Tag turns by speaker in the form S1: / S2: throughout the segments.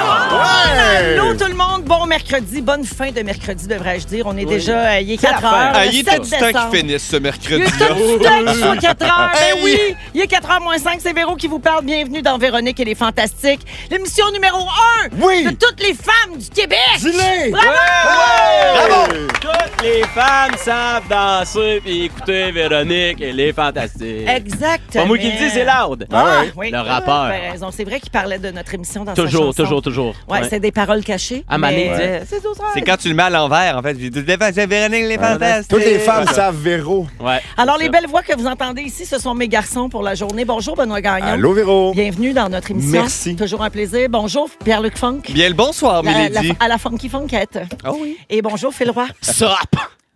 S1: Allô tout le monde, bon mercredi, bonne fin de mercredi devrais-je dire. On est déjà, euh, il est 4 heures.
S2: Ah,
S1: le
S2: il est
S1: 7
S2: tout du temps
S1: décembre.
S2: qui finissent ce
S1: Il est
S2: mercredi-là.
S1: tout du temps qu'il soit 4 heures. Ben
S2: Hey!
S1: oui, il est 4 heures moins 5, c'est Véro qui vous parle. Bienvenue dans Véronique et les Fantastiques. L'émission numéro 1
S3: Oui.
S1: de toutes les femmes du Québec.
S3: Dis-le!
S1: Bravo!
S3: Bravo!
S4: Toutes les femmes savent danser puis écouter Véronique, elle est fantastique.
S1: Exactement.
S4: Pas moi qui le dis, c'est Loud.
S1: Ah,
S3: Ouais.
S1: oui.
S4: Le rappeur.
S1: Ben, raison. C'est vrai qu'il parlait de notre émission dans
S4: Toujours,
S1: sa chanson.
S4: toujours, toujours.
S1: Ouais, c'est des paroles cachées.
S4: À ma
S1: mais-
S4: nez,
S1: Ouais.
S4: disait,
S2: C'est quand tu le mets à l'envers, en fait. Puis tu dis, Véronique, les fantastiques.
S3: Toutes Ah, les femmes savent Véro.
S4: Ouais.
S1: Alors, les belles voix que vous entendez ici, ce sont mes garçons pour la journée. Bonjour, Benoît Gagnon.
S3: Allô, Véro.
S1: Bienvenue dans notre émission.
S3: Merci.
S1: Toujours un plaisir. Bonjour, Pierre-Luc Funk.
S2: Bien le bonsoir,
S1: La-
S2: Milady.
S1: la- à la Funky Funkette.
S2: Ah oui.
S1: Et bonjour, Phil Roy.
S4: Sop!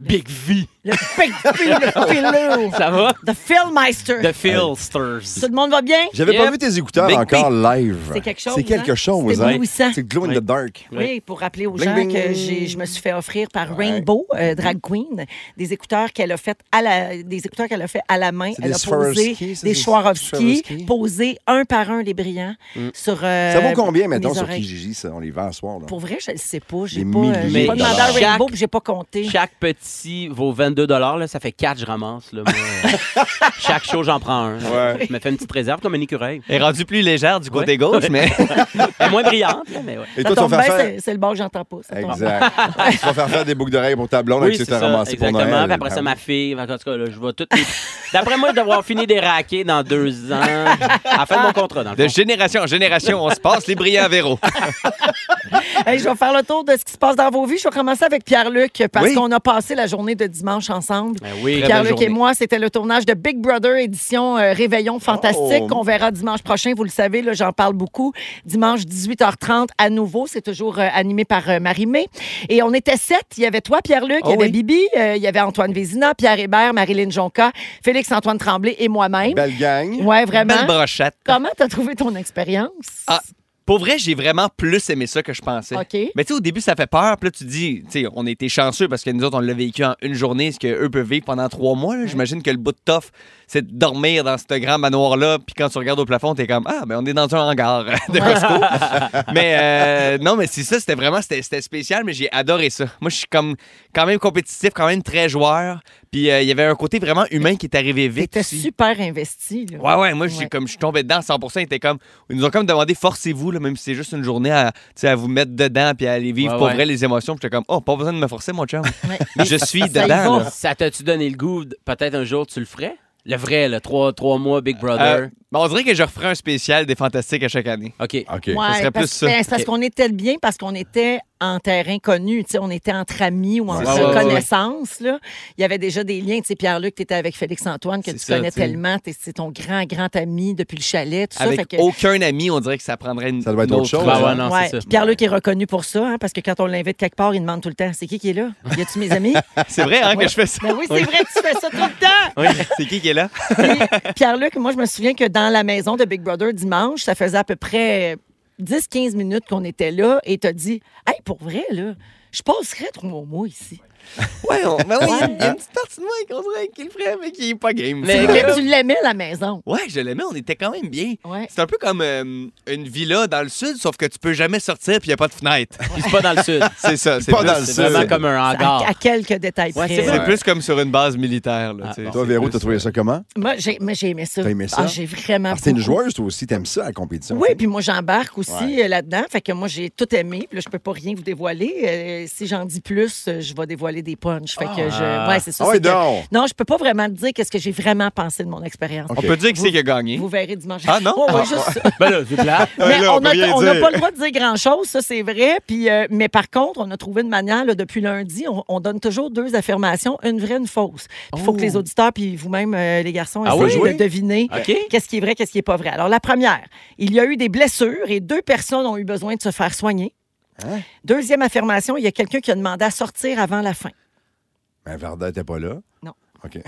S4: Big V.
S1: Le Big Phil, le Philou.
S4: Ça va?
S1: The Philmeister.
S4: The Philsters.
S1: Tout le monde va bien?
S3: J'avais pas
S4: Yep.
S3: vu tes écouteurs
S4: Big
S3: encore live.
S1: C'est quelque chose,
S3: C'est
S1: hein?
S3: quelque chose.
S1: C'est
S3: hein?
S1: éblouissant.
S3: C'est glow in
S4: Oui.
S3: the dark.
S1: Oui, pour rappeler aux
S3: Bling,
S1: gens
S3: bling.
S1: que j'ai- je me suis fait offrir par Rainbow, euh, drag queen, des écouteurs qu'elle a fait à la, des écouteurs qu'elle a fait à la main.
S3: C'est
S1: Elle
S3: des
S1: a posé
S3: Swarovski, ça,
S1: des
S3: des
S1: Swarovski,
S3: Swarovski. Mm.
S1: posé un par un les brillants sur. euh,
S3: Ça vaut combien,
S1: mes
S3: mettons, sur
S1: oreilles.
S3: Kijiji, ça? On les vend ce soir. Là.
S1: Pour vrai, je ne sais pas. J'ai
S3: Des
S1: pas, euh, j'ai
S3: milliers
S1: pas
S4: de
S1: demandé à
S4: dollars.
S1: Rainbow,
S4: Chaque-
S1: puis j'ai pas compté.
S4: Chaque petit vaut 22 là, ça fait 4 je ramasse. Là, moi. Chaque show, j'en prends un.
S2: Ouais.
S4: Je me fais une petite réserve comme un écureuil.
S2: Elle est rendue plus légère du côté
S4: Ouais.
S2: gauche, mais
S4: Elle est moins brillante, là, mais ouais.
S3: Et
S1: Ça
S3: toi, tu vas
S1: tombe bien,
S3: faire faire.
S1: ben, c'est- c'est le bord que j'entends pas. ça tombe bien.
S3: Exact. tu vas faire faire des boucles d'oreilles pour ta blonde avec ce que t'as ramassé pour
S4: exactement.
S3: Noël. ben
S4: Puis après ça, ma fille. En tout cas, là, je vais tout. D'après moi, je vais avoir fini des raquets dans deux ans. À la fin de mon contrat, dans le
S2: de
S4: fond.
S2: génération en génération, on se passe les brillants Véro.
S1: Hey, je vais faire le tour de ce qui se passe dans vos vies. Je vais commencer avec Pierre-Luc parce
S3: Oui.
S1: qu'on a passé la journée de dimanche ensemble.
S4: Ben oui, très belle
S1: Pierre-Luc et
S4: journée.
S1: moi, c'était le tournage de Big Brother édition euh, Réveillon Fantastique
S3: Oh.
S1: qu'on verra dimanche prochain. Vous le savez, là, j'en parle beaucoup. Dimanche 18h30 à nouveau. C'est toujours euh, animé par euh, Marie-Mé. Et on était sept. Il y avait toi, Pierre-Luc, il y
S2: Oh
S1: avait
S2: oui.
S1: Bibi, euh, il y avait Antoine Vézina, Pierre Hébert, Marilyn Jonca, Félix-Antoine Tremblay et moi-même.
S3: Belle gang.
S1: Hein? Ouais,
S2: Belle
S1: vraiment.
S2: brochette.
S1: Comment t'as trouvé ton expérience?
S2: Ah, Pour vrai, j'ai vraiment plus aimé ça que je pensais.
S1: OK.
S2: Mais tu sais, au début, ça fait peur. Puis là, tu te dis, tu sais, on était chanceux parce que nous autres, on l'a vécu en une journée, ce qu'eux peuvent vivre pendant trois mois. là. J'imagine que le bout de tough, c'est de dormir dans ce grand manoir-là. Puis quand tu regardes au plafond, t'es comme, ah, ben on est dans un hangar de Costco. mais euh, non, mais c'est ça, c'était vraiment, c'était c'était spécial, mais j'ai adoré ça. Moi, je suis comme, quand même compétitif, quand même très joueur. Puis euh, il y avait un côté vraiment humain qui est arrivé vite.
S1: T'étais
S2: aussi.
S1: super investi. là.
S2: Ouais, ouais, moi, j'ai
S1: Ouais.
S2: comme, je suis tombé dedans à 100 Ils, étaient comme, ils nous ont comme demandé, forcez-vous, là, même si c'est juste une journée, à, tu sais, à vous mettre dedans puis à aller vivre
S4: Ouais,
S2: pour
S4: ouais.
S2: vrai les émotions. Puis J'étais comme, oh, pas besoin de me forcer, mon chum.
S1: Ouais.
S2: je suis
S1: Ça y
S2: dedans.
S1: va.
S2: là.
S4: Ça t'a-tu donné le goût, de- peut-être un jour, tu le ferais? Le vrai, le 3, mois Big Brother.
S2: Euh, ben, on dirait que je referais un spécial des Fantastiques à chaque année.
S4: OK.
S3: OK.
S1: Ouais,
S2: serait
S1: parce,
S2: plus ça.
S1: ben, c'est parce
S4: Ok.
S1: qu'on était bien, parce qu'on était en terrain connu. tu sais, On était entre amis ou en
S2: Ouais,
S1: seule
S4: ouais, ouais,
S1: connaissance. là. Il y avait déjà des liens. Tu sais, Pierre-Luc, tu étais avec Félix-Antoine, que
S2: C'est
S1: tu
S2: ça,
S1: connais
S2: tu sais.
S1: tellement. T'es- C'est ton grand, grand ami depuis le chalet. Tout ça.
S2: Avec Ah
S1: Fait que-
S2: aucun ami, on dirait que ça prendrait une.
S3: Ça doit être
S2: une
S3: autre chose,
S4: Ben ouais,
S3: hein.
S4: non,
S1: Ouais,
S4: c'est
S1: puis
S4: ça.
S1: Pierre-Luc est reconnu pour ça, hein, parce que quand on l'invite quelque part, il demande tout le temps c'est qui qui est là Y a-tu mes amis
S2: C'est vrai hein, que
S1: Ouais.
S2: je fais ça.
S1: Ben oui, c'est vrai, tu fais ça tout le temps
S2: Oui. C'est qui qui est là?
S1: Puis, Pierre-Luc, moi, je me souviens que dans la maison de Big Brother dimanche, ça faisait à peu près 10-15 minutes qu'on était là et t'as dit Hey, pour vrai, là, je passerais trois mois ici.
S2: Ouais, on- ben oui,
S1: Ouais.
S2: il y a une petite partie de moi qu'on dirait qu'il le ferait, mais qui est pas game.
S4: Mais-
S1: Mais tu l'aimais, la maison.
S2: Ouais, je l'aimais, on était quand même bien.
S1: Ouais.
S2: C'est un peu comme euh, une villa dans le sud, sauf que tu peux jamais sortir puis il n'y a pas de fenêtre.
S4: Puis c'est pas dans le sud.
S2: C'est ça, c'est
S3: Pas
S2: plus-
S3: dans le
S2: c'est
S3: sud.
S2: vraiment
S4: Vraiment comme un hangar.
S1: À, à quelques détails
S4: Ouais,
S1: près.
S4: c'est
S2: C'est
S4: vrai.
S3: Ah. Ouais.
S2: plus comme sur une base militaire. Là,
S4: Ah,
S2: tu sais.
S4: bon.
S3: Toi, Véro, t'as trouvé ça comment?
S1: Moi, j'ai, mais j'ai aimé ça.
S3: T'as aimé ça?
S1: Ah, j'ai vraiment.
S3: Ah, T'es une
S1: Ah, beaucoup-
S3: joueuse, toi aussi. T'aimes ça, la compétition.
S1: Oui,
S3: toi?
S1: puis moi, j'embarque aussi
S3: Ouais.
S1: euh, là-dedans. Fait que moi, j'ai tout aimé. Puis là, je peux pas rien vous dévoiler. Euh, si j'en dis plus, euh, je vais dévoiler des punchs. Fait que je. Ouais, c'est ça.
S3: Ah ouais,
S1: c'est que-
S3: donc.
S1: Non, je peux pas vraiment te dire qu'est-ce que j'ai vraiment pensé de mon expérience.
S2: On peut dire que c'est qui a gagné.
S1: Vous verrez dimanche.
S2: Ah, non?
S1: Ouais, ouais, juste ça.
S4: Ben là, c'est plat.
S1: Mais
S2: là,
S1: on
S2: on peut rien
S1: n'a
S2: dire.
S1: pas le droit de dire grand-chose, ça, c'est vrai. Puis, euh, mais par contre, on a trouvé une manière, là, depuis lundi, on, on donne toujours deux affirmations, une vraie, une fausse. Il faut que les auditeurs, puis vous-même, euh, les garçons,
S4: Ah
S1: essayez
S4: oui?
S1: de deviner
S4: OK.
S1: qu'est-ce qui est vrai, qu'est-ce qui n'est pas vrai. Alors, la première, il y a eu des blessures et deux personnes ont eu besoin de se faire soigner. Deuxième affirmation, il y a quelqu'un qui a demandé à sortir avant la fin.
S3: Mais Varda n'était pas là.
S1: Non.
S3: OK.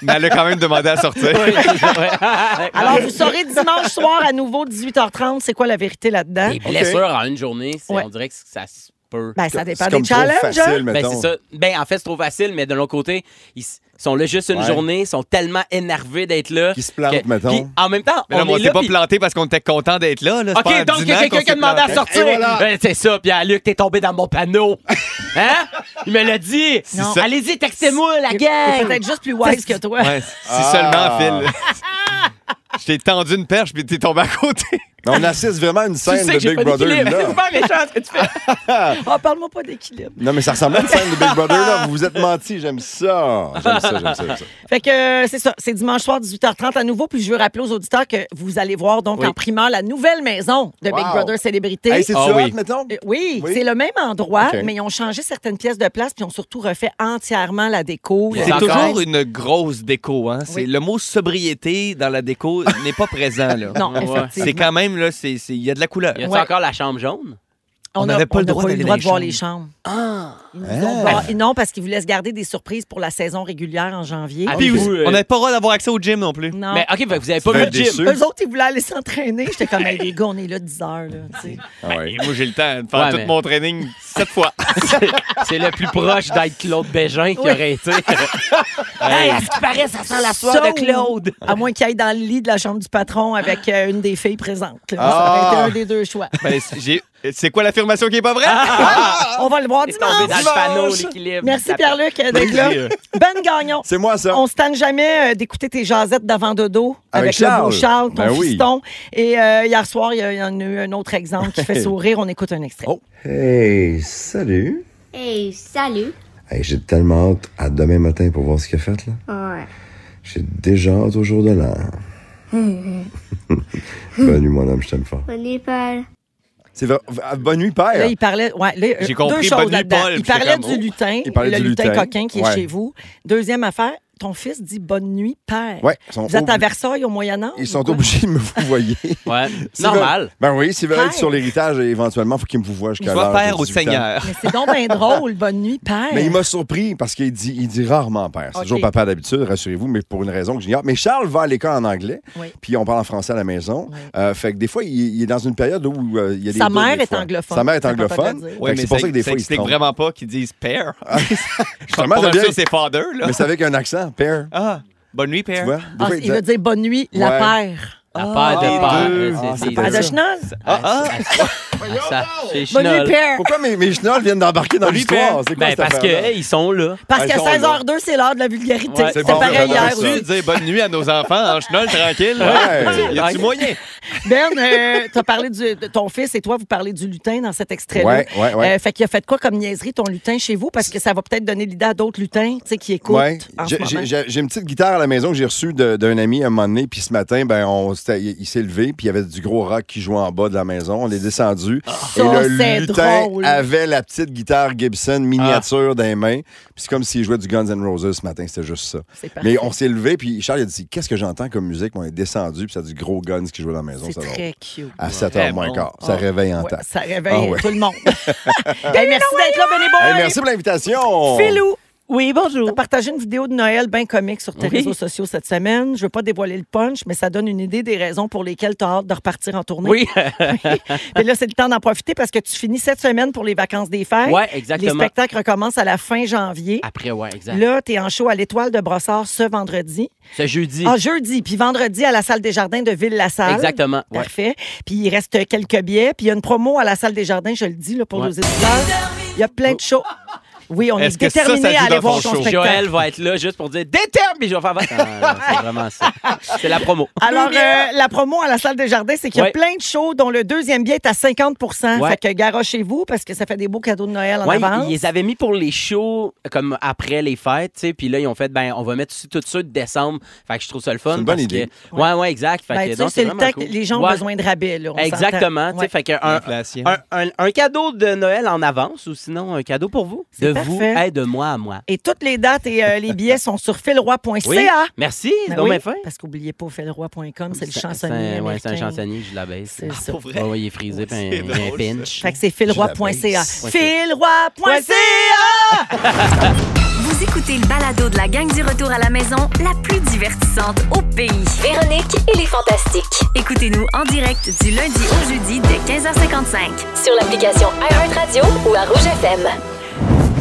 S2: Mais elle a quand même demandé à sortir.
S4: Ah.
S1: Alors, vous saurez dimanche soir à nouveau, 18h30, c'est quoi la vérité là-dedans?
S4: Les blessures en une journée, c'est-
S1: Ouais.
S4: on dirait que ça se peut.
S1: Ben, ça dépend
S3: C'est comme
S1: des
S3: trop
S1: challenges.
S3: facile,
S1: hein?
S4: Ben,
S3: mettons.
S4: c'est ça. Ben, en fait, c'est trop facile, mais de l'autre côté, ils s- sont là juste une
S3: Ouais.
S4: journée, ils sont tellement énervés d'être là.
S3: Qui se plantent, mettons.
S4: Puis, en même temps,
S2: Mais non,
S4: on
S2: mais on
S4: est
S2: s'est
S4: là.
S2: pas
S4: puis-
S2: planté parce qu'on était content d'être là. là. C'est pas en
S4: OK, donc il y
S2: dînant
S4: a quelqu'un
S2: qu'on
S4: qui a
S2: s'est
S4: demandé à
S2: planté.
S4: sortir.
S3: Et voilà.
S4: Ben, c'est ça, Pierre-Luc, t'es tombé dans mon panneau. Hein? Il me l'a dit.
S1: Non.
S4: C'est ça. Allez-y, textez-moi, la
S1: Il- il est
S4: gang.
S1: Peut-être juste plus wise que toi.
S2: Ouais, si seulement, Phil. Je t'ai tendu une perche puis t'es tombé à côté.
S3: Mais on assiste vraiment à une
S4: Tu
S3: scène
S4: sais
S3: de
S4: que j'ai
S3: Big
S4: pas
S3: Brother,
S4: d'équilibre. C'est
S3: là.
S4: super méchant ce que tu fais.
S1: Ah, parle-moi pas d'équilibre.
S3: Non, mais ça ressemble à une scène de Big Brother, là. Vous vous êtes menti, j'aime ça. J'aime ça, j'aime ça, j'aime ça.
S1: Fait que euh, c'est ça, c'est dimanche soir 18h30 à nouveau. Puis je veux rappeler aux auditeurs que vous allez voir donc
S4: Oui.
S1: en primeur la nouvelle maison de Big
S3: Wow.
S1: Brother Célébrité.
S3: Hey, c'est-tu
S4: Ah
S3: hot,
S4: oui.
S3: mettons?
S1: Euh, oui,
S3: Oui.
S1: c'est le même endroit,
S3: OK.
S1: mais ils ont changé certaines pièces de place puis ils ont surtout refait entièrement la déco.
S4: C'est
S1: la
S2: C'est
S4: Encore.
S2: toujours une grosse déco. Hein? C'est- Le mot sobriété dans la déco n'est pas présent. Là.
S1: Non,
S4: Ouais.
S2: C'est
S1: effectivement.
S2: quand même, là, c'est- c'est- il y a de la couleur.
S4: Y a-tu
S1: Ouais.
S4: encore la chambre jaune?
S2: on
S1: a-
S2: n'avait pas le
S1: n'a
S2: droit d'aller
S1: droit
S2: dans
S1: de voir
S2: les
S1: les chambres.
S4: Ah!
S1: Ils nous ont
S3: Ah.
S1: bar- Non, parce qu'ils vous laissent garder des surprises pour la saison régulière en janvier.
S4: Ah,
S2: Puis
S4: oui,
S2: aussi,
S4: oui.
S2: on n'avait pas le droit d'avoir accès au gym non plus.
S1: Non.
S4: Mais ah, OK, fait que vous avez pas
S3: vas
S4: vu le
S3: être
S4: gym.
S3: déçu.
S1: Eux autres, ils voulaient aller s'entraîner. J'étais comme, Hey, les gars, on est là 10 heures. Là, tu sais.
S3: Ah ouais.
S2: Ben, moi, j'ai le temps de
S4: faire Ouais, tout mais- mon
S2: training sept fois.
S4: C'est le plus proche d'être Claude Bégin qui aurait été. hey, à ce qui paraît, ça sent la soirée
S1: Ça
S4: de Claude.
S1: ou- À moins qu'il aille dans le lit de la chambre du patron avec euh, une des filles présentes. là. Ça
S3: Ah.
S1: aurait été un des deux choix.
S2: Ben, c'est quoi l'affirmation qui est pas vraie?
S3: Ah!
S1: On va le voir
S4: T'es tombé dans
S1: dimanche.
S4: le panneau, l'équilibre.
S1: Merci
S4: Ça-
S1: Pierre-Luc d'être là. Ben Gagnon.
S3: euh. C'est moi, ça.
S1: On se tanne jamais euh, d'écouter tes jasettes d'avant de dos avec,
S3: Avec
S1: le beau Charles,
S3: Charles.
S1: ton
S3: Ben oui.
S1: fiston. Et euh, hier soir, il y a- il y en a eu un autre exemple qui fait sourire. On écoute un extrait.
S3: Oh.
S5: Hey, salut!
S6: Hey, salut!
S5: Hey, j'ai tellement hâte à demain matin pour voir ce qu'il a fait, là.
S6: Ouais.
S5: J'ai déjà hâte au jour de l'an. Bonne nuit, mon homme, je t'aime fort.
S6: On est pas.
S3: C'est vrai- v- Bonne nuit, père.
S1: Là, il parlait. Ouais, là, euh,
S2: J'ai
S1: deux
S2: compris, bonne
S1: choses
S2: nuit,
S1: là-dedans.
S2: Paul,
S1: Il
S2: puis j'étais
S1: parlait
S2: comme,
S1: du
S2: oh.
S1: lutin,
S3: Il parlait
S1: le
S3: du
S1: lutin,
S3: lutin.
S1: coquin qui est
S3: Ouais.
S1: chez vous. Deuxième affaire, ton fils dit bonne nuit, père.
S3: Ouais, ils sont
S1: Vous êtes à
S3: obli-
S1: Versailles au Moyen-Âge?
S3: Ils
S1: ou
S3: sont
S1: quoi?
S3: obligés de me vous voyer.
S4: Ouais,
S3: S'ils
S4: normal.
S3: veulent- Ben oui, s'ils veulent
S1: Père.
S3: être sur l'héritage, éventuellement, il faut qu'ils me vous voient jusqu'à l'heure.
S2: Sois
S3: de
S2: père au
S3: 18 ans.
S2: Seigneur.
S1: Mais c'est donc bien drôle, bonne nuit, père.
S3: Mais il m'a surpris parce qu'il dit, il dit rarement père. C'est
S1: Ok.
S3: toujours papa d'habitude, rassurez-vous, mais pour une raison que j'ignore. Mais Charles va à l'école en anglais,
S1: Oui.
S3: puis on parle en français à la maison.
S1: Oui.
S3: Euh, fait que des fois, il, il est dans une période où euh, il y a des
S1: Sa
S3: doutes,
S1: mère
S3: des
S1: est
S3: fois.
S1: anglophone,
S3: Sa mère est
S1: c'est important de
S3: anglophone.
S1: le dire.
S3: Fait
S2: Oui,
S3: que
S2: mais
S3: c'est pour ça que des
S2: ça
S3: fois, il se Ah,
S2: explique
S3: trompe.
S2: vraiment pas qu'ils disent père. Je suis pas
S3: Comment ça
S2: mal
S3: vient?
S2: sûr que c'est father, là.
S3: Mais c'est avec un accent, père.
S2: Ah, bonne nuit,
S3: Tu
S2: père.
S3: vois? Des
S1: Ah,
S3: fois,
S1: il veut dire bonne nuit, la
S3: Ouais.
S1: paire.
S4: La paire de
S3: deux.
S4: pères.
S3: Ah,
S4: C'est-
S3: c'est
S4: c'est-
S3: pas
S1: Père de
S3: ça.
S1: Schnoz?
S4: Ah, ah, ça- c'est
S1: Bonne
S4: chenol.
S1: nuit, père.
S3: Pourquoi mes, mes chenolles viennent d'embarquer dans
S2: Lui, père.
S3: l'histoire? C'est quoi
S4: Ben,
S3: cette
S4: parce que,
S3: affaire-là?
S4: hey, ils sont là.
S1: Parce
S3: Ah,
S1: qu'à
S3: ils sont là.
S1: 16h02, c'est l'heure de la vulgarité.
S4: Ouais,
S1: C'était
S3: c'est bon,
S1: pareil
S3: j'adore
S1: hier
S3: ça.
S1: aussi.
S2: Tu dire bonne nuit à nos enfants en chenol tranquille.
S3: Ouais.
S2: Y a-tu moyen?
S1: Ben, euh, t'as parlé du- de ton fils et toi, vous parlez du lutin dans cet extrait-là.
S3: Ouais, ouais, ouais.
S1: Euh, fait qu'il a fait quoi comme niaiserie ton lutin chez vous? Parce que ça va peut-être donner l'idée à d'autres lutins, tu sais, qui écoutent
S3: Ouais.
S1: en ce
S3: J'ai-
S1: moment.
S3: j'ai- J'ai j'ai une petite guitare à la maison que j'ai reçue de- d'un ami à un moment donné. Puis ce matin, ben, on, s'était- il il s'est levé, puis il y avait du gros rock qui jouait en bas de la maison. On est descendu. et
S1: Ah. Ça, c'est
S3: le lutin
S1: drôle. Ah.
S3: avait la petite guitare Gibson miniature dans les mains. Puis c'est comme s'il jouait du Guns N' Roses ce matin. C'était juste ça.
S1: C'est parfait.
S3: Mais on s'est levé, puis Charles il a dit Qu'est-ce que j'entends comme musique Puis On est descendu, puis ça a du gros Guns qui jouait dans la maison.
S1: C'est
S3: ça va.
S1: très cute.
S3: À 7h moins
S2: bon.
S3: quart. Ça réveille en
S1: Ouais,
S3: temps.
S1: ça réveille
S3: Ah ouais.
S1: tout le monde. Hey, merci d'être là, Benny
S3: Hey,
S1: Boy.
S3: merci pour l'invitation.
S1: Philou. Oui, bonjour. Tu as partagé une vidéo de Noël bien comique sur tes réseaux sociaux cette semaine. Je veux pas dévoiler le punch, mais ça donne une idée des raisons pour lesquelles tu as hâte de repartir en tournée.
S4: Oui.
S1: Mais là, c'est le temps d'en profiter parce que tu finis cette semaine pour les vacances des fêtes.
S4: Ouais, exactement.
S1: Les spectacles recommencent à la fin janvier.
S4: Après, ouais, exact.
S1: Là, tu es en show à l'Étoile de Brossard ce vendredi.
S4: Ce jeudi.
S1: Ah, jeudi, puis vendredi à la Salle des Jardins de Ville-la-Salle.
S4: Exactement. ouais.
S1: Parfait. Puis il reste quelques billets. Puis il y a une promo à la Salle des Jardins, je le dis, là, pour
S4: Ouais.
S1: nos éditeurs. Il y a plein de shows. Oui, on est,
S2: Oh. Est-ce que ça, ça
S1: déterminés
S2: dit
S1: à
S2: dans
S1: aller
S2: ton
S1: voir ton
S2: show?
S1: spectacle.
S4: Joël va être là juste pour dire déterre, puis je vais faire votre- Ah, non, C'est vraiment ça. C'est la promo.
S1: Alors, euh, la promo à la salle des jardins, c'est qu'il y a
S4: Ouais.
S1: plein de shows dont le deuxième billet est à 50
S4: Ouais.
S1: Fait que garochez-vous parce que ça fait des beaux cadeaux de Noël en
S4: Ouais,
S1: avance.
S4: ils les avaient mis pour les shows comme après les fêtes, tu sais, puis là ils ont fait ben on va mettre tout- tout ça de décembre. Fait que je trouve ça le fun.
S3: C'est une
S4: parce
S3: bonne idée.
S4: Que, ouais, ouais, exact. Fait
S1: Ben,
S4: que,
S1: tu sais,
S4: non,
S1: c'est le
S4: vraiment
S1: temps
S4: cool.
S1: que les gens ont
S4: Ouais.
S1: besoin de rabais. Là, on
S4: Exactement. tu
S1: s'entend.
S4: sais,
S1: Ouais.
S4: Fait que un,
S2: L'inflation.
S4: un, un- un cadeau de Noël en avance ou sinon un cadeau pour vous.
S1: C'est
S4: De vous.
S1: Parfait.
S4: Hey, de moi à moi.
S1: Et toutes les dates et euh, les billets sont sur philroy.ca.
S4: Oui. Merci. C'est
S1: Ben
S4: donc
S1: oui,
S4: bien fin.
S1: Parce qu'oubliez pas, philroy.com, c'est le
S4: C'est un-
S1: chansonnier.
S4: c'est un- Ouais, c'est un
S1: américain.
S4: chansonnier, je la baisse.
S1: C'est ça.
S2: Ah, Pour vrai.
S4: Ouais, ouais, il est frisé, puis un-
S2: C'est
S4: il y a un
S2: drôle,
S4: pinch.
S1: Fait que c'est philroy.ca.
S4: Ouais, c'est-
S1: Philroy.ca!
S7: Vous écoutez le balado de la gang du retour à la maison, la plus divertissante au pays.
S8: Véronique et les Fantastiques.
S7: Écoutez-nous en direct du lundi au jeudi dès 15h55.
S8: Sur l'application iHeartRadio ou à Rouge FM.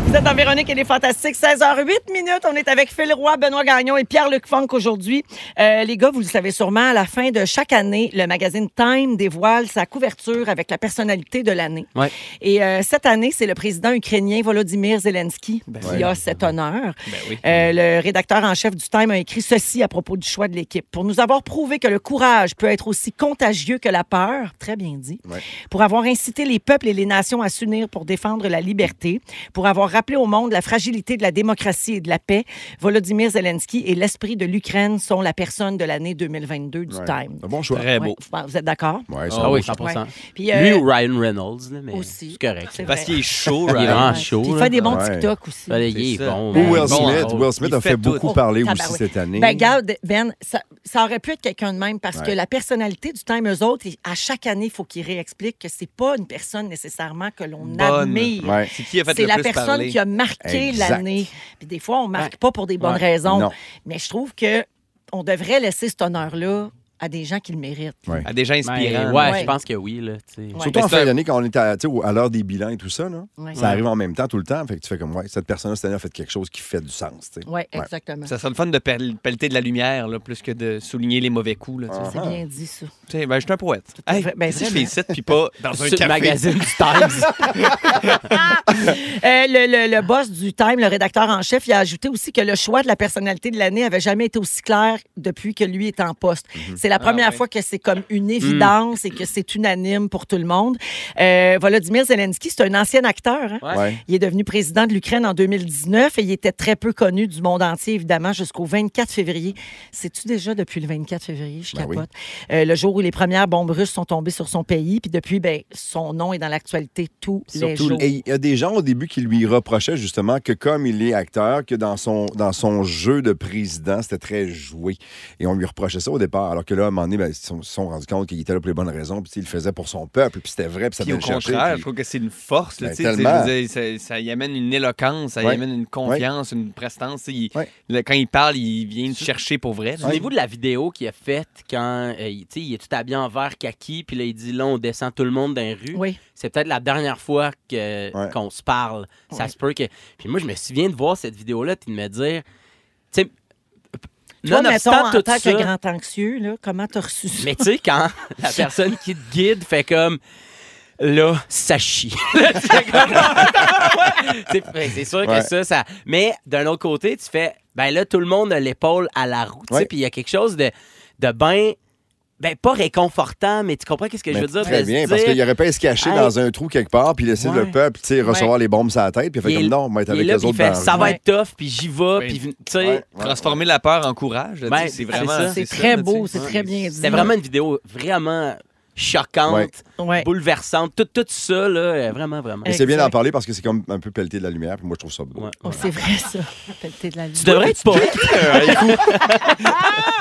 S1: Vous êtes en Véronique et les Fantastiques, 16h08 minutes. On est avec Phil Roy, Benoît Gagnon et Pierre-Luc Funk aujourd'hui. Euh, les gars, vous le savez sûrement, à la fin de chaque année, le magazine Time dévoile sa couverture avec la personnalité de l'année.
S4: Ouais.
S1: Et euh, cette année, c'est le président ukrainien Volodymyr Zelensky qui
S3: oui.
S1: a cet honneur.
S2: Ben oui.
S1: Euh, le rédacteur en chef du Time a écrit ceci à propos du choix de l'équipe. Pour nous avoir prouvé que le courage peut être aussi contagieux que la peur, très bien dit,
S3: Ouais.
S1: pour avoir incité les peuples et les nations à s'unir pour défendre la liberté, pour avoir rappelé au monde la fragilité de la démocratie et de la paix, Volodymyr Zelensky et l'esprit de l'Ukraine sont la personne de l'année 2022 du
S3: Ouais.
S1: Time.
S3: Un Bon choix.
S2: Très
S1: Ouais.
S2: beau.
S1: Bon, Vous êtes d'accord?
S3: Ouais, ça
S4: Ah oui,
S3: bouge.
S4: 100%.
S1: Puis, euh,
S4: Lui ou Ryan Reynolds, là, mais
S1: aussi.
S4: c'est correct.
S1: C'est
S2: Parce
S1: vrai.
S2: qu'il est
S4: Il
S2: chaud,
S4: est
S2: Ryan.
S4: vraiment
S1: Ouais.
S4: chaud.
S1: Puis il
S4: là.
S1: fait des bons
S3: Ouais.
S1: TikTok aussi.
S4: Ouais, il est
S2: C'est
S4: bon.
S2: ça.
S3: Ou Will
S4: man. Bon,
S3: Smith.
S4: oh.
S3: Will Smith
S2: Ben, Il
S3: a
S2: fait
S3: fait
S2: tout.
S3: beaucoup parler aussi
S1: Tabarouette.
S3: cette année.
S1: Ben, regarde, Ben, ça, ça aurait pu être quelqu'un de même parce que
S3: Ouais.
S1: la personnalité du time, eux autres, ils- à chaque année, il faut qu'ils réexpliquent que c'est pas une personne nécessairement que l'on
S2: Bonne.
S1: admire.
S3: Ouais.
S2: C'est qui a fait
S1: C'est
S2: le
S1: la
S2: plus
S1: personne
S2: parler?
S1: qui a marqué
S3: Exact.
S1: l'année. Puis des fois, on marque
S4: Ouais.
S1: pas pour des bonnes
S4: Ouais.
S1: raisons.
S3: Non.
S1: Mais je trouve que on devrait laisser cet honneur-là à des gens qui le méritent.
S3: Ouais.
S2: À des gens
S4: Ben,
S2: inspirants.
S4: ouais,
S1: Ouais.
S4: je pense que oui. Là, tu sais.
S1: Ouais.
S3: Surtout
S2: Mais
S3: en
S2: c'est
S3: fin
S2: un-
S3: d'année, quand on est à, tu sais, au- à l'heure des bilans et tout ça, là,
S1: Ouais.
S3: ça arrive en même temps tout le temps. Fait que tu fais comme, ouais, cette personne-là, cette année, a fait quelque chose qui fait du sens. tu sais.
S1: Oui, exactement.
S2: Ça serait le fun de pel- pelleter de la lumière, là, plus que de souligner les mauvais coups. Là, tu sais.
S3: Ah.
S1: C'est bien dit, ça.
S2: Tu sais, ben, je suis un poète.
S1: à
S2: Hey,
S1: fait. Ben,
S2: si je
S1: vraiment.
S2: fais ici, puis pas dans un
S4: Sur le
S2: café.
S4: magazine du Times.
S1: Euh, le, le- le boss du Time, le rédacteur en chef, il a ajouté aussi que le choix de la personnalité de l'année avait jamais été aussi clair depuis que lui est en poste.
S3: Mhm.
S1: C'est la
S3: Ah
S1: première
S2: ouais.
S1: fois que c'est comme
S3: Mm.
S1: une évidence et que c'est unanime pour tout le monde. Euh, Volodymyr Zelensky, c'est un ancien acteur. hein?
S4: Ouais.
S3: Ouais.
S1: Il est devenu président de l'Ukraine en 2019 et il était très peu connu du monde entier, évidemment, jusqu'au 24 février. C'est-tu déjà depuis le 24 février? Je
S3: Ben oui.
S1: capote. Euh, le jour où les premières bombes russes sont tombées sur son pays. Puis depuis, ben, son nom est dans l'actualité tous les
S3: Surtout-
S1: jours.
S3: et il y a des gens au début qui lui reprochaient justement que comme il est acteur, que dans son, dans son jeu de président, c'était très joué. Et on lui reprochait ça au départ. Alors que là, à un moment donné, ben, ils se sont, se sont rendus compte qu'il était là pour les bonnes raisons, puis tu sais, il le faisait pour son peuple, puis c'était vrai, puis ça
S2: Puis
S3: venait
S2: au
S3: le chercher.
S2: contraire,
S3: puis-
S2: je trouve que c'est une force. là,
S3: Ben,
S2: tu sais,
S3: tellement.
S2: je veux dire, ça, ça y amène une éloquence, ça y
S3: Ouais.
S2: amène une confiance, une prestance. tu sais, il-
S3: Ouais.
S2: le- quand il parle, il vient te chercher pour vrai. là.
S4: Souvenez-vous de la vidéo qu'il a faite quand euh, il, tu sais, il est tout habillé en vert kaki, puis là, il dit là, on descend tout le monde dans les rues.
S1: Oui.
S4: C'est peut-être la dernière fois que-
S3: Ouais.
S4: qu'on se parle. Ça
S1: Ouais.
S4: se peut que. Puis moi, je me souviens de voir cette vidéo-là, puis de me dire. Tu sais,
S1: Toi, mettons,
S4: nonobstant
S1: en
S4: tout
S1: tant
S4: ça,
S1: que grand anxieux, là, comment t'as reçu ça?
S4: Mais tu sais, quand la personne qui te guide fait comme. Là, ça chie. Là, tu fais comme, Tu sais, fait- c'est sûr
S3: Ouais.
S4: que ça, ça. Mais d'un autre côté, tu fais. Ben là, tout le monde a l'épaule à la roue. tu sais,
S3: Ouais.
S4: Puis il y a quelque chose de, de ben. Ben, pas réconfortant, mais tu comprends qu'est-ce que je
S3: Mais
S4: veux dire?
S3: Très
S4: de se
S3: bien,
S4: dire,
S3: parce qu'il aurait pas à se cacher
S4: Hey.
S3: dans un trou quelque part, puis laisser
S4: Ouais.
S3: le peuple tu sais, recevoir les bombes sur la tête, puis il fait
S4: il est-
S3: comme non, on va être
S4: il est
S3: avec
S4: là,
S3: les
S4: puis il
S3: autres
S4: fait,
S3: dans la
S4: ça
S3: rue.
S4: va être tough, puis j'y vais,
S2: Oui.
S4: puis tu sais.
S3: Ouais.
S2: Transformer la peur en courage, là, tu sais,
S4: Ouais,
S2: c'est
S4: c'est
S2: vraiment.
S4: ça.
S1: C'est
S2: ça,
S1: très
S2: là,
S1: beau,
S2: tu sais.
S1: c'est très bien dit.
S4: C'était vraiment une vidéo vraiment choquante,
S3: Ouais.
S1: Ouais.
S4: bouleversante, tout, tout ça, là, euh, vraiment, vraiment.
S3: Mais c'est bien
S1: Exact.
S3: d'en parler parce que c'est comme un peu pelleté de la lumière, puis moi je trouve ça beau.
S4: Ouais.
S1: Oh, c'est vrai, ça. Pelleté de la
S4: Tu
S1: lune.
S4: devrais être pas.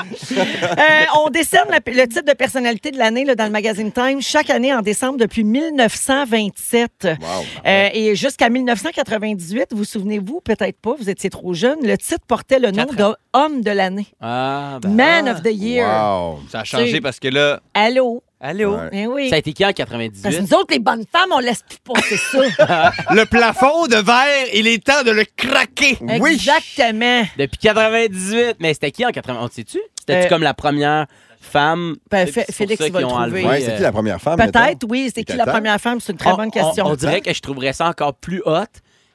S1: Euh, on décerne la- le titre de personnalité de l'année là, dans le magazine Time chaque année en décembre depuis 1927.
S3: Wow.
S1: Euh, et jusqu'à 1998, vous souvenez-vous, peut-être pas, vous étiez trop jeune, le titre portait le nom
S2: Quatre
S1: de Homme de l'année,
S4: Ah, ben.
S1: Man of the Year.
S3: Wow.
S2: Ça a
S1: C'est-
S2: changé parce que là.
S1: Allô?
S2: Allô?
S3: Ouais.
S1: Ben oui.
S4: Ça a été qui en
S1: Parce que
S4: 98?
S1: nous autres, les bonnes femmes, on laisse plus passer ça.
S2: Le plafond de verre, il est temps de le craquer!
S1: Exactement.
S4: Depuis 98! Mais c'était qui en 80? On sait-tu? C'était-tu
S1: Euh,
S4: comme la première femme?
S1: Ben,
S4: C'est
S1: Fé-
S4: pour
S1: Félix va
S4: ça
S1: le
S4: qu'ils ont enlevé, euh,
S1: trouver.
S3: Ouais, c'est qui la première femme? mettons?
S1: Peut-être, oui. C'est qui la
S3: Peut-être.
S1: première femme? C'est une très
S4: On-
S1: bonne
S4: on-
S1: question.
S4: On, dirait que je trouverais ça encore plus hot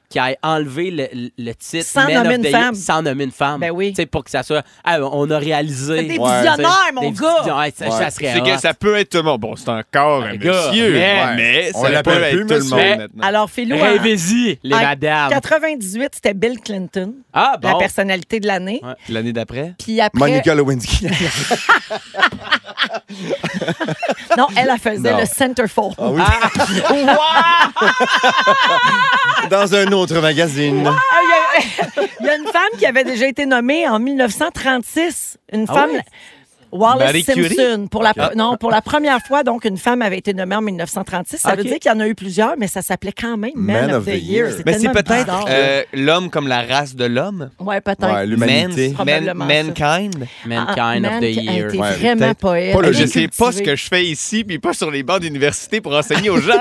S4: qu'il ait enlevé le, le- le titre
S1: Sans
S4: Man of
S1: nommer une
S4: the Year
S1: femme.
S4: sans nommer une femme.
S1: Ben oui.
S4: Tu sais, pour que ça soit. Ah, on a réalisé.
S1: C'est des
S3: Ouais.
S1: visionnaires, mon
S4: Des
S1: gars!
S4: visions. Ouais, ça,
S3: Ouais.
S4: ça serait
S2: C'est que
S4: hot.
S2: ça peut être tout le monde. Bon, c'est encore un
S4: Les gars,
S2: monsieur,
S4: mais-
S2: mais
S3: On
S2: ça peut
S3: l'appelle
S2: être
S3: plus
S2: tout le
S3: monsieur.
S2: monde maintenant.
S1: Alors, Philou, en
S4: Rêvez-y, les
S1: en
S4: madames.
S1: 98, c'était Bill Clinton,
S4: Ah,
S1: la
S4: bon.
S1: personnalité de l'année.
S4: Ouais.
S2: Puis L'année d'après?
S1: Puis après,
S3: Monica Lewinsky.
S1: non, elle, elle faisait
S2: Oh.
S3: Non.
S1: le centerfold.
S3: Ah oui. Dans un autre magazine.
S1: Ah, il y a- Il y a une femme qui avait déjà été nommée en 1936. Une femme. Wallace
S2: Ah Marie
S1: Simpson.
S2: Curie?
S1: Pour la, pre- Non, pour la première fois, donc, une femme avait été nommée en 1936. Ça veut
S4: Ok.
S1: dire qu'il y en a eu plusieurs, mais ça s'appelait quand même Man, of, the Year.
S2: Mais
S1: tellement
S2: Ben, c'est
S1: une
S2: peut-être
S1: bizarre.
S2: euh, l'homme comme la race de l'homme.
S1: ouais, peut-être.
S3: Ouais, l'humanité.
S2: Man's- man-
S1: Probablement
S2: mankind.
S4: Mankind
S1: Ah,
S4: of the
S1: Mank a
S4: year.
S1: été
S3: Ouais,
S1: vraiment
S3: peut-être.
S1: poète.
S3: Pas le-
S1: Elle
S2: Je
S1: est
S2: sais pas ce
S1: cultivée.
S2: que je fais ici, puis pas sur les bancs d'université pour enseigner aux gens.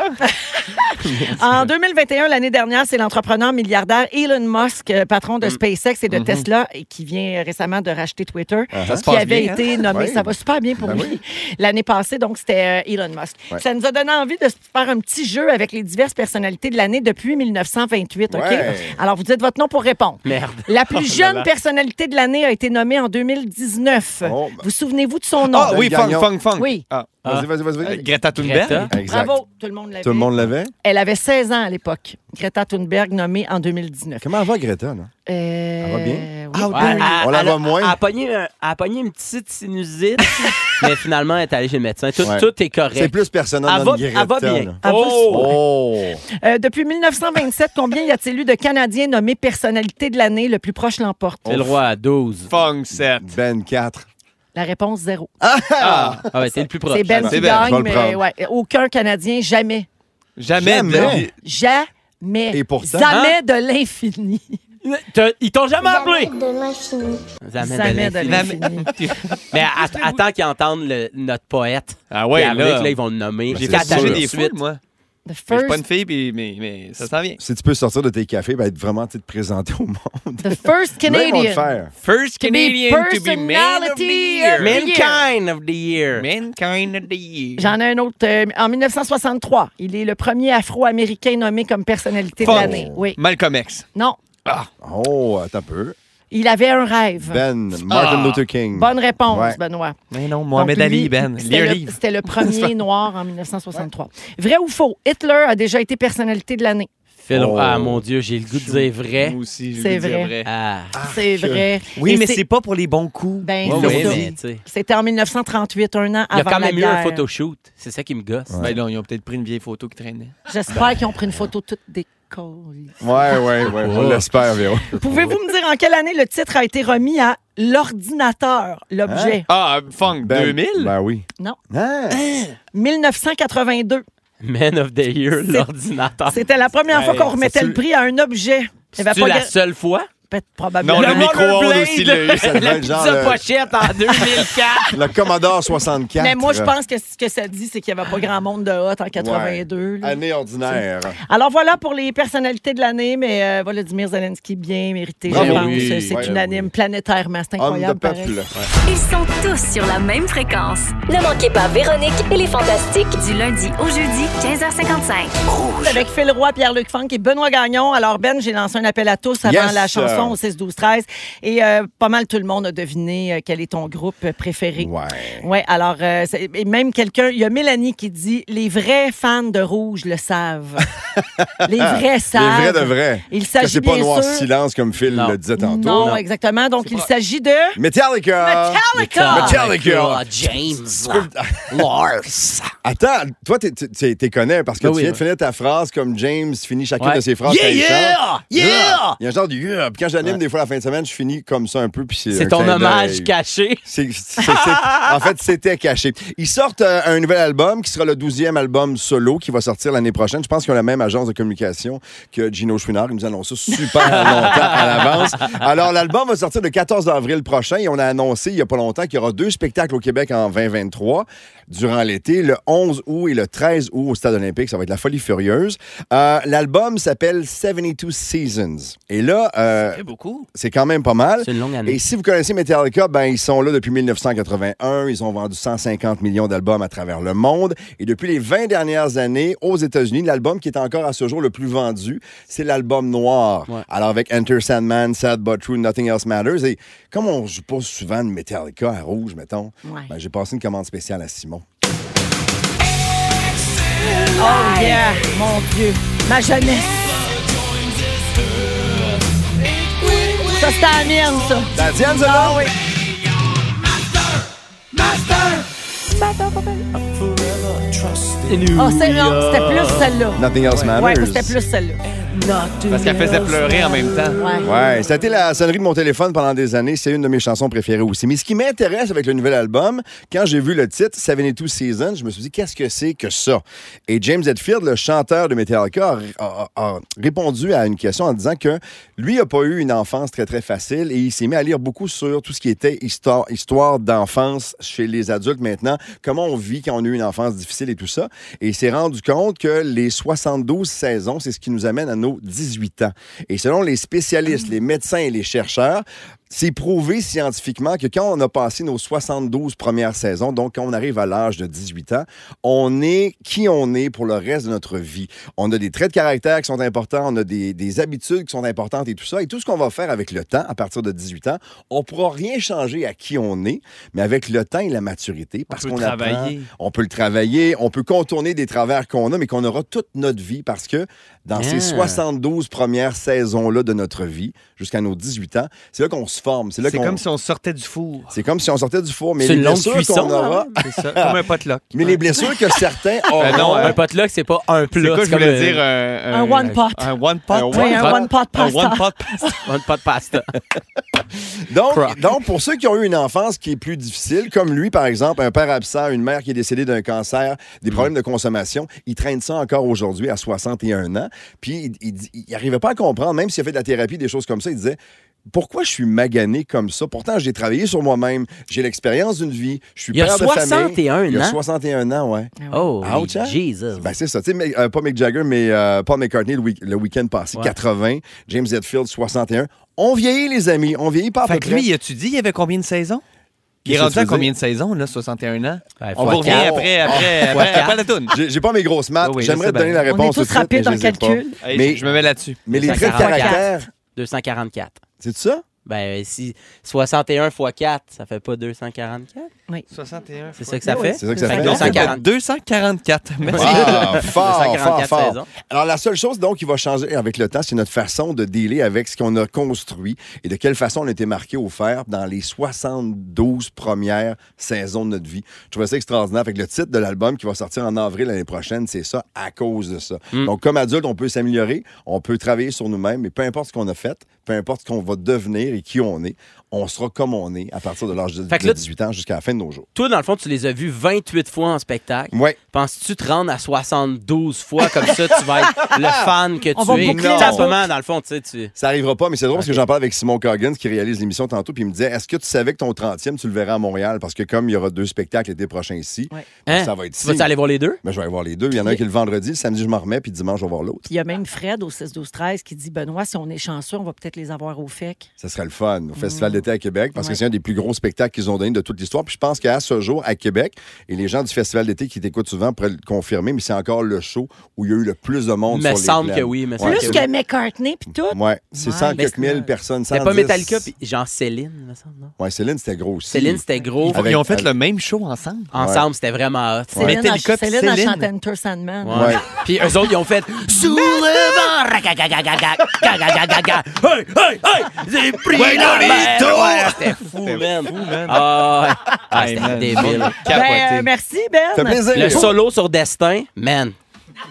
S1: En 2021, l'année dernière, c'est l'entrepreneur milliardaire Elon Musk, euh, patron de SpaceX et de Tesla, et qui vient récemment de racheter Twitter,
S2: Ça se
S1: qui
S2: passe
S1: avait
S2: bien, hein?
S1: été nommé.
S3: Ouais.
S1: Ça va super bien pour
S3: Ben
S1: lui. L'année passée, donc, c'était euh, Elon Musk. Ça nous a donné envie de se faire un petit jeu avec les diverses personnalités de l'année depuis 1928, OK?
S3: Ouais.
S1: Alors, vous dites votre nom pour répondre.
S4: Merde.
S1: La plus
S4: là
S1: jeune
S4: là.
S1: personnalité de l'année a été nommée en 2019.
S3: Oh, ben.
S1: Vous souvenez-vous de son nom?
S2: Ah oui, funk,
S3: Gagnon.
S2: funk, funk.
S1: Oui.
S2: Ah,
S3: Vas-y, vas-y, vas-y.
S2: euh,
S3: vas-y.
S2: Greta Thunberg.
S4: Greta.
S3: Exact.
S1: Bravo, tout le monde l'avait.
S3: Tout le monde l'avait?
S1: Elle avait 16 ans à l'époque. Greta Thunberg, nommée en 2019.
S3: Comment elle va, Greta? Là?
S1: Euh,
S3: va bien? Ah,
S1: oui.
S4: Ouais, elle-
S3: On la
S4: elle-
S3: voit moins.
S4: Elle a pogné, un- elle a pogné une petite sinusite, mais finalement, elle est allée chez le médecin. Tout,
S3: Ouais.
S4: tout est correct.
S3: C'est plus personnel
S4: elle va,
S3: de Greta.
S4: elle va bien.
S3: là.
S4: Ah,
S1: Elle va
S3: Oh!
S1: Euh, depuis 1927, combien y a-t-il eu de Canadiens nommés personnalité de l'année? Le plus proche l'emporte.
S4: C'est le roi à 12.
S2: Funk 7.
S3: Ben 4.
S1: La réponse, zéro.
S4: Ah ouais, t'es le plus proche.
S1: c'est Ben
S2: c'est
S1: qui
S2: Ben,
S1: gagne,
S3: je vais le
S1: mais
S3: prendre.
S1: ouais, aucun Canadien, jamais.
S2: Jamais.
S3: Jamais.
S2: de-
S1: Jamais.
S3: Et pourtant-
S1: jamais de l'infini.
S4: T'as- Ils t'ont jamais appelé.
S6: de l'infini.
S1: Jamais de l'infini.
S4: Mais a- attends qu'ils entendent le- notre poète.
S2: Ah ouais,
S4: Puis avec,
S2: là.
S4: là, ils vont le nommer.
S2: J'ai fait
S3: Ben, c'est
S2: attacher
S3: sûr.
S2: des
S4: suites.
S2: foules, moi.
S1: The
S2: Mais Je suis pas une
S1: first,
S2: fille, puis- mais, mais ça s'en vient.
S3: Si tu peux sortir de tes cafés, ben, être vraiment tu sais, te présenter au monde.
S1: the first
S3: Même on le
S1: Canadian.
S3: faire.
S2: First
S1: To be
S2: Canadian to be man of the
S1: personality
S2: year.
S1: of the year.
S4: Mankind of the year.
S2: Mankind of the year.
S1: J'en ai un autre. euh, en 1963, il est le premier Afro-Américain nommé comme personnalité
S2: Funk.
S1: de l'année. Oui.
S2: Malcolm X.
S1: Non.
S3: Oh, attends un peu.
S1: Il avait un rêve.
S3: Ben, Martin
S2: Ah.
S3: Luther King.
S1: Bonne réponse,
S3: Ouais.
S1: Benoît.
S2: Mais non, Ben.
S1: Donc, lui,
S4: Ben,
S1: C'était le, c'était le premier noir en 1963. Vrai ou faux, Hitler a déjà été personnalité de l'année.
S4: Phil-
S3: Oh.
S4: Ah mon Dieu, j'ai le goût de dire vrai.
S2: Moi aussi, je
S1: C'est
S2: veux dire
S1: vrai.
S4: Ah,
S1: c'est vrai.
S2: Oui,
S1: Et
S2: mais c'est pas pour les bons coups.
S1: Ben,
S2: Ouais,
S1: c'est
S2: ouais,
S1: ça.
S2: mais-
S4: tu sais.
S1: C'était en 1938, un an
S4: Il y a
S1: avant
S4: quand
S1: la
S4: même eu un
S1: guerre.
S4: photoshoot. C'est ça qui me gosse.
S2: Ben non, ils ont peut-être pris une vieille photo qui traînait.
S4: Ben.
S1: J'espère qu'ils ont pris une photo toute décolle.
S3: Ouais, ouais, ouais. On l'espère, Véro.
S1: Pouvez-vous me dire en quelle année le titre a été remis à l'ordinateur,
S4: Hein?
S1: l'objet?
S2: Ah, Funk
S3: Ben,
S2: 2000?
S3: Ben oui.
S1: Non.
S3: Ah.
S1: 1982.
S4: Man of the year, l'ordinateur.
S1: C'était la
S4: Ben,
S1: première fois
S3: Hey,
S1: qu'on remettait
S3: ça,
S1: le prix à un objet. Il y avait
S4: C'est
S1: pas
S4: la
S1: gra-
S4: seule fois?
S1: Peut-être, probablement.
S2: non, le,
S4: Le
S2: micro-ondes
S4: rollerblade.
S2: aussi l'a eu.
S3: Ça devait
S4: La
S3: être genre euh,
S4: pizza
S3: le-
S4: pochette en 2004.
S3: Le Commodore 64.
S1: Mais moi, je pense que ce que ça dit, c'est qu'il n'y avait pas grand monde de hot en 82.
S4: Ah,
S1: là.
S3: Année ordinaire.
S1: Alors voilà pour les personnalités de l'année, mais euh, Volodymyr Zelensky, bien mérité, je
S3: Bravo.
S1: pense.
S4: Oui.
S1: C'est
S3: Ah Ouais,
S1: unanime, planétairement. C'est
S3: Homme de
S1: incroyable. pareil.
S3: peuple.
S7: Ils sont tous sur la même fréquence.
S8: Ne manquez pas Véronique et les Fantastiques.
S7: Du lundi au jeudi, 15h55.
S1: Avec Phil Roy, Pierre-Luc Funk et Benoît Gagnon. Alors Ben, j'ai lancé un appel à tous avant
S3: Yes.
S1: la chanson au 6-12-13 et euh, pas mal tout le monde a deviné euh, quel est ton groupe préféré.
S3: Ouais.
S1: Oui, alors, euh, c'est- et même quelqu'un, il y a Mélanie qui dit Les vrais fans de rouge le savent. les vrais savent.
S3: Les vrais de vrais.
S1: Il
S3: Que
S1: s'agit
S3: c'est pas
S1: bien
S3: noir
S1: sûr-
S3: silence comme Phil
S4: Non.
S3: le disait tantôt.
S1: Non,
S4: Non.
S1: exactement. Donc, il
S4: pas-
S1: s'agit de.
S3: Ah, Metallica!
S1: Metallica!
S3: Metallica.
S4: James. Lars.
S3: Attends, toi, t'es- t'es- t'es- t'es connais parce que
S4: Ah
S3: tu
S4: oui,
S3: viens de
S4: ouais.
S3: finir ta phrase comme James finit chacune
S4: Ouais.
S3: de ses phrases.
S4: Yeah,
S3: quand il
S4: yeah!
S3: chante.
S4: Yeah!
S3: Il y a un genre de yeah. Puis quand j'anime
S4: Ouais.
S3: des fois la fin de semaine, je finis comme ça un peu. puis
S4: C'est
S3: un
S4: ton
S3: clin
S4: hommage
S3: d'œil.
S4: caché.
S3: C'est- c'est- c'est- en fait, c'était caché. Ils sortent euh, un nouvel album qui sera le 12e album solo qui va sortir l'année prochaine. Je pense qu'ils ont la même agence de communication que Gino Schwinard. Ils nous annoncent ça super longtemps à l'avance. Alors, l'album va sortir le 14 avril prochain et on a annoncé il n'y a pas longtemps qu'il y aura deux spectacles au Québec en 2023 durant l'été, le 11 août et le 13 août au Stade olympique. Ça va être la folie furieuse. Euh, l'album s'appelle 72 Seasons. Et là, euh,
S4: beaucoup.
S3: c'est quand même pas mal.
S4: C'est une longue année.
S3: Et si vous connaissez Metallica, ben ils sont là depuis 1981. Ils ont vendu 150 millions d'albums à travers le monde. Et depuis les 20 dernières années, aux États-Unis, l'album qui est encore à ce jour le plus vendu, c'est l'album noir.
S4: Ouais.
S3: Alors avec Enter Sandman, Sad But True, Nothing Else Matters. Et comme on joue pas souvent de Metallica à rouge, mettons,
S1: Ouais.
S3: ben, j'ai passé une commande spéciale à Simon.
S1: Oh yeah, mon Dieu, ma jeunesse. Ça, c'était la mienne, ça.
S3: La Diane Zelon!
S1: Ah, c'est- non, c'était plus celle-là.
S3: Nothing Else
S1: Ouais, hein.
S3: Matters.
S1: c'était plus celle-là.
S2: Parce qu'elle faisait pleurer en même temps.
S3: Ouais, ça a été la sonnerie de mon téléphone pendant des années. C'est une de mes chansons préférées aussi. Mais ce qui m'intéresse avec le nouvel album, quand j'ai vu le titre Seven Two Seasons, je me suis dit, qu'est-ce que c'est que ça? Et James Hetfield, le chanteur de Metallica, a, a- a- a répondu à une question en disant que lui n'a pas eu une enfance très, très facile et il s'est mis à lire beaucoup sur tout ce qui était histoire, histoire d'enfance chez les adultes maintenant, comment on vit quand on a eu une enfance difficile et tout ça. Et il s'est rendu compte que les 72 saisons, c'est ce qui nous amène à nos 18 ans. Et selon les spécialistes, les médecins et les chercheurs, c'est prouvé scientifiquement que quand on a passé nos 72 premières saisons, donc quand on arrive à l'âge de 18 ans, on est qui on est pour le reste de notre vie. On a des traits de caractère qui sont importants, on a des, des habitudes qui sont importantes et tout ça. Et tout ce qu'on va faire avec le temps, à partir de 18 ans, on pourra rien changer à qui on est, mais avec le temps et la maturité, parce
S4: peut
S3: qu'on
S4: travailler.
S3: apprend, on peut le travailler, on peut contourner des travers qu'on a, mais qu'on aura toute notre vie, parce que dans ces
S4: Ah.
S3: 72 premières saisons-là de notre vie, jusqu'à nos 18 ans, c'est là qu'on se forme. C'est là
S2: C'est
S3: qu'on.
S2: comme si on sortait du four.
S3: C'est comme si on sortait du four, mais
S4: C'est
S3: les
S4: une longue
S3: blessures
S4: cuisson, hein?
S3: qu'on aura,
S2: C'est ça, comme un potluck.
S3: mais les blessures que certains auront,
S2: Ben non,
S4: Un potluck, c'est pas un
S2: C'est
S4: plat.
S2: quoi, je
S4: comme euh,
S2: voulais
S4: le-
S3: euh,
S2: dire? Un,
S1: un one pot.
S2: Un one pot.
S3: Un
S1: Oui, un
S4: pot.
S1: one pot
S2: Un
S1: pasta.
S2: one pot.
S4: Un pot de pasta.
S3: Donc,
S4: Croc.
S3: donc, pour ceux qui ont eu une enfance qui est plus difficile, comme lui, par exemple, un père absent, une mère qui est décédée d'un cancer, des
S4: Mm.
S3: problèmes de consommation, il traîne ça encore aujourd'hui à 61 ans. Puis, il- il n'arrivait pas à comprendre, même s'il a fait de la thérapie, des choses comme ça, il disait. Pourquoi je suis magané comme ça? Pourtant, j'ai travaillé sur moi-même. J'ai l'expérience d'une vie. Je suis
S4: Il y a
S3: père de famille.
S4: 61
S3: Il y a
S4: ans?
S3: 61 ans, ouais.
S4: hein? Oh,
S3: Ouch, hein?
S4: Jesus.
S3: Ben, c'est ça. Tu sais, mais, euh, pas Mick Jagger, mais euh, Paul McCartney le, week- le week-end passé,
S4: Ouais.
S3: 80. James Hetfield, 61. On vieillit, les amis. On vieillit pas à peu
S2: Fait que
S3: près.
S2: lui, tu dit, il y avait combien de saisons? Il est
S3: Qu'est-ce que
S2: rendu
S3: tu
S2: à
S3: veux
S2: combien de saisons, là, 61 ans?
S4: Ouais,
S2: on
S4: Ben, fois
S2: vous revient
S3: quatre.
S2: après, après,
S3: Oh,
S2: après,
S3: fois
S2: après la toune.
S3: J'ai j'ai pas mes grosses maths.
S2: Oui, oui, je
S3: J'aimerais
S2: sais
S3: te donner la
S2: bien.
S3: réponse.
S1: On est tous
S3: tout de suite,
S1: rapides
S3: mais
S1: en
S3: je les ai pas.
S1: calcul.
S3: Mais-
S2: Mais... Je me mets là-dessus.
S3: Mais les traits de
S4: 144.
S3: caractère,
S4: 244.
S3: c'est ça?
S4: Ben, si 61 fois 4, ça fait pas 244?
S2: 61.
S4: C'est ça que ça
S1: Oui,
S4: fait?
S3: Ben C'est ça que ça
S1: Fait
S3: fait.
S1: que
S4: 240.
S2: 244. 244. Merci.
S3: Ah, fort,
S4: 244
S3: fort,
S4: saisons.
S3: fort. Alors, la seule chose, donc, qui va changer avec le temps, c'est notre façon de dealer avec ce qu'on a construit et de quelle façon on a été marqué au fer dans les 72 premières saisons de notre vie. Je trouvais ça extraordinaire. Fait que le titre de l'album qui va sortir en avril l'année prochaine, c'est ça, à cause de ça.
S4: Mm.
S3: Donc, comme adulte, on peut s'améliorer, on peut travailler sur nous-mêmes, mais peu importe ce qu'on a fait, peu importe ce qu'on va devenir et qui on est, on sera comme on est à partir de l'âge de,
S4: Fait que
S3: de
S4: là,
S3: 18 ans jusqu'à la fin de nos jours.
S4: Toi, dans le fond, tu les as vus 28 fois en spectacle.
S3: Ouais.
S4: Penses-tu te rendre à 72 fois comme ça, tu vas être le fan que
S1: On va
S4: tu es?
S3: boucler la
S4: T'as
S3: boucle.
S4: pas dans le fond, tu sais, tu...
S3: Ça arrivera pas, mais c'est drôle parce que j'en parle avec Simon Coggins qui réalise l'émission tantôt, puis il me disait Est-ce que tu savais que ton 30e, tu le verrais à Montréal Parce que comme il y aura deux spectacles l'été prochain ici,
S1: Ouais.
S3: ben,
S4: Hein?
S3: ça va être
S4: Tu
S3: ici.
S4: vas aller voir les deux?
S3: Ben, je vais aller voir les deux. Il y en a un qui est le vendredi, le samedi, je m'en remets, puis dimanche, je vais voir l'autre.
S1: Puis il y a même Fred au 6-12-13 qui dit Benoît, si on est chanceux, on va peut-être les avoir au E FEC.
S3: Ça serait le fun au Festival
S4: Mm.
S3: d'été à Québec parce
S1: Ouais.
S3: que c'est un des plus gros spectacles qu'ils ont donné de toute l'histoire. Puis je pense qu'à ce jour, à Québec, et les gens du Festival d'été qui t'écoutent souvent pourraient le confirmer, mais c'est encore le show où il y a eu le plus de monde
S4: Me
S3: sur les
S4: semble
S3: plaines.
S4: que oui, me semble
S3: Ouais,
S1: Plus
S4: que
S1: que McCartney, puis tout.
S3: Ouais, c'est
S1: Ouais.
S3: 100 quelques
S4: Mais c'est-
S3: mille personnes.
S4: C'était pas
S3: 110.
S4: Metallica, puis genre Céline, me semble, non?
S3: Ouais, Céline, c'était gros aussi.
S4: Céline, c'était gros.
S2: Ils
S3: Avec-
S2: ont fait le même show ensemble.
S4: Ensemble, c'était vraiment hot.
S1: Céline, a-
S2: Metallica puis
S1: Céline a
S2: Céline.
S1: chanté Enter Sandman.
S4: Ouais.
S3: Ouais.
S4: Puis eux autres, ils ont fait Sous le vent, racagagaga, gagagagaga, hey, hey, hey, j'ai pris la
S2: Ben,
S4: mer. Ouais, C'était fou, man. Ah, ouais. Ah,
S2: Hey,
S4: c'était
S2: man.
S4: débile.
S1: Ben, euh,
S2: Capoté.
S1: merci, Ben.
S3: Ça fait plaisir.
S4: Le solo sur Destin, man.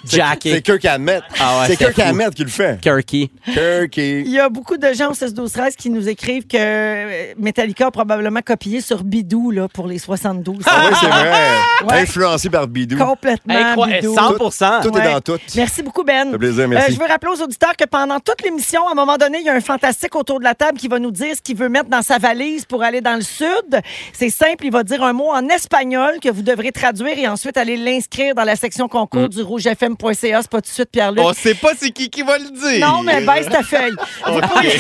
S3: C'est
S4: Jackie,
S3: Kirk Hammett.
S4: Ah ouais,
S3: c'est Kirk
S4: c'était fou.
S3: Hammett qui le fait.
S4: Kirky.
S3: Kirky.
S1: Il y a beaucoup de gens au 16 12 13 qui nous écrivent que euh, Metallica a probablement copié sur Bidou là, pour les 72.
S3: Ah oui, c'est vrai.
S1: Ouais.
S3: Influencé par Bidou.
S1: Complètement
S4: Incroyable.
S1: Bidou.
S4: 100
S3: Tout
S1: Ouais.
S3: est dans tout.
S1: Merci beaucoup, Ben.
S3: Ça fait
S4: Euh,
S3: plaisir, merci.
S1: je veux rappeler aux auditeurs que pendant toute l'émission, à un moment donné, il y a un fantastique autour de la table qui va nous dire ce qu'il veut mettre dans sa valise pour aller dans le sud. C'est simple, il va dire un mot en espagnol que vous devrez traduire et ensuite aller l'inscrire dans la section
S3: Mm.
S1: concours du rougefm.ca. C'est pas tout de suite, Pierre-Luc.
S3: Oh,
S2: On sait pas c'est qui qui va le dire.
S1: Non, mais ben, baisse ta feuille. Vous, pourriez,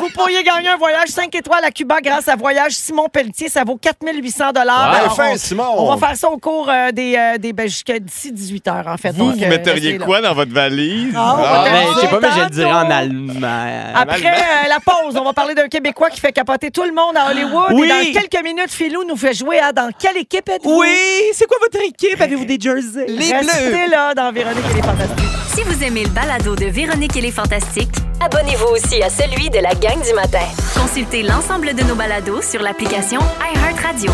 S1: vous pourriez gagner un voyage 5 étoiles à Cuba grâce à Voyage Simon Pelletier. Ça vaut 4800 dollars.
S3: Ouais, Ah, fin, Simon.
S1: on va faire ça au cours euh, des, euh, des ben, jusqu'à d'ici 18 heures, en fait.
S9: Vous,
S1: Donc,
S9: vous
S1: euh,
S9: metteriez
S1: restez là.
S9: quoi dans votre valise?
S1: Ah,
S4: Ah,
S1: ouais.
S4: ben, je sais pas, mais je le dirais en
S1: Tantôt.
S4: allemand.
S1: Après euh, la pause, on va parler d'un Québécois qui fait capoter tout le monde à Hollywood.
S4: Oui.
S1: Et dans quelques minutes, Philou nous fait jouer à dans quelle équipe êtes-vous?
S4: c'est quoi votre équipe? Avez-vous des jerseys? Les
S1: Restez là dans Véronique et les Fantastiques.
S7: Si vous aimez le balado de Véronique et les Fantastiques,
S8: Abonnez-vous aussi à celui de la gang du matin.
S7: consultez l'ensemble de nos balados sur l'application iHeartRadio.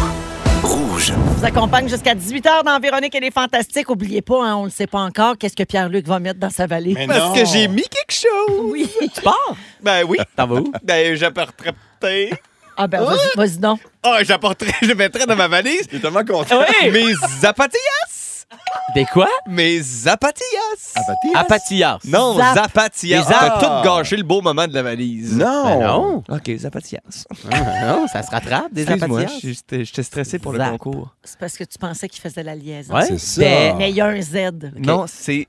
S4: Rouge.
S1: On vous accompagne jusqu'à 18h dans Véronique et les Fantastiques. Oubliez pas, hein, on le sait pas encore, qu'est-ce que Pierre-Luc va mettre dans sa vallée.
S3: Mais
S2: Parce
S3: non.
S2: que j'ai mis quelque chose.
S1: Oui.
S2: Tu pars? Ben oui.
S4: T'en vas où?
S2: Ben j'apporterai peut-être.
S1: Ah ben, vas-y, vas-y donc.
S2: Ah, j'apporterai, je mettrai dans ma valise
S3: Il est tellement content.
S2: mes zapatillas.
S4: Des quoi?
S2: Mes zapatillas.
S3: Apathy?
S4: Apatillas.
S2: Non,
S1: Zap-
S2: zapatillas.
S4: Les zap-
S2: T'as tout gâché le beau moment de la valise.
S3: Non.
S4: Ben non.
S2: OK, zapatillas.
S4: Ah, non, ça se rattrape, des
S2: Excuse-moi,
S4: apatillas.
S2: j'étais j'étais stressé pour le
S4: Zap.
S2: concours.
S1: C'est parce que tu pensais qu'il faisait la liaison.
S4: Ouais.
S3: C'est
S4: Ben,
S3: ça.
S4: Des-
S1: Mais il y a un Z.
S2: Non, c'est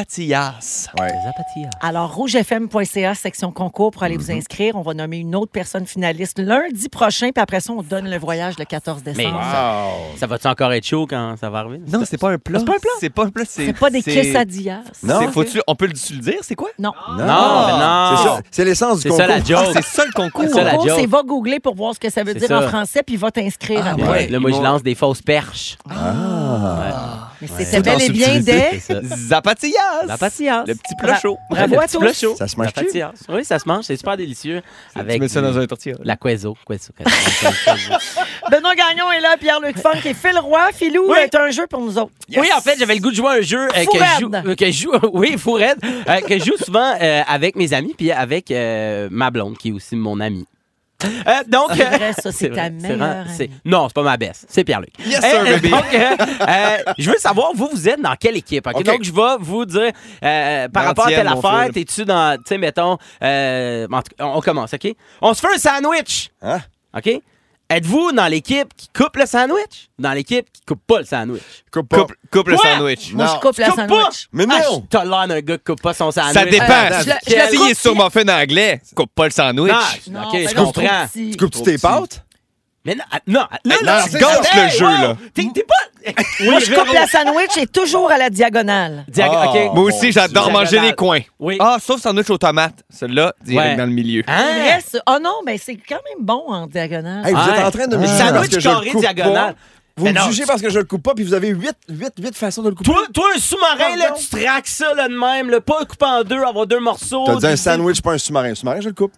S2: zapatillas.
S3: Ouais.
S4: Des apatillas.
S1: Alors, rougefm.ca, section concours, pour
S4: Mhm.
S1: aller vous inscrire. On va nommer une autre personne finaliste lundi prochain, puis après ça, on donne le voyage le 14 décembre.
S4: Mais-
S3: Wow.
S4: Ça va-tu encore être chaud quand ça va arriver?
S2: Non, c'est pas un plat.
S1: C'est pas un plat.
S2: C'est pas un plat.
S1: C'est pas des
S2: c'est-
S1: quesadillas.
S3: Non.
S2: c'est- faut-tu- on peut le dire, c'est quoi?
S1: Non.
S3: Non,
S4: Non, mais non.
S3: C'est ça. C'est l'essence du
S4: C'est ça
S3: concours.
S4: la
S2: Ah,
S4: joke.
S2: c'est ça le concours.
S4: C'est ça,
S1: Le
S4: la
S1: concours,
S4: joke.
S1: c'est va googler pour voir ce que ça veut
S4: C'est
S1: dire
S4: ça.
S1: en français, puis va t'inscrire
S2: Ah,
S1: après.
S4: Ouais.
S2: Ouais,
S4: Là, moi,
S2: ils
S4: je
S2: vont-
S4: lance des fausses perches.
S3: Ah.
S1: Mais
S4: Ouais.
S1: c'était
S3: Tout en
S1: bel et bien
S3: subtilité.
S1: des...
S4: C'est ça.
S2: Zapatillas.
S4: L'apatillas.
S2: Le petit plat chaud.
S1: Bravo à
S4: Le petit plat
S1: tous.
S4: chaud.
S3: Ça se mange tu
S4: L'apatillas. Oui, ça se mange. C'est super délicieux. Avec
S2: tu mets ça
S4: du-
S2: dans un tortilla.
S4: La queso. Queso. queso, queso.
S1: Benoît Gagnon est là, Pierre-Luc Funk et Phil Roy. Philou
S4: Oui.
S1: est un jeu pour nous autres.
S4: Oui, en fait, j'avais le goût de jouer à un jeu euh, que, je joue,
S1: Fourraine.
S4: euh, que je joue, oui, fourraine, euh, que je joue souvent euh, avec mes amis puis avec euh, ma blonde qui est aussi mon amie. Euh, donc,
S1: C'est vrai, ça, c'est ta
S4: vrai,
S1: meilleure
S4: vraiment-
S1: amie.
S4: c'est- Non, c'est pas ma baisse, c'est Pierre-Luc.
S2: Yes, sir, baby.
S4: Donc, euh, euh, je veux savoir, vous, vous êtes dans quelle équipe? ok?
S2: Ok.
S4: Donc, je vais vous dire, euh, par
S2: Dans
S4: rapport à
S2: tienne,
S4: telle
S2: mon
S4: affaire,
S2: Phil.
S4: t'es-tu dans, tu sais, mettons, euh, en tout cas, on on commence, OK? On se fait un sandwich,
S3: Hein?
S4: OK? Êtes-vous dans l'équipe qui coupe le sandwich? Dans l'équipe qui coupe pas le sandwich?
S3: Coupe pas.
S2: Coupe, coupe le
S4: Quoi?
S2: sandwich.
S1: Moi, je coupe la
S4: coupe pas.
S1: sandwich.
S3: Mais
S4: Ah,
S3: non.
S4: je tolère un gars qui coupe pas son sandwich.
S2: Ça dépend.
S1: Euh, je la- je la
S2: si il est
S1: coupe,
S2: sur mon en anglais, coupe pas le sandwich.
S4: Ah,
S1: Non,
S4: ok,
S1: ben
S4: je
S1: non,
S4: comprends.
S1: trop petit.
S3: Tu coupes-tu tes pâtes?
S4: Mais non, ah, non, ah,
S2: non,
S3: non,
S2: tu
S3: c'est-
S2: gâches le
S4: Hey,
S2: jeu,
S4: wow!
S2: là.
S4: T'es t'es pas.
S1: Moi, je coupe la sandwich et toujours à la diagonale.
S4: Diag-
S3: Ah.
S4: ok.
S2: Moi aussi,
S3: Mon
S2: j'adore
S4: Dieu.
S2: manger les
S4: Diagonale.
S2: coins.
S4: Oui.
S2: Ah, sauf sandwich aux tomates. Celui-là, direct
S4: Ouais.
S2: dans le milieu.
S1: Il
S4: Hein?
S1: reste- Oh non, mais c'est quand même bon en diagonale.
S3: Hey, vous
S4: Ouais.
S3: êtes en train de me
S4: Ah.
S3: juger parce
S4: Sandwich
S3: que je
S4: carré
S3: le coupe
S4: diagonale.
S3: pas. Vous
S4: Mais
S3: me
S4: non,
S3: jugez
S4: tu-
S3: parce que je le coupe pas, puis vous avez 8, 8, 8 façons de le couper.
S4: Toi, toi, un sous-marin, là,
S3: Pardon?
S4: tu traques ça, là, de même, là, pas coupé en deux, avoir deux morceaux.
S3: T'as dit un
S4: tu-
S3: sandwich, pas un sous-marin. Sous-marin, je le coupe.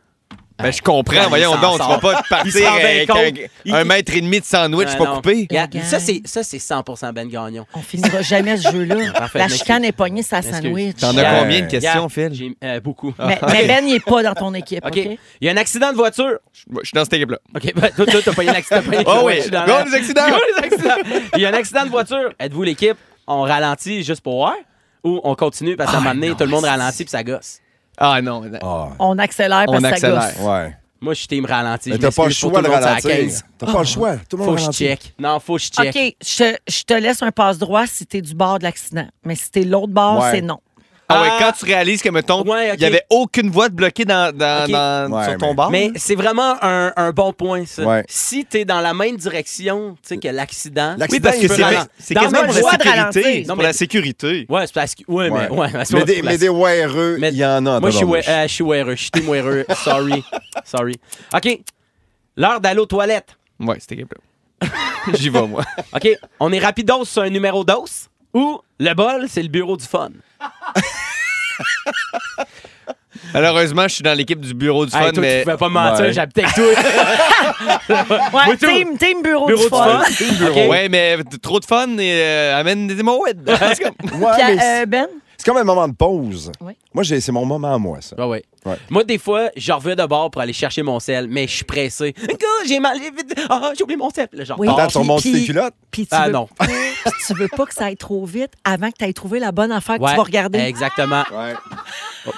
S2: Ben, je comprends,
S4: Ouais,
S2: voyons
S4: il s'en
S2: donc. Tu
S4: sort.
S2: vas pas te
S4: Il s'en
S2: partir euh,
S4: rend
S2: avec
S4: compte.
S2: un,
S4: Il-
S2: un mètre et demi de sandwich
S4: Ouais,
S2: pas
S4: non.
S2: coupé.
S4: Regarde,
S1: Regarde.
S4: ça, c'est, ça, c'est 100 Ben Gagnon.
S1: On finira jamais ce jeu-là.
S4: Parfait,
S1: la
S4: merci.
S1: chicane est pognée sa
S4: Excuse.
S1: sandwich.
S2: T'en
S4: Yeah.
S2: as combien de questions,
S4: Regarde,
S2: Phil?
S4: J'ai euh, beaucoup.
S1: Mais, mais Ben, il n'est pas dans ton équipe. OK?
S4: OK. Il y a un accident de voiture.
S2: Je suis dans cette équipe-là.
S4: OK, ben, toi, toi, t'as pas eu un accident. t'as pas eu-
S2: Oh
S4: Ouais, je
S2: oui,
S4: suis dans la-
S2: go les accidents!
S4: Go les accidents. Il y a un accident de voiture. Êtes-vous l'équipe? On ralentit juste pour voir? Ou on continue parce qu'à un moment donné, tout le monde ralentit puis ça gosse?
S2: Ah non, mais-
S3: Ah.
S1: On accélère parce que
S2: On
S1: ça
S2: accélère.
S1: gosse.
S3: Ouais.
S4: Moi, je suis team ralenti.
S3: Mais
S4: Je
S3: t'as pas le
S4: m'excuse pour
S3: choix de
S4: tout monde, c'est à la
S3: ralentir.
S4: 15.
S3: T'as pas le choix. Tout le monde
S4: Faut que je
S3: ralentit.
S4: check. Non, faut que je check.
S1: OK, je, je te laisse un passe-droit si t'es du bord de l'accident. Mais si t'es l'autre bord,
S3: Ouais.
S1: c'est non.
S2: Ah ouais,
S4: Ah.
S2: quand tu réalises que, mettons, il
S4: Ouais, ok.
S2: n'y avait aucune voie de bloquée dans, dans-
S4: Ok.
S2: dans-
S3: Ouais,
S2: sur ton
S3: mais-
S2: bord.
S4: Mais c'est vraiment un, un bon point, ça.
S3: Ah. Ouais.
S4: Si t'es dans la même direction, tu sais, que l'accident. ben,
S3: L'accident,
S2: oui, parce
S3: tu
S2: que
S3: peux
S2: c'est
S3: ralentir.
S2: c'est
S4: Dans
S2: quasiment
S4: même
S2: pour
S1: voie
S2: la
S1: de ralentir.
S2: sécurité. C'est
S4: Non,
S2: pour
S4: mais-
S2: la sécurité.
S4: Ouais, c'est parce que. Ouais, mais. Ouais, parce que-
S3: Mais des,
S4: parce-
S3: mais des WRE, il
S4: Mais-
S3: y en a en
S4: Moi, je suis
S3: tabarnouche.
S4: ouais, euh, je suis weireux. Je suis team weireux. Sorry. Sorry. OK. L'heure d'aller aux toilettes.
S2: Ouais, cette équipe-là. J'y vais, moi.
S4: OK. On est rapidos sur un numéro d'os ou le bol, c'est le bureau du fun.
S2: Malheureusement, je suis dans l'équipe du bureau du
S4: Hey,
S2: fun,
S4: toi,
S2: mais.
S4: tu pouvais pas me mentir,
S3: Ouais.
S4: j'habitais avec toi.
S1: Ouais,
S4: tout.
S1: team, team bureau,
S4: bureau
S1: du
S4: du
S1: fun.
S4: fun. OK.
S2: Ouais, mais t- trop de fun et euh, amène des hémorroïdes. En tout cas,
S3: Ouais,
S1: Puis,
S3: Ah, mais
S1: euh,
S3: c'est-
S1: ben,
S3: c'est comme un moment de pause.
S1: Oui.
S3: Moi, j'ai- c'est mon moment à moi, ça.
S4: Ouais,
S1: Ah
S4: ouais.
S3: Ouais.
S4: Moi, des fois, je reviens de bord pour aller chercher mon sel, mais je suis pressé. Gars, j'ai mal. j'ai vite- Ah, j'ai oublié mon sel. Là, je
S1: Oui.
S4: repars.
S3: Attends, tu remontes
S1: puis-
S3: tes culottes.
S1: puis tu,
S4: Ah,
S1: veux,
S4: non.
S1: puis tu veux pas que ça aille trop vite avant que t'ailles trouvé la bonne affaire que
S4: Ouais,
S1: tu vas regarder.
S4: Exactement.
S3: Ouais.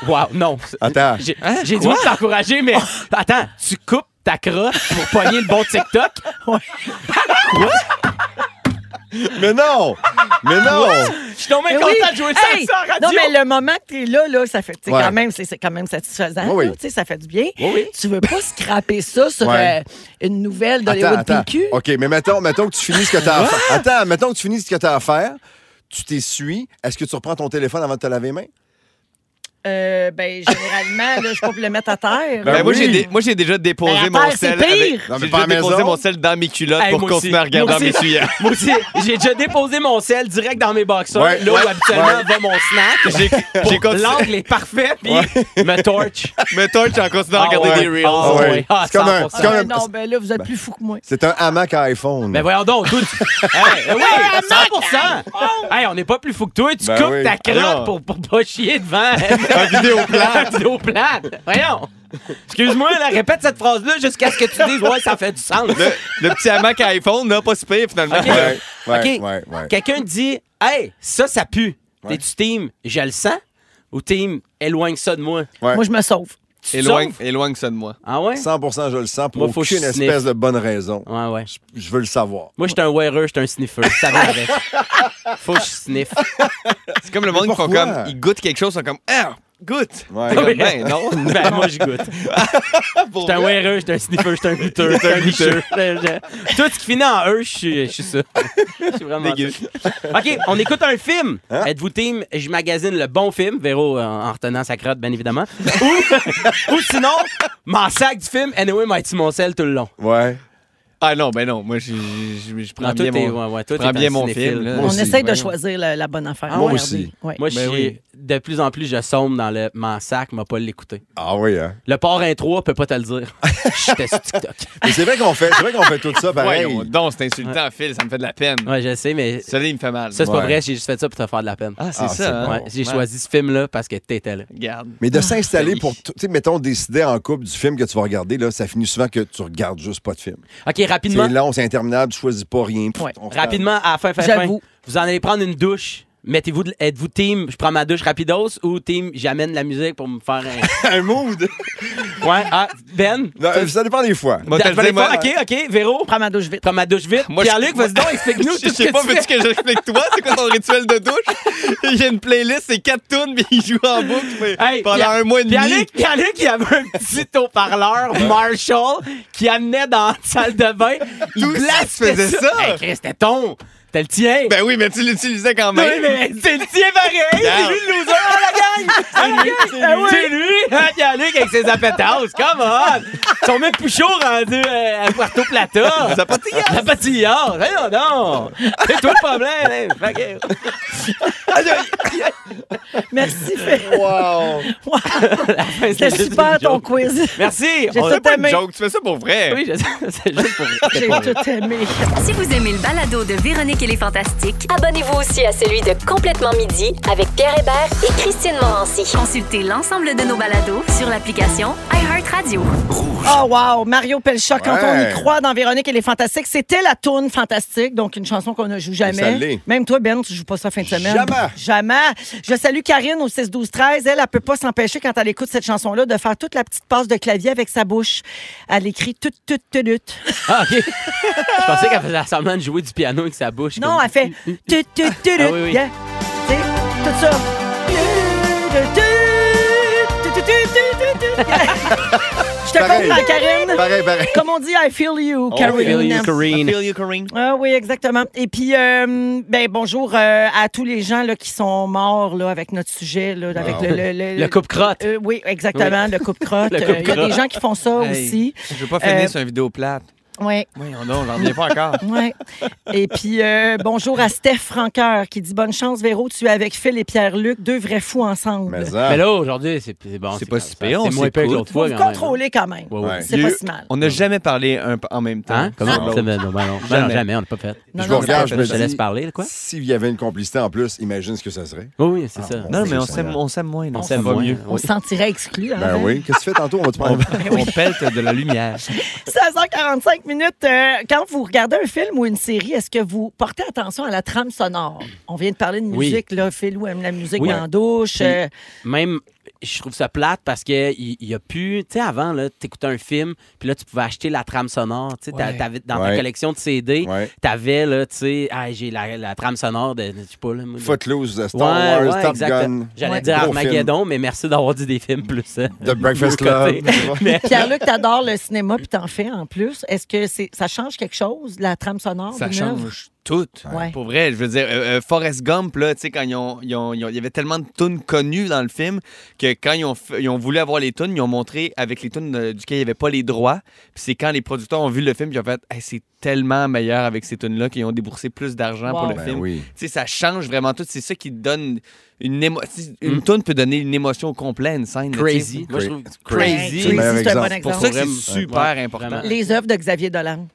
S4: Wow, non.
S3: Attends.
S4: J'ai j'ai dû t'encourager, mais attends, tu coupes ta crotte pour pogner le bon TikTok.
S3: Mais non! Mais non!
S4: Je suis tombé
S1: Mais
S4: content
S1: Eh oui.
S4: de jouer ça
S1: Hey!
S4: avec ça en radio.
S1: Non, mais le moment que t'es là, là, ça fait, tu sais,
S3: Ouais.
S1: quand même, c'est c'est quand même satisfaisant.
S3: Oui, oui.
S1: là, tu sais, ça fait du bien.
S4: Oui, oui.
S1: Tu veux pas scraper ça sur
S3: Ouais.
S1: euh, une nouvelle
S3: Attends,
S1: d'Hollywood
S3: attends.
S1: PQ?
S3: OK, mais mettons, mettons que tu finis ce que t'as à faire. Attends, mettons que tu finis ce que t'as à faire. Tu t'essuies. Est-ce que tu reprends ton téléphone avant de te laver les mains?
S1: Euh, ben, généralement, là, je peux le mettre à terre.
S3: Ben
S2: Ben, moi,
S3: oui.
S2: j'ai dé- moi, j'ai déjà déposé
S1: Ben,
S2: mon
S1: attends, c'est
S2: sel.
S1: pire.
S2: avec-
S3: Non, mais
S2: J'ai
S3: pas à
S2: déjà
S3: la
S2: déposé
S3: maison.
S2: mon sel dans mes culottes
S4: Hey,
S2: Ah, pour
S4: moi
S2: continuer
S4: aussi.
S2: à regarder
S4: Moi
S2: en
S4: aussi.
S2: m'essuyant.
S4: Moi aussi, j'ai déjà déposé mon sel direct dans mes boxers.
S3: Ouais,
S4: là où
S3: ouais,
S4: habituellement
S3: ouais.
S4: va mon snack.
S2: J'ai j'ai continué.
S4: L'angle est parfait, puis me torch.
S2: Me torche en continuant à
S4: Ah
S2: regarder
S4: ouais.
S2: des reels.
S4: Ah
S3: ouais.
S4: ouais. Ah,
S3: C'est comme un-
S4: 100%.
S3: c'est comme
S1: Ah,
S3: un-
S1: non, ben là, vous êtes plus fou que moi.
S3: C'est un hamac à iPhone.
S4: Mais voyons donc, tout. hey, eh oui, 100%.
S3: hein.
S4: hey, on n'est pas plus fou que toi. Tu
S3: Ben
S4: coupes
S3: oui.
S4: ta
S2: Non.
S4: crotte pour, pour pas chier devant. Un
S2: vidéoplan.
S4: Un vidéoplan. Voyons. Excuse-moi, là, répète cette phrase-là jusqu'à ce que tu dises, ouais, ça fait du sens.
S2: Le, le petit hamac à iPhone, là, pas si pire, finalement.
S4: Ok.
S3: Ouais, ouais,
S4: OK.
S3: ouais, ouais.
S4: Quelqu'un dit Hey, ça, ça pue.
S3: Ouais.
S4: T'es-tu team Je le sens ou team Éloigne ça de moi
S3: Ouais.
S1: Moi, je me sauve.
S4: Tu te
S2: Éloigne,
S4: sauves?
S2: éloigne ça de moi.
S4: Ah ouais
S3: 100 je le sens pour
S4: Moi, faut que
S3: aucune
S4: je sniffe.
S3: espèce de bonne raison.
S4: Ouais, ouais.
S3: Je veux le savoir.
S4: Moi, j'étais un wearer, j'étais un sniffer. Ça va avec. Faut que je sniffe.
S2: C'est comme le monde qui font
S3: pourquoi?
S2: comme. Ils goûtent quelque chose, ils sont comme. Ah, goûte.
S3: Ouais.
S2: T'es comme, ben, non.
S4: Ben, moi, je goûte. J'étais un wearer, j'étais un sniffer, j'étais un goûteur, j'étais un licheur. Je- je- Tout ce qui finit en E, je suis je suis ça. Je suis vraiment
S2: Dégueu.
S4: ça. OK, on écoute un film. Êtes-vous team Je magasine le bon film, Véro euh, en, en retenant sa crotte, bien évidemment. ou, ou sinon, m'en sac du film, anyway, m'a été mon sel tout le long.
S3: Ouais.
S2: Ah non, ben non. Moi, je, je- je- je prends
S4: Non, toi,
S2: bien
S4: t'es-
S2: mon,
S4: ouais, ouais, toi,
S2: je prends
S4: t'es un
S2: bien mon
S4: cinéphile.
S2: film. là.
S3: Moi
S1: On
S3: aussi,
S1: essaie de
S3: voyons. Ah,
S1: choisir la, la bonne affaire.
S3: Moi
S1: Ouais,
S3: aussi.
S1: regardez. Ouais.
S4: Moi, je
S2: Ben
S4: suis
S2: oui.
S4: de plus en plus, je sombre dans le m'en sac, m'a pas l'écouter.
S3: Ah oui, hein.
S4: Le port intro, on peut pas te le dire. J'étais sur TikTok.
S3: Mais c'est vrai qu'on fait, c'est vrai qu'on fait tout ça pareil.
S2: Voyons donc, c'est insultant, Phil, ça me fait de la peine.
S4: Ouais, je sais, mais ça,
S2: Celui, il me fait mal.
S4: c'est pas
S3: Ouais.
S4: vrai, j'ai juste fait ça pour te faire de la peine.
S2: Ah, c'est
S3: Ah, c'est
S2: ça. hein?
S4: Ouais, j'ai choisi ce film-là parce que t'étais là.
S2: Regarde.
S3: Mais
S4: Ah,
S3: de s'installer
S2: oui.
S3: pour, t- tu sais, mettons, décider en couple du film que tu vas regarder, là, ça finit souvent que tu regardes juste pas de film.
S4: OK, rapidement.
S3: C'est long, c'est interminable, tu choisis pas rien. Pff,
S1: Ouais.
S3: on se parle.
S4: Rapidement, à la fin, fin, fin.
S1: J'avoue.
S4: Vous en allez prendre une douche. Mettez-vous, de- êtes-vous team, je prends ma douche rapidos ou team, j'amène la musique pour me faire un.
S3: Un mood.
S4: Ouais, ah, Ben.
S3: Non, euh, ça dépend des fois.
S2: Moi,
S4: t'as-
S2: t'as le
S4: fallait
S2: dire, moi-
S4: pas- OK, OK, Véro, prends,
S1: Prends ma douche vite.
S4: prends ma douche vite.
S2: Moi, je-
S4: Pierre-Luc, vas-y donc, explique-nous tout
S2: Je
S4: ce que
S2: sais pas,
S4: tu fais.
S2: veux-tu que j'explique toi? C'est quoi ton rituel de douche? Il y a une playlist, c'est quatre tunes, mais il joue en boucle mais
S4: Hey,
S2: pendant
S4: Pierre-
S2: un mois et demi.
S4: Pierre-Luc, Pierre-Luc, il y avait un petit haut-parleur Marshall qui amenait dans la salle de bain. Il
S2: Tout ça,
S4: blastait
S2: tu faisais ça?
S4: Hey, Chris, c'était ton. T'as le tien.
S2: Ben oui, mais tu l'utilisais quand
S4: Oui,
S2: même.
S4: mais c'est le tien pareil! C'est lui le loser! Oh, la gang! C'est lui! C'est lui! Ah, Pierre-Luc avec ses appétences! Come on! Ils sont même plus chauds rendus euh, à Puerto Plata! Ça patillard! Ça patillard! Voyons donc! oh, C'est toi le problème! hein. Fait que-
S1: Merci, Phil.
S3: Wow.
S1: C'était super
S4: juste une
S1: ton
S4: joke.
S1: quiz.
S4: Merci!
S1: J'ai
S4: On-
S1: tout
S2: C'est pas une
S1: aimé.
S2: joke, tu fais ça pour vrai.
S4: Oui, je sais, c'est juste pour...
S1: J'ai tout aimé.
S7: Si vous aimez le balado de Véronique et les Fantastiques,
S8: Abonnez-vous aussi à celui de Complètement Midi avec Pierre Hébert et Christine Morancy.
S7: consultez l'ensemble de nos balados sur l'application iHeartRadio.
S1: Oh wow, Mario Pelcha, quand on
S3: Ouais.
S1: y croit dans Véronique et les Fantastiques, c'était la tourne fantastique, donc une chanson qu'on ne joue
S3: Ça
S1: jamais.
S3: l'est.
S1: Même toi, Ben, tu joues pas ça fin de semaine.
S3: Jamais.
S1: Jamais. Je salue Karine au 6-12-13. Elle, elle peut pas s'empêcher, quand elle écoute cette chanson-là, de faire toute la petite passe de clavier avec sa bouche. Elle écrit tout, tout, tout, tout.
S4: Ah, OK! Je pensais qu'elle faisait semblant de jouer du piano avec sa bouche.
S1: Non,
S4: comme-
S1: elle fait tu tu tu tu
S4: Ah oui, oui.
S1: yeah. Tu sais, tout ça. Tu, tu, tu, tu, tu, tu, tu, tu, tu. Je te
S3: Pareil.
S1: comprends, Karine.
S3: Pareil, pareil.
S1: Comme on dit, I feel you,
S4: I feel you,
S1: Karine.
S4: Corinne.
S1: Ah oui, exactement. Et puis, euh, ben bonjour euh, à tous les gens là, qui sont morts là, avec notre sujet, là, avec le, le, le-
S4: Le coupe-crotte.
S1: Euh, oui, exactement, le coupe crotte.
S4: Le coupe-crotte.
S1: Il y a des gens qui font ça
S2: Hey,
S1: aussi.
S2: Je veux pas finir
S1: Euh,
S2: sur une vidéo plate.
S1: Oui.
S2: Voyons donc, j'en reviens pas encore.
S1: Ouais. Et puis, euh, bonjour à Steph Franqueur qui dit Bonne chance, Véro, tu es avec Phil et Pierre-Luc, deux vrais fous ensemble.
S3: Mais,
S4: Mais
S3: ça,
S4: là, aujourd'hui, c'est c'est bon.
S2: C'est pas
S4: comme
S2: si
S4: ça.
S2: pire,
S4: C'est
S2: on
S4: moins pire que
S2: s'écoute.
S4: l'autre
S1: Faut
S4: fois.
S1: vous
S4: quand même.
S3: hein.
S1: contrôler quand même.
S4: Ouais, ouais.
S1: C'est
S2: Il y a
S1: pas
S2: eu-
S1: si mal.
S2: On n'a jamais parlé un p- en même temps.
S4: Hein? Comment?
S2: Sur l'autre.
S4: Ça, ben non, ben non. Ben
S2: Jamais.
S4: non, jamais, on n'a pas fait.
S3: je
S1: non,
S3: vous regarde, je
S2: ça,
S3: me
S4: Je te laisse
S3: dis,
S4: parler, là, quoi?
S3: s'il y avait une complicité en plus, imagine ce que ça serait.
S4: Oui, oui, c'est
S3: Ah,
S4: ça.
S3: bon.
S2: Non, mais on
S3: C'est
S2: s'aime
S3: ça.
S2: on s'aime moins.
S4: On
S2: non,
S4: s'aime
S2: ça va
S4: moins.
S2: mieux.
S1: On se sentirait exclu. Hein,
S3: Ben oui. Qu'est-ce que tu fais tantôt? On va te prendre.
S2: On pète de la lumière.
S1: 16h45 minutes. euh, quand vous regardez un film ou une série, est-ce que vous portez attention à la trame sonore? On vient de parler de
S4: Oui.
S1: musique, là. Philou aime la musique
S4: Oui.
S1: dans la douche.
S4: Puis,
S1: euh,
S4: Même, je trouve ça plate parce que il il y, a plus. Tu sais, avant, là, t'écoutais un film, puis là, tu pouvais acheter la trame sonore. Tu sais, t'a-
S2: Ouais.
S4: t'avais- dans ta
S3: Ouais.
S4: collection de CD,
S3: Ouais.
S4: t'avais, là, tu sais, ah, j'ai la, la trame sonore de. Je sais pas, là. moi, de-
S3: Footloose, euh, Star
S4: Ouais,
S3: Wars,
S4: ouais,
S3: Top
S4: exact.
S3: Gun.
S4: J'allais
S3: Ouais.
S4: dire
S3: Gros
S4: Armageddon, mais merci d'avoir dit des films plus. euh,
S3: film. The Breakfast
S4: de mon côté.
S3: Club. tu vois.
S1: Pierre-Luc, t'adores le cinéma puis t'en fais en plus. Est-ce que c'est, ça change quelque chose, la trame sonore?
S2: Ça
S1: d'une œuvre?
S2: change Toutes.
S1: Ouais.
S2: Pour vrai, je veux dire, euh, euh, Forrest Gump, là, tu sais, quand ils ont, ils ont- ils ont- il y avait tellement de tunes connues dans le film que quand ils ont, fait- ils ont voulu avoir les tunes, ils ont montré avec les tunes euh, duquel il n'y avait pas les droits. Puis c'est quand les producteurs ont vu le film, ils ont fait, Hey, c'est tellement meilleur avec ces tunes-là qu'ils ont déboursé plus d'argent pour
S1: Wow.
S2: le
S3: Ben
S2: film.
S3: oui.
S2: Tu sais, ça change vraiment tout. C'est ça qui donne une émotion. Une toune peut donner une émotion au complet à une scène. là, tu sais.
S4: Crazy. Moi, je trouve
S3: Crazy.
S1: Crazy,
S3: C'est un
S1: c'est un bon
S3: exemple.
S2: Pour
S1: exemple.
S2: ça que c'est
S4: Vraiment.
S2: super
S4: Ouais.
S2: important.
S4: Vraiment.
S1: Les œuvres de Xavier Dolan.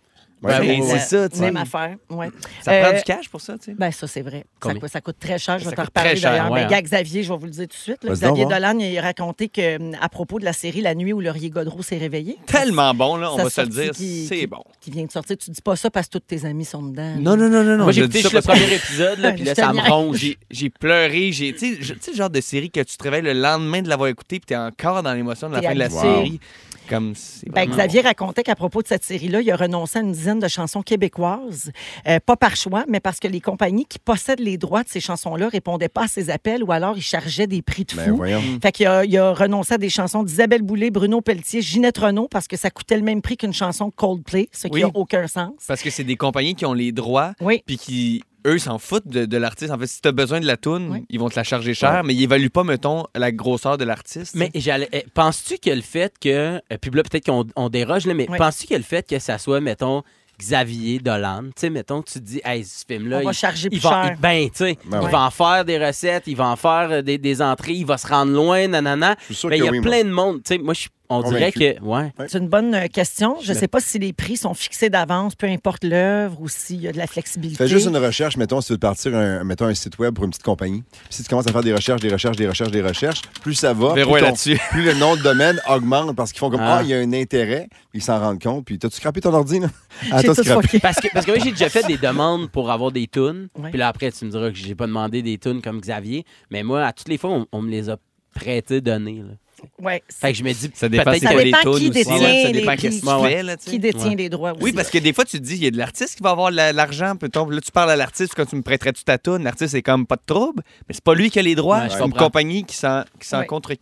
S1: euh,
S3: Ouais,
S2: Ben,
S3: ouais,
S2: c'est
S3: ouais.
S2: ça, tu sais.
S1: Même affaire, ouais.
S2: Ça
S1: Euh,
S2: prend du cash pour ça, tu sais.
S1: Ben ça, c'est vrai. Ça,
S4: Combien?
S1: coûte- ça coûte très cher. Je
S2: Ça
S1: vais t'en
S2: coûte très
S1: reparler
S2: cher,
S1: d'ailleurs.
S4: ouais,
S1: Mais gars,
S4: hein.
S1: Xavier, je vais vous le dire tout de suite. là,
S3: Vas-y donc,
S1: Xavier
S3: voir.
S1: Dolan, il a raconté que, hum, à propos de la série La nuit où Laurier Godreau s'est réveillé.
S2: Tellement bon, là, on
S1: Ça
S2: va se le
S1: sortit
S2: dire.
S1: qui- Ah.
S2: C'est
S1: qui-
S2: bon.
S1: Qui vient de sortir. Tu dis pas ça parce que tous tes amis sont dedans.
S2: Non, non, non, non, non.
S4: Moi, j'ai
S2: je dis
S4: écouté
S2: ça
S4: juste le
S2: parce que
S4: premier épisode, là, puis là,
S1: Je te
S4: ça me
S1: niaise.
S4: ronge.
S2: J'ai j'ai pleuré, j'ai. Tu sais, je- tu sais, le genre de série que tu te réveilles le lendemain de l'avoir écouté, puis t'es encore dans l'émotion de la
S1: T'es
S2: fin de la
S1: habitué.
S2: série. Comme c'est
S1: Ben,
S2: vraiment
S1: Xavier racontait qu'à propos de cette série-là, il a renoncé à une dizaine de chansons québécoises, euh, pas par choix, mais parce que les compagnies qui possèdent les droits de ces chansons-là répondaient pas à ses appels ou alors ils chargeaient des prix de fou.
S3: Ben voyons.
S1: Fait qu'il a, il a renoncé à des chansons d'Isabelle Boulay, Bruno Pelletier, Ginette Renault parce que ça coûtait le même prix qu'une chanson de Coldplay, ce qui
S2: Oui.
S1: n'a aucun sens.
S2: Parce que c'est des compagnies qui ont les droits,
S1: Oui.
S2: puis qui, eux, s'en foutent de, de l'artiste. En fait, si t'as besoin de la toune,
S1: Oui.
S2: ils vont te la charger cher, mais ils évaluent pas, mettons, la grosseur de l'artiste.
S4: Mais j'allais- eh, penses-tu que le fait que. euh, Puis là, peut-être qu'on on déroge, là, mais
S1: Ouais.
S4: penses-tu que le fait que ça soit, mettons, Xavier Dolan, tu sais, mettons, tu te dis, hey, ce film-là.
S1: On va
S4: Euh, il-
S1: charger
S4: il
S1: plus
S4: va-
S1: cher.
S4: il- ben, tu sais,
S3: Ben
S4: il
S3: ouais.
S4: va en faire des recettes, il va en faire euh, des, des entrées, il va se rendre loin, nanana.
S3: suis sûr
S4: Mais
S3: que
S4: il y a
S3: oui, moi.
S4: plein de monde. Tu sais, moi, je suis- on dirait
S3: Convaincu.
S4: que. Ouais.
S1: C'est une bonne euh, question. Je ne sais pas si les prix sont fixés d'avance, peu importe l'œuvre ou s'il y a de la flexibilité.
S3: Fais juste une recherche, mettons, si tu veux partir un, mettons, un site web pour une petite compagnie. Puis si tu commences à faire des recherches, des recherches, des recherches, des recherches, plus ça va,
S2: Véro
S3: plus,
S2: est là-dessus.
S3: plus le nom de domaine augmente parce qu'ils font comme
S4: Ah.
S3: Ah, il y a un intérêt, ils s'en rendent compte. Puis t'as-tu scrappé ton ordi, là? Ah,
S1: J'ai
S3: t'as
S1: tout
S3: scrappé.
S1: fucké.
S4: Parce que, parce que moi, j'ai déjà fait des demandes pour avoir des tunes.
S1: Ouais.
S4: Puis là, après, tu me diras que j'ai pas demandé des tunes comme Xavier. Mais moi, à toutes les fois, on, on me les a prêtées, données. là.
S1: Ouais,
S4: Fait que je me dis,
S2: ça dépend
S4: peut-être
S2: c'est
S1: Ça
S2: quoi
S4: que-
S2: les
S1: dépend qui
S2: tunes aussi,
S1: détient
S2: là, Ça
S1: les
S2: dépend
S1: prix.
S2: qu'est-ce que tu
S4: Ouais, ouais.
S2: fais, là, tu sais.
S1: qui détient les droits aussi.
S2: Oui, parce que des fois, tu te dis, il y a de l'artiste qui va avoir la- l'argent, peut-on. Là, tu parles à l'artiste, quand tu me prêterais-tu ta toune, l'artiste est comme pas de trouble, mais c'est pas lui qui a les droits.
S4: Ouais, je
S2: c'est une
S4: comprends.
S2: compagnie qui s'en qui s'en
S1: Ouais.
S2: contre.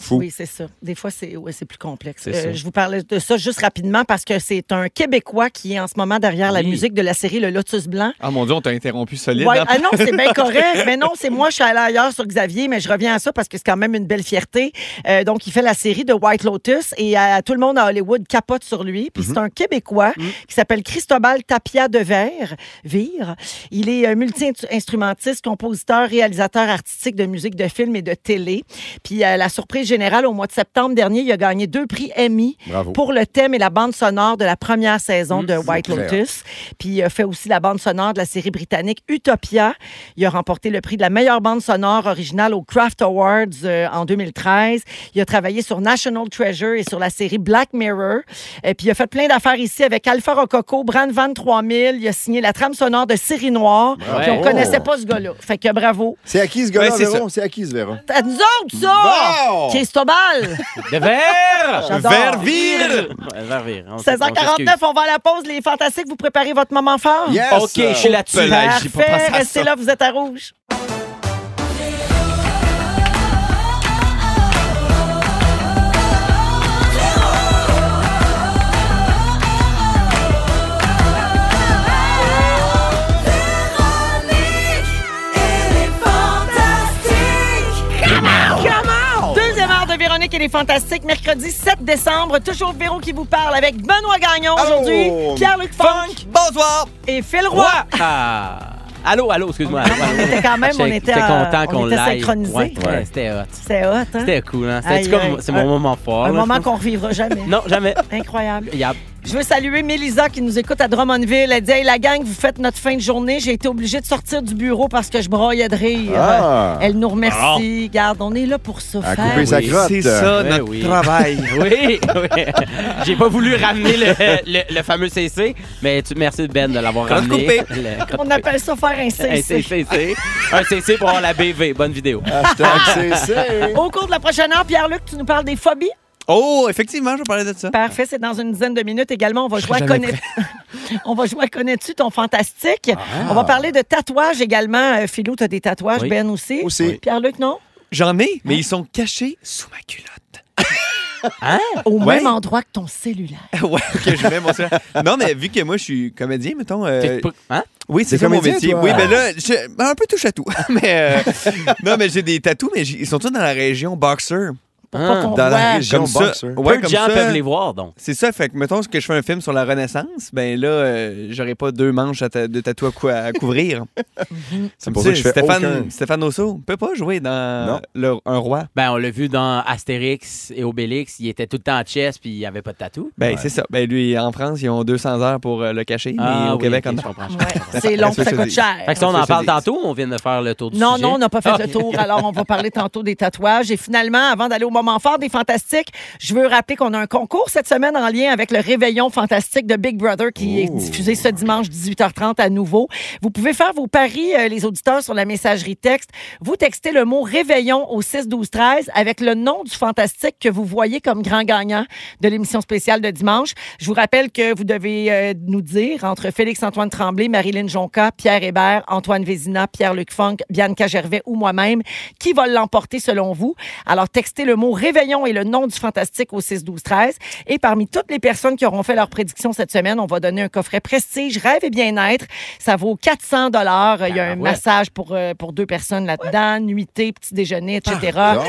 S3: Fou.
S1: Oui, c'est ça. Des fois, c'est ouais, c'est plus complexe.
S2: C'est
S1: Euh,
S2: ça.
S1: je vous parlais de ça juste rapidement parce que c'est un Québécois qui est en ce moment derrière la
S4: Oui.
S1: musique de la série Le Lotus Blanc.
S2: Ah mon Dieu, on t'a interrompu solide.
S1: Ouais,
S2: hein?
S1: ah non, c'est bien correct. Mais non, c'est moi, je suis allée ailleurs sur Xavier, mais je reviens à ça parce que c'est quand même une belle fierté. Euh, donc, il fait la série de White Lotus et euh, tout le monde à Hollywood capote sur lui. Puis
S2: Mhm.
S1: c'est un Québécois qui s'appelle Cristobal Tapia de Vire. Vire. Il est euh, multi-instrumentiste, compositeur, réalisateur artistique de musique de film et de télé. Puis euh, la surprise générale, au mois de septembre dernier, il a gagné deux prix Emmy
S3: Bravo.
S1: pour le thème et la bande sonore de la première saison de White
S3: Mmh, clair.
S1: Lotus. Puis il a fait aussi la bande sonore de la série britannique Utopia. Il a remporté le prix de la meilleure bande sonore originale au Craft Awards euh, en 2013. Il a travaillé sur National Treasure et sur la série Black Mirror. Et puis il a fait plein d'affaires ici avec Alpha Rococo, Brand Van 3000. Il a signé la trame sonore de Série Noire.
S3: Bravo.
S1: Puis on connaissait pas ce gars-là. Fait que bravo.
S3: Oh. C'est à qui ce gars-là,
S2: Ouais, c'est
S3: Véro? C'est à qui ce Véro?
S1: À nous autres, ça!
S3: Bon!
S1: Cristobal!
S4: De verre!
S1: J'adore.
S2: Vervire!
S4: Ouais, verre, verre. On- on
S1: 16h49, on va à la pause. Les fantastiques, vous préparez votre moment fort.
S3: Yes!
S4: s'excuse. OK, je suis là-dessus.
S2: Pelage,
S4: Verre.
S2: j'ai pas
S1: Parfait,
S2: pensé à
S1: restez
S2: ça.
S1: là, vous êtes à rouge. Deuxième heure de Véronique et les Fantastiques, mercredi 7 décembre. Toujours Véro qui vous parle avec Benoît Gagnon aujourd'hui, Pierre-Luc Funk
S2: Bonsoir!
S1: et Phil Roy.
S4: Quoi? Ah. Allô, allô, excuse-moi. allô, allô.
S1: On était quand même, on
S4: J'étais-
S1: était,
S4: j'étais
S1: euh,
S4: content
S1: on
S4: qu'on
S1: était
S4: l'aille.
S1: synchronisés.
S4: Ouais, ouais,
S3: Ouais.
S4: C'était hot.
S1: C'est hot, hein?
S4: C'était cool, hein? C'était-
S1: Aïe,
S4: c'est comme-
S1: aïe.
S4: C'est mon
S1: Un-
S4: moment fort.
S1: Un
S4: là,
S1: moment
S4: je
S1: qu'on revivra jamais.
S4: trouve. Non, jamais.
S1: Incroyable.
S4: Il y a-
S1: Je veux saluer Mélisa qui nous écoute à Drummondville. Elle dit Hey, la gang, vous faites notre fin de journée. J'ai été obligée de sortir du bureau parce que je broyais de rire.
S3: Ah.
S1: Elle nous remercie. Garde, on est là pour ça.
S3: À
S1: faire.
S3: couper sa
S4: oui,
S3: crotte.
S2: C'est ça
S4: Ouais,
S2: notre
S4: oui.
S2: travail.
S4: Oui, oui. J'ai pas voulu ramener le, le- le fameux CC, mais tu, merci Ben de l'avoir
S2: Crotte
S4: ramené.
S2: coupée.
S4: Le-
S1: On appelle ça faire un
S4: Un
S1: CC.
S4: CC. Un CC pour avoir la BV. Bonne vidéo.
S3: Hashtag CC.
S1: Au cours de la prochaine heure, Pierre-Luc, tu nous parles des phobies.
S2: Oh, effectivement, je parlais de ça.
S1: Parfait, c'est dans une dizaine de minutes également. On va jouer à connaître. on va jouer à connais-tu ton fantastique. On va parler de tatouages également. Euh, Philou, tu as des tatouages,
S4: Oui.
S1: Ben aussi.
S3: Aussi.
S1: Pierre-Luc, non?
S2: J'en ai, mais ils sont cachés sous ma culotte.
S1: Au
S2: Ouais.
S1: même endroit que ton cellulaire.
S2: ouais, que je mets mon cellulaire. Non, mais vu que moi, je suis comédien, mettons. euh,
S4: T'es pas- Hein?
S2: Oui, c'est
S3: T'es
S2: ça mon
S3: comédien,
S2: métier.
S3: toi?
S2: Oui, ben là, je- ben, un peu touche à tout. mais euh, non, mais j'ai des tatous, mais j'ai- ils sont tous dans la région boxer.
S1: Pour pas qu'on
S2: Dans
S1: voit.
S2: la région
S3: Comme ça.
S2: boxer.
S4: Peu
S2: Ouais,
S4: de
S2: comme
S4: gens
S2: ça.
S4: peuvent les voir, donc.
S2: C'est ça, fait que mettons que je fais un film sur la Renaissance, ben là, euh, j'aurais pas deux manches à ta- de tatouages à, cou- à couvrir.
S3: C'est pour ça que je fais
S2: Stéphane,
S3: aucun.
S2: Stéphane Osso peut pas jouer dans
S3: Non.
S2: le- un roi.
S4: Ben, on l'a vu dans Astérix et Obélix, il était tout le temps en chess puis il avait pas de tatou.
S2: Ben c'est ça. Ben lui, en France, ils ont 200 heures pour euh, le cacher, mais au
S4: Ah oui,
S2: Québec,
S4: ok,
S2: on
S4: je
S2: a...
S4: comprends. je comprends.
S1: Ouais, c'est long,
S2: Ça,
S1: ça
S2: je
S1: coûte
S2: dis.
S1: cher.
S4: Fait que ça, on
S2: Ça,
S4: en
S2: c'est
S4: parle
S2: des-
S4: tantôt, on vient de faire le tour du
S1: Non,
S4: sujet.
S1: non, on n'a pas fait
S4: Ah,
S1: le tour. Alors, on va parler tantôt des tatouages. Et finalement, avant d'aller au moment fort des fantastiques, je veux rappeler qu'on a un concours cette semaine en lien avec le réveillon fantastique de Big Brother qui est diffusé ce dimanche 18h30 à nouveau. Vous pouvez faire vos paris, euh, les auditeurs, sur la messagerie texte. Vous textez le mot réveillon au 6 12 13 avec le nom du fantastique que vous voyez comme grand gagnant de l'émission spéciale de dimanche. Je vous rappelle que vous devez euh, nous dire entre Félix-Antoine Tremblay, Marilyn Jonca, Pierre Hébert, Antoine Vézina, Pierre-Luc Funk, Bianca Gervais ou moi-même, qui va l'emporter selon vous. Alors, textez le mot réveillon et le nom du fantastique au 6-12-13. Et parmi toutes les personnes qui auront fait leurs prédictions cette semaine, on va donner un coffret prestige, rêve et bien-être. Ça vaut 400 dollars. Il y a un
S4: ouais.
S1: massage pour, euh, pour deux personnes là-dedans, nuitée, petit déjeuner, etc.
S3: Non.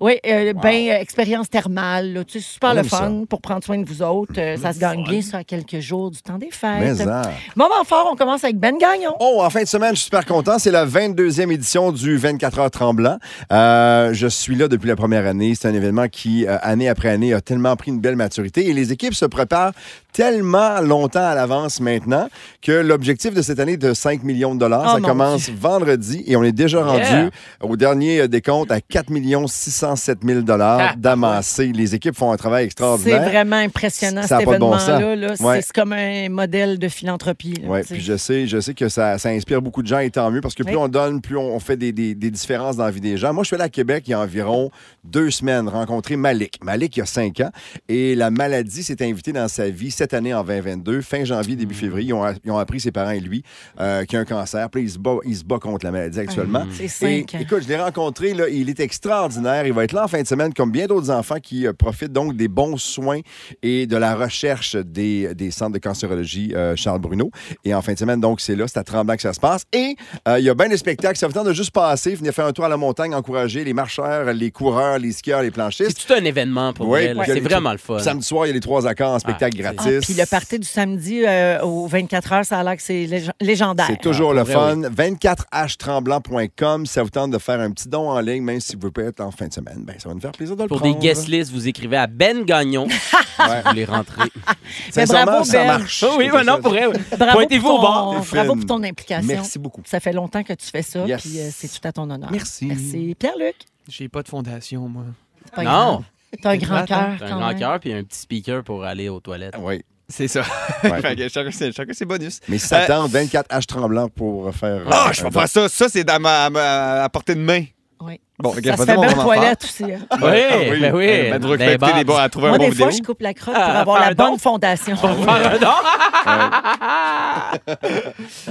S1: Oui, euh, ben, euh, expérience thermale, là. tu sais, super
S3: On
S1: le
S3: aime ça.
S1: fun pour prendre soin de vous autres. Euh, ça se gagne bien, ça, à quelques jours du temps des
S3: Mais hein.
S1: fêtes.
S3: ça.
S1: Moment fort, on commence avec Ben Gagnon.
S3: Oh, en fin de semaine, je suis super content. C'est la 22e édition du 24 heures tremblant. Euh, je suis là depuis la première année. C'est un événement qui, euh, année après année, a tellement pris une belle maturité et les équipes se préparent tellement longtemps à l'avance maintenant que l'objectif de cette année est de 5 millions de dollars.
S1: Oh,
S3: Ça
S1: mon
S3: commence vendredi et on est déjà rendu
S4: Yeah.
S3: au dernier euh, décompte à 4 607 000 dollars
S4: Ah,
S3: d'amassés. Les équipes font un travail
S1: C'est
S3: extraordinaire.
S1: vraiment impressionnant,
S3: Ça a
S1: cet
S3: pas de bon
S1: événement-là. là.
S3: sens. Ouais.
S1: C'est comme un modèle de philanthropie. là,
S3: Oui,
S1: tu sais.
S3: puis je sais, je sais que ça, ça inspire beaucoup de gens et tant mieux parce que plus
S1: Oui.
S3: on donne, plus on fait des, des- des différences dans la vie des gens. Moi, je suis allé à Québec il y a environ deux semaines rencontrer Malik. Malik, il y a cinq ans et la maladie s'est invitée dans sa vie cette année en 2022, fin janvier, début
S1: Mm.
S3: février. Ils ont, ils ont appris, ses parents et lui, euh, qu'il a un cancer. Puis là, il se, bat, il se bat contre la maladie actuellement.
S1: C'est
S3: Et,
S1: cinq ans.
S3: écoute, je l'ai rencontré, là, il est extraordinaire. Il va être là en fin de semaine, comme bien d'autres enfants qui euh, profitent donc des bons soins et de la recherche des, des centres de cancérologie euh, Charles Bruno. Et en fin de semaine, donc, c'est là, c'est à Tremblant que ça se passe. Et euh, il y a bien des spectacles. Ça vous tente de juste passer, venir faire un tour à la montagne, encourager les marcheurs, les coureurs, les skieurs, les planchistes.
S4: C'est tout un événement pour
S3: Ouais, puis
S4: elle.
S3: il y a
S4: C'est
S3: les-
S4: vraiment le fun.
S3: Samedi soir, il y a les trois accords en spectacle
S1: Ah,
S3: gratis.
S1: puis le party du samedi euh, aux 24 heures, ça a l'air que c'est lég- légendaire.
S3: C'est toujours le
S4: pour vrai,
S3: fun. 24htremblant.com. Si ça vous tente de faire un petit don en ligne, même si vous pouvez être en fin de semaine, ben, ça va nous faire plaisir de le
S4: Pour des
S3: prendre.
S4: guest lists, vous écrivez à Ben Gagnon si vous voulez rentrer.
S1: Mais
S3: Sincèrement,
S1: bravo,
S3: ça
S1: Ben.
S3: marche.
S4: Ah oui,
S3: C'est
S4: mais non,
S3: ça.
S4: pour elle.
S1: Bravo
S4: Pointez-vous
S1: pour
S4: au bar.
S1: ton-
S3: Fun.
S1: Bravo pour ton implication.
S3: Merci beaucoup.
S1: Ça fait longtemps que tu fais ça,
S3: Yes.
S1: puis euh, c'est tout à ton honneur.
S3: Merci.
S1: Merci. Pierre-Luc,
S2: J'ai pas de fondation, moi.
S1: c'est pas grave.
S4: Non,
S1: T'as un grand cœur.
S4: t'as
S1: quand
S4: un grand
S1: même.
S4: cœur puis un petit speaker pour aller aux toilettes.
S3: Oui.
S2: C'est ça.
S3: Ouais.
S2: Fait que chacun, ses- chacun ses bonus.
S3: Mais si ça
S2: Euh,
S3: tente, 24H tremblant pour faire.
S2: Ah,
S3: euh,
S2: je
S3: un
S2: vais
S3: don.
S2: faire ça. Ça, c'est à, ma, à ma- à portée de main.
S1: Oui.
S2: Bon,
S1: Ça
S2: regarde,
S1: se fait
S2: pas dire, on
S1: bien
S2: va en
S1: toilette aussi. hein.
S4: Oui, ben oui.
S2: parler. Ben, Drew,
S4: Des
S2: je vais éviter
S4: bars.
S2: les bars à trouver un
S1: Moi,
S2: bon
S1: des
S2: vidéo.
S1: fois, je coupe la crotte pour
S4: Ah,
S1: avoir la
S4: pardon?
S1: bonne fondation.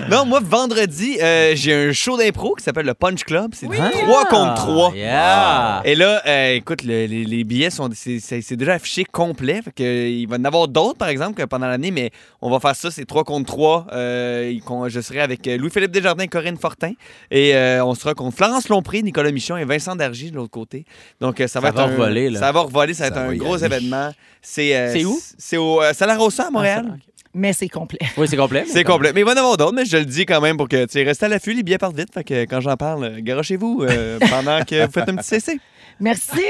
S2: Non, moi, vendredi, euh, j'ai un show d'impro qui s'appelle le Punch Club. C'est 3 contre 3.
S4: Ah, Yeah.
S2: Et là, euh, écoute, le- les, les billets sont c'est- c'est c'est déjà affiché complet. Fait que, euh, il va y en avoir d'autres, par exemple, que pendant l'année, mais on va faire ça, c'est 3 contre 3. Euh, et qu'on- je serai avec euh, Louis-Philippe Desjardins, Corinne Fortin. Et euh, on sera contre Florence Lompré, Nicolas Michon et Vincent Dargy de l'autre côté. Donc, euh, ça va
S4: Ça
S2: être
S4: va
S2: un-
S4: revoler, là.
S2: Ça va revoler, ça va
S3: Ça
S2: être
S3: va
S2: un
S3: y
S2: gros
S3: aller.
S2: événement. C'est euh,
S4: C'est où? Ah,
S2: C'est au euh, Salarossa, à Montréal.
S1: Mais c'est complet.
S4: Oui, c'est complet.
S2: C'est complet. Mais il va y en avoir d'autres, mais je le dis quand même pour que tu restes à l'affût, les billets partent vite. Fait que quand j'en parle, euh, garochez-vous euh, pendant que vous faites un petit CC.
S1: Merci.
S3: Si,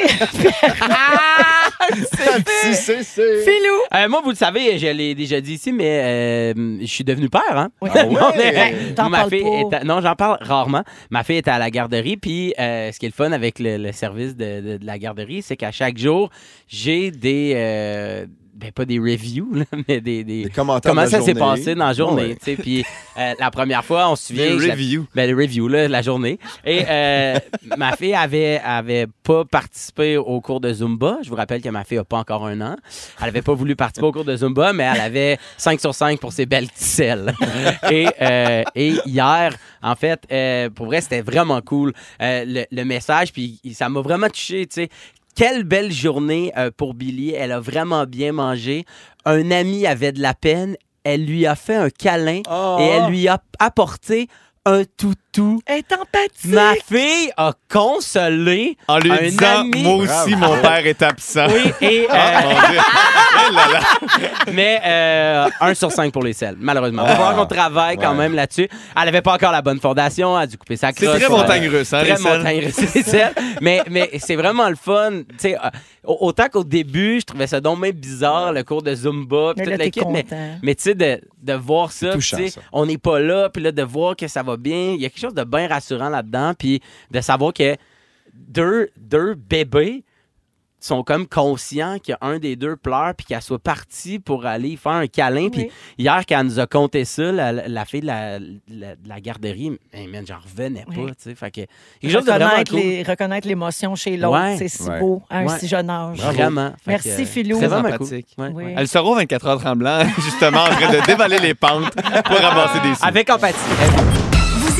S3: c'est, c'est.
S1: Filou.
S4: Euh, moi, vous le savez, je l'ai déjà dit ici, mais euh, je suis devenu père. Hein?
S1: Oui. euh,
S3: Ah ouais?
S4: Non, mais-
S1: Ouais, Ben, t'en
S4: ma
S1: parles
S4: fille
S1: pas.
S4: est à- non, j'en parle rarement. Ma fille est à la garderie, puis euh, ce qui est le fun avec le, le service de, de- de la garderie, c'est qu'à chaque jour, j'ai des... euh, ben, pas des reviews, là, mais des... des-
S3: Des commentaires
S4: Comment
S3: de la
S4: ça s'est
S3: journée.
S4: passé dans la journée,
S3: Ouais.
S4: tu sais. Puis euh, la première fois, on se souvient...
S2: Des
S4: je la-
S2: reviews.
S4: ben, le review, là, la journée. Et euh, ma fille avait, avait pas participé au cours de Zumba. Je vous rappelle que ma fille a pas encore un an. Elle avait pas voulu participer au cours de Zumba, mais elle avait 5 sur 5 pour ses belles ticelles. Et, euh, et hier, en fait, euh, pour vrai, c'était vraiment cool. Euh, le, le message, puis ça m'a vraiment touché, tu sais. Quelle belle journée euh, pour Billy. Elle a vraiment bien mangé. Un ami avait de la peine. Elle lui a fait un câlin
S1: Ah.
S4: et elle lui a apporté un toutou.
S1: Elle est empathique.
S4: Ma fille a consolé
S2: En lui
S4: un
S2: disant,
S4: ami.
S2: moi aussi, mon père est absent.
S4: Oui, et, euh,
S2: Ah, mon Dieu. Eh là là.
S4: mais 1 sur 5 pour les selles,
S1: Ah.
S4: malheureusement. On va voir qu'on travaille quand
S3: Ouais.
S4: même là-dessus. Elle n'avait pas encore la bonne fondation, elle a dû couper sa
S2: C'est
S4: crosse.
S2: très
S4: Euh,
S2: montagne russe, hein,
S4: Très
S2: les selles?
S4: montagne russe, les selles. Mais, mais c'est vraiment le fun. Tu sais, euh, au- autant qu'au début, je trouvais ça donc même bizarre, le cours de Zumba,
S1: Mais
S4: puis toute
S1: là, t'es
S4: l'équipe. Mais,
S1: content.
S4: mais tu sais, de, de voir ça, puis
S3: touchant,
S4: tu sais,
S3: ça.
S4: on n'est pas là, puis là, de voir que ça va bien, il y a quelque chose de bien rassurant là-dedans, puis de savoir que deux, deux bébés sont comme conscients qu'un des deux pleure puis qu'elle soit partie pour aller faire un câlin. Puis
S1: Oui.
S4: hier, quand elle nous a conté ça, la, la fille de la, la- de la garderie, hey man, j'en revenais pas,
S1: Oui.
S4: tu sais. Fait que, quelque chose de vraiment
S1: reconnaître
S4: cool.
S1: les- reconnaître l'émotion chez l'autre,
S4: Ouais.
S1: c'est si
S3: Ouais.
S1: beau à un
S4: Ouais.
S1: si jeune âge.
S4: Vraiment. Fait
S1: Merci,
S4: que, euh,
S1: Philou.
S4: C'est vraiment cool.
S2: Sympathique.
S4: Ouais.
S1: Oui.
S2: Elle se rend 24 heures tremblant, justement, en train de dévaler les pentes pour ramasser des sous.
S4: Avec empathie.
S7: Vous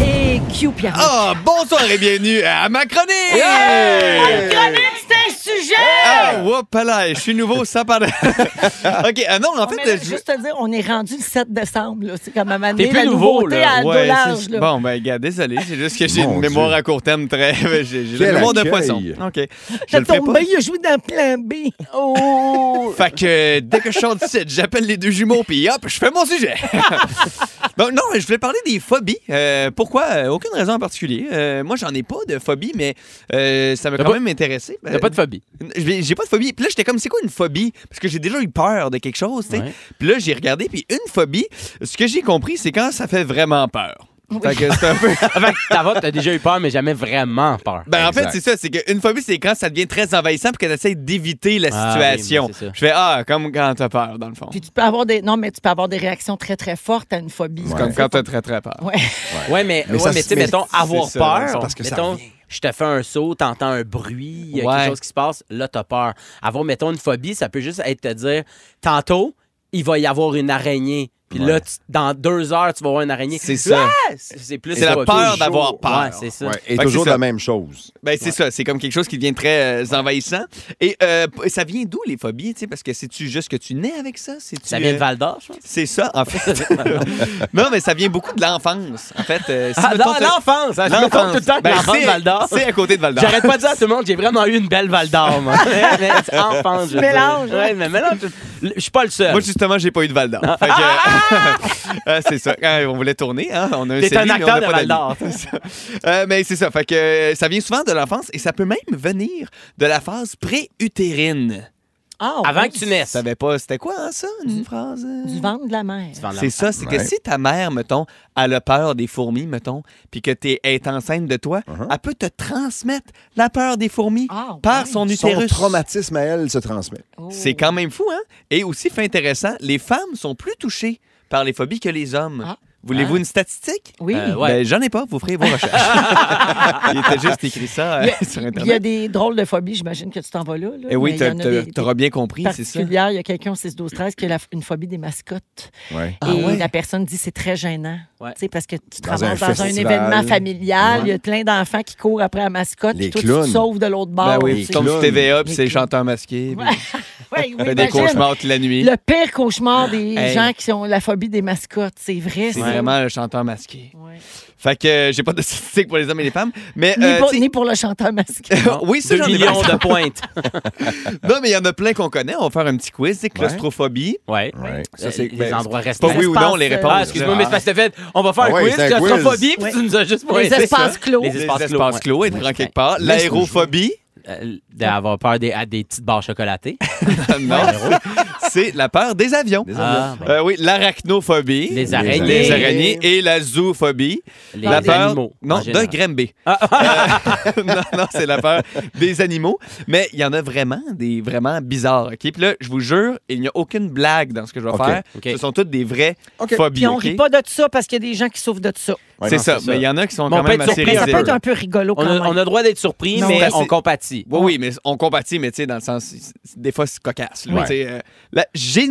S1: Et Q Pierre.
S2: Ah, bonsoir et bienvenue à ma chronique!
S1: Euh, c'est un sujet!
S2: Ah, whoopala, je suis nouveau, ça paraît. OK, ah non, en
S1: Mais
S2: fait,
S1: là,
S2: je-
S1: juste te dire, on est rendu le 7 décembre. là. C'est comme à Mané,
S4: T'es plus
S1: la
S4: nouveau,
S1: nouveauté
S4: là.
S1: à
S2: Ouais,
S1: l'âge.
S2: c'est- Bon, ben, gars, désolé, c'est juste que j'ai
S3: Mon
S2: une mémoire
S3: Dieu.
S2: à court terme très. J'ai j'ai la
S3: Quel
S2: mémoire de
S3: accueil.
S2: poisson. OK. Je
S1: Ça
S2: le ferai
S1: tombe
S2: pas.
S1: bien, il a joué dans plan B.
S4: Oh!
S2: Fait que euh, dès que je sors du site, j'appelle les deux jumeaux, puis hop, je fais mon sujet. Donc, non, je voulais parler des phobies. Euh, pourquoi? Euh, Aucune raison en particulier. Euh, moi, j'en ai pas de phobie, mais euh, ça m'a
S4: T'as
S2: quand
S4: pas-
S2: même intéressé. Euh,
S4: T'as pas de phobie.
S2: J'ai j'ai pas de phobie. Puis là, j'étais comme, c'est quoi une phobie? Parce que j'ai déjà eu peur de quelque chose, tu sais.
S4: Ouais.
S2: Puis là, j'ai regardé, puis une phobie, ce que j'ai compris, c'est quand ça fait vraiment peur. Fait que c'est un peu...
S4: Fait que ta voix, t'as déjà eu peur, mais jamais vraiment peur.
S2: Ben, en fait,
S3: Exact.
S2: c'est ça. C'est qu'une phobie, c'est quand ça devient très envahissant puis que t'essayes d'éviter la
S4: Ah oui, moi,
S2: situation.
S4: c'est ça.
S2: je fais, ah, comme quand t'as peur, dans le fond.
S1: Puis tu peux avoir des. Non, mais tu peux avoir des réactions très, très fortes à une phobie.
S3: Ouais.
S2: Comme quand t'as très, très peur.
S1: Ouais.
S4: Ouais, mais,
S3: Mais
S4: ouais,
S3: ça
S4: mais
S3: se-
S4: tu sais,
S3: mais
S4: mettons,
S2: c'est
S4: avoir
S2: ça,
S4: peur,
S3: c'est parce que ça
S4: mettons,
S3: revient.
S4: je te fais un saut, t'entends un bruit, il y a
S2: Ouais.
S4: quelque chose qui se passe, là, t'as peur. Avoir, mettons, une phobie, ça peut juste être te dire, tantôt, il va y avoir une araignée. Puis là, tu- dans deux heures, tu vas voir une araignée.
S2: C'est ça.
S4: Ah! C'est c'est plus
S2: C'est la
S4: phobie.
S2: peur d'avoir peur.
S4: Ouais, c'est ça.
S3: Ouais, et
S2: Fait que
S3: toujours
S2: c'est ça.
S3: la même chose.
S2: Ben, c'est ça, c'est comme quelque chose qui devient très euh, envahissant. Et euh, p- ça vient d'où les phobies, tu sais, parce que c'est-tu juste que tu nais avec ça? C'est-tu,
S4: Ça vient de
S2: euh,
S4: Val d'Or, je pense.
S2: C'est ça, en fait. non, mais ça vient beaucoup de l'enfance, en fait. Euh, si
S4: Ah,
S2: mettons,
S4: non,
S2: t'as-
S4: l'enfance, hein, je me trompe tout le temps
S2: Ben,
S4: avec l'enfance de
S2: c'est-
S4: Val d'Or.
S2: C'est à côté de Val d'Or.
S4: J'arrête pas de dire à tout le monde, j'ai vraiment eu une belle Val d'Or, moi. mais, mais, c'est enfance, je veux dire.
S1: Mélange, ouais.
S4: Ouais, mais mélange. Je suis pas le seul.
S2: Moi, justement, j'ai pas eu de Val d'Or.
S4: Ah!
S2: Fait que, euh, c'est ça. Quand on voulait tourner, hein, on a un
S4: T'es
S2: CELI,
S4: un
S2: mais on
S4: acteur
S2: a
S4: de
S2: pas
S4: Val d'Or.
S2: d'amis. C'est ça. Euh, mais c'est ça. Fait que euh, ça vient souvent de l'enfance et ça peut même venir de la phase préutérine.
S1: Ah,
S4: Avant
S1: oui,
S4: que tu naisses.
S2: Je savais pas, c'était quoi, hein, ça, une phrase? euh?
S1: Mm. Du ventre de la mer.
S2: C'est ça, c'est que
S3: Ouais.
S2: si ta mère, mettons, elle a peur des fourmis, mettons, puis que t'es elle est enceinte de toi,
S3: Uh-huh.
S2: elle peut te transmettre la peur des fourmis
S1: Ah,
S2: par
S1: ouais.
S2: son
S3: Son
S2: utérus. Eh,
S3: traumatisme à elle se transmet.
S1: Oh.
S2: C'est quand même fou, hein? Et aussi, fait intéressant, les femmes sont plus touchées par les phobies que les hommes.
S1: Ah.
S2: Voulez-vous une statistique?
S1: Oui.
S4: Euh, ouais.
S2: Ben, j'en ai pas, vous ferez vos recherches. Il était juste écrit ça euh,
S1: Il y a-
S2: sur
S1: Il y a
S2: Internet.
S1: des drôles de phobies, j'imagine que tu t'en vas là. là.
S2: Et Eh
S1: Mais il
S2: oui,
S1: y
S2: t'as-
S1: en a
S2: t'as-
S1: des-
S2: t'auras bien compris, c'est ça.
S1: particulière. Il y a quelqu'un au 6-12-13 qui a la- une phobie des mascottes.
S3: Ouais.
S2: Ah
S1: et
S2: ouais?
S1: la personne dit c'est très gênant.
S4: Ouais.
S1: Tu sais, Parce que tu te
S3: Dans
S1: ramasses
S3: un
S1: dans un
S3: festival.
S1: événement familial, il y a plein d'enfants qui courent après la mascotte, puis
S3: Les
S1: toi, tu te
S3: clowns.
S1: sauves de l'autre bord.
S2: Ben
S3: Les
S2: oui, tu
S1: tu sais.
S2: tombes sur
S3: clowns.
S2: TVA, puis
S1: Les
S2: c'est
S1: clowns.
S2: chanteur masqué, puis
S1: Ouais. Ouais, oui,
S2: fait des
S1: imagine.
S2: cauchemars toute la nuit.
S1: Le pire cauchemar des
S2: Hey.
S1: gens qui ont la phobie des mascottes, c'est vrai.
S2: C'est
S1: ça.
S2: vraiment le chanteur masqué.
S1: Ouais.
S2: Fait que euh, j'ai pas de statistiques pour les hommes et les femmes, mais
S1: Ni,
S2: euh,
S1: pour,
S2: tu sais-
S1: ni pour le chanteur masqué.
S2: oui, ça
S4: 2
S2: j'en ai
S4: millions
S2: pas.
S4: de pointes.
S2: Non, mais il y en a plein qu'on connaît. On va faire un petit quiz, c'est
S3: Ouais.
S2: claustrophobie.
S4: Ouais.
S3: Ouais.
S2: Ça, c'est-
S4: les
S2: ben,
S4: endroits
S2: c'est Pas
S4: restreints.
S2: oui ou non les
S1: Espace,
S2: réponses.
S4: Ah, excuse-moi, mais c'est parce que t'as fait, on va faire
S3: Ah
S4: un
S3: ouais,
S4: quiz,
S3: c'est un quiz.
S4: claustrophobie, puis
S1: Ouais.
S4: tu nous as juste
S1: Les
S4: pointé.
S1: espaces clos.
S4: Les
S2: Les
S4: espaces clos.
S2: espaces
S4: ouais.
S2: clos, être en quelque part.
S3: Laisse-nous
S2: L'aérophobie,
S4: Euh, D'avoir peur des, à des petites barres chocolatées.
S2: non, c'est la peur des avions.
S4: Ah, ben,
S2: Euh, oui, l'arachnophobie.
S4: Les araignées.
S2: Les araignées et la zoophobie.
S4: les
S2: la peur.
S4: animaux. en
S2: non, de
S4: général. Ah,
S2: Grimby. Euh, non, non, c'est la peur des animaux. Mais il y en a vraiment des vraiment bizarres. OK? Puis là, je vous jure, il n'y a aucune blague dans ce que je vais
S3: OK.
S2: faire.
S4: OK.
S2: Ce sont toutes des vraies
S3: OK.
S2: phobies.
S1: Puis on
S2: OK?
S1: rit pas de ça parce qu'il y a des gens qui souffrent de ça.
S3: Ouais,
S2: c'est
S3: non,
S2: ça.
S4: c'est
S2: Mais
S4: ça.
S2: il y en a qui sont
S4: Mais on
S2: quand
S4: peut
S2: même
S4: être
S2: assez
S4: surpris,
S1: Mais ça peut
S2: réservés.
S1: être un peu rigolo quand
S4: On a,
S1: même.
S4: on a droit d'être surpris,
S2: Non,
S4: mais
S2: c'est-
S4: on compatit.
S2: Oui, oui, mais on compatit, mais tu sais, dans le sens, c'est- c'est- des fois, c'est cocasse. là,
S4: Ouais.
S2: tu sais, euh, la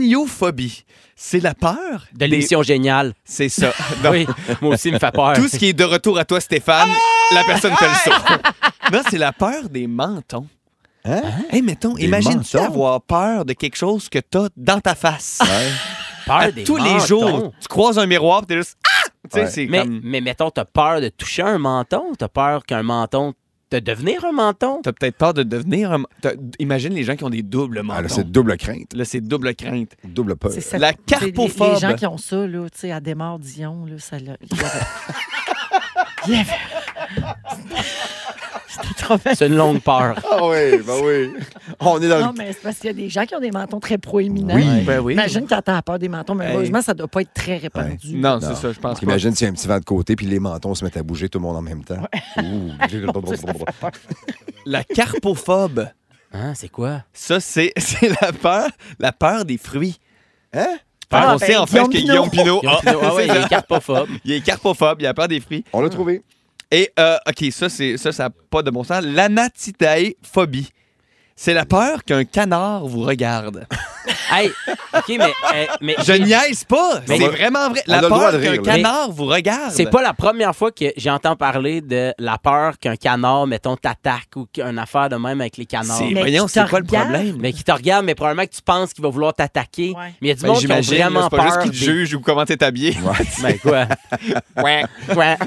S2: géniophobie, c'est la peur
S4: De
S2: des-
S4: l'émission géniale.
S2: C'est ça. Non.
S4: Oui, moi aussi, il me fait peur.
S2: Tout ce qui est de retour à toi, Stéphane, la personne fait le saut. Non, c'est la peur des mentons.
S3: Hein?
S2: Hey, mettons,
S3: Des
S2: imagine-tu
S3: mentons? Ah,
S2: avoir peur de quelque chose que t'as dans ta face.
S3: Ouais.
S4: peur
S2: À
S4: des
S2: tous les
S4: mentons.
S2: jours, tu croises un miroir, pis t'es juste ah, tu sais,
S3: Ouais.
S2: c'est
S4: Mais,
S2: comme
S4: mais mettons, t'as peur de toucher un menton, t'as peur qu'un menton, de devenir un menton.
S2: t'as peut-être peur de devenir. un- t'as- Imagine les gens qui ont des doubles mentons.
S3: Ah, là, c'est double crainte,
S2: Là, c'est double crainte.
S3: double peur.
S1: C'est ça.
S2: La
S1: C'est les-
S2: carpophobe.
S1: Les, gens qui ont ça, là, tu sais, à démarre Dion, là, ça l'a. il y avait- Il y avait. C'était trop bien.
S4: C'est une longue peur.
S3: Ah oui, ben oui. On est
S1: Non,
S3: dans le...
S1: mais c'est parce qu'il y a des gens qui ont des mentons très proéminents.
S3: Oui.
S2: Ben oui.
S1: Imagine quand t'as peur des mentons, mais
S2: Hey.
S1: heureusement, ça doit pas être très répandu.
S2: Non, c'est
S3: Non.
S2: ça, je pense pas.
S3: Imagine s'il y a un petit vent de côté, puis les mentons se mettent à bouger tout le monde en même temps. Ouh.
S2: La carpophobe.
S4: Hein, c'est quoi?
S2: Ça, c'est c'est la peur, la peur des fruits.
S3: Hein?
S1: Ah,
S2: on
S1: ben,
S2: sait en fait
S1: Guillaume
S2: que
S1: Pinot.
S2: Guillaume Pinot,
S4: Ils ont-
S2: ah,
S4: ah ouais,
S2: c'est ça.
S4: les carpophobes.
S2: il est carpophobe, il a peur des fruits.
S3: On l'a trouvé.
S2: Et, euh, OK, ça, c'est ça, ça n'a pas de bon sens. L'anatitaephobie. C'est la peur qu'un canard vous regarde.
S4: Hey, OK, mais... euh, mais
S2: Je niaise pas,
S4: Mais-
S2: c'est vraiment vrai.
S3: On
S2: La
S3: a le droit
S2: peur
S3: de
S2: qu'un
S3: rire, là.
S2: canard vous regarde.
S4: C'est pas la première fois que j'entends parler de la peur qu'un canard, mettons, t'attaque ou qu'une affaire de même avec les canards.
S2: C'est-
S1: Mais
S2: Voyons,
S1: qui
S2: c'est
S1: te
S2: quoi le
S1: regarde?
S2: problème?
S4: Mais qui te regarde, mais probablement que tu penses qu'il va vouloir t'attaquer.
S1: Ouais.
S4: Mais il y a du
S2: Ben,
S4: monde qui ont
S2: J'imagine, là,
S4: vraiment
S2: c'est pas juste
S4: peur.
S2: qu'ils te jugent ou comment t'es habillé.
S4: Mais quoi? ouais, ouais.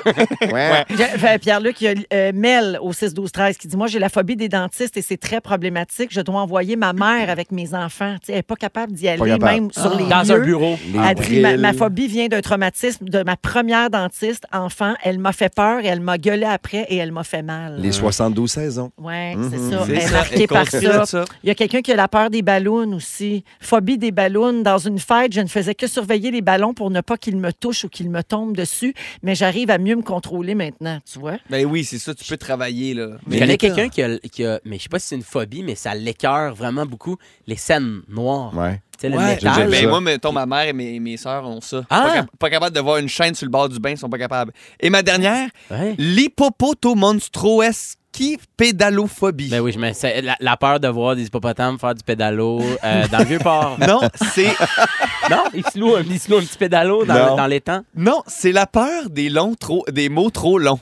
S3: Ouais.
S1: Je- euh, Pierre-Luc, il y a euh, Mel au 6 12 13 qui dit moi j'ai la phobie des dentistes et c'est très problématique, je dois envoyer ma mère avec mes enfants, Tu sais, elle n'est pas capable d'y aller
S3: capable.
S1: même sur les
S4: Dans un
S1: lieux.
S4: bureau.
S3: Les
S1: Elle dit, ma,
S3: drills.
S1: ma phobie vient d'un traumatisme de ma première dentiste enfant. Elle m'a fait peur et elle m'a gueulé après et elle m'a fait mal.
S3: Les 72 saisons.
S1: Oui,
S3: Mhm.
S1: c'est ça.
S2: C'est
S1: Elle est
S2: ça,
S1: marquée
S2: elle
S1: par
S2: construit
S1: ça.
S2: ça.
S1: Il y a quelqu'un qui a la peur des ballons aussi. Phobie des ballons. Dans une fête, je ne faisais que surveiller les ballons pour ne pas qu'ils me touchent ou qu'ils me tombent dessus. Mais j'arrive à mieux me contrôler maintenant, tu vois.
S2: Ben oui, c'est ça, tu peux travailler, là.
S4: Je connais
S2: les-
S4: quelqu'un qui a, qui a- Mais je sais pas si c'est une phobie, mais ça l'écœure vraiment beaucoup. Les scènes noires.
S3: Ouais.
S4: Tu sais, le
S2: Ouais.
S4: métal.
S3: j'aime
S2: Ben,
S3: ça.
S2: moi, mettons, ma mère et mes, mes sœurs ont ça.
S4: Ah!
S2: Pas, cap- pas capable de voir une chaîne sur le bord du bain, ils sont pas capables. Et ma dernière,
S4: Ouais.
S2: l'hippopotomonstroeski pédalophobie.
S4: Ben oui, je me- c'est la, la peur de voir des hippopotames faire du pédalo euh, dans le vieux port.
S2: Non, c'est
S4: non, ils se louent un, ils se louent un petit pédalo dans,
S3: Non.
S4: dans les temps.
S2: non, c'est la peur des longs trop des mots trop longs.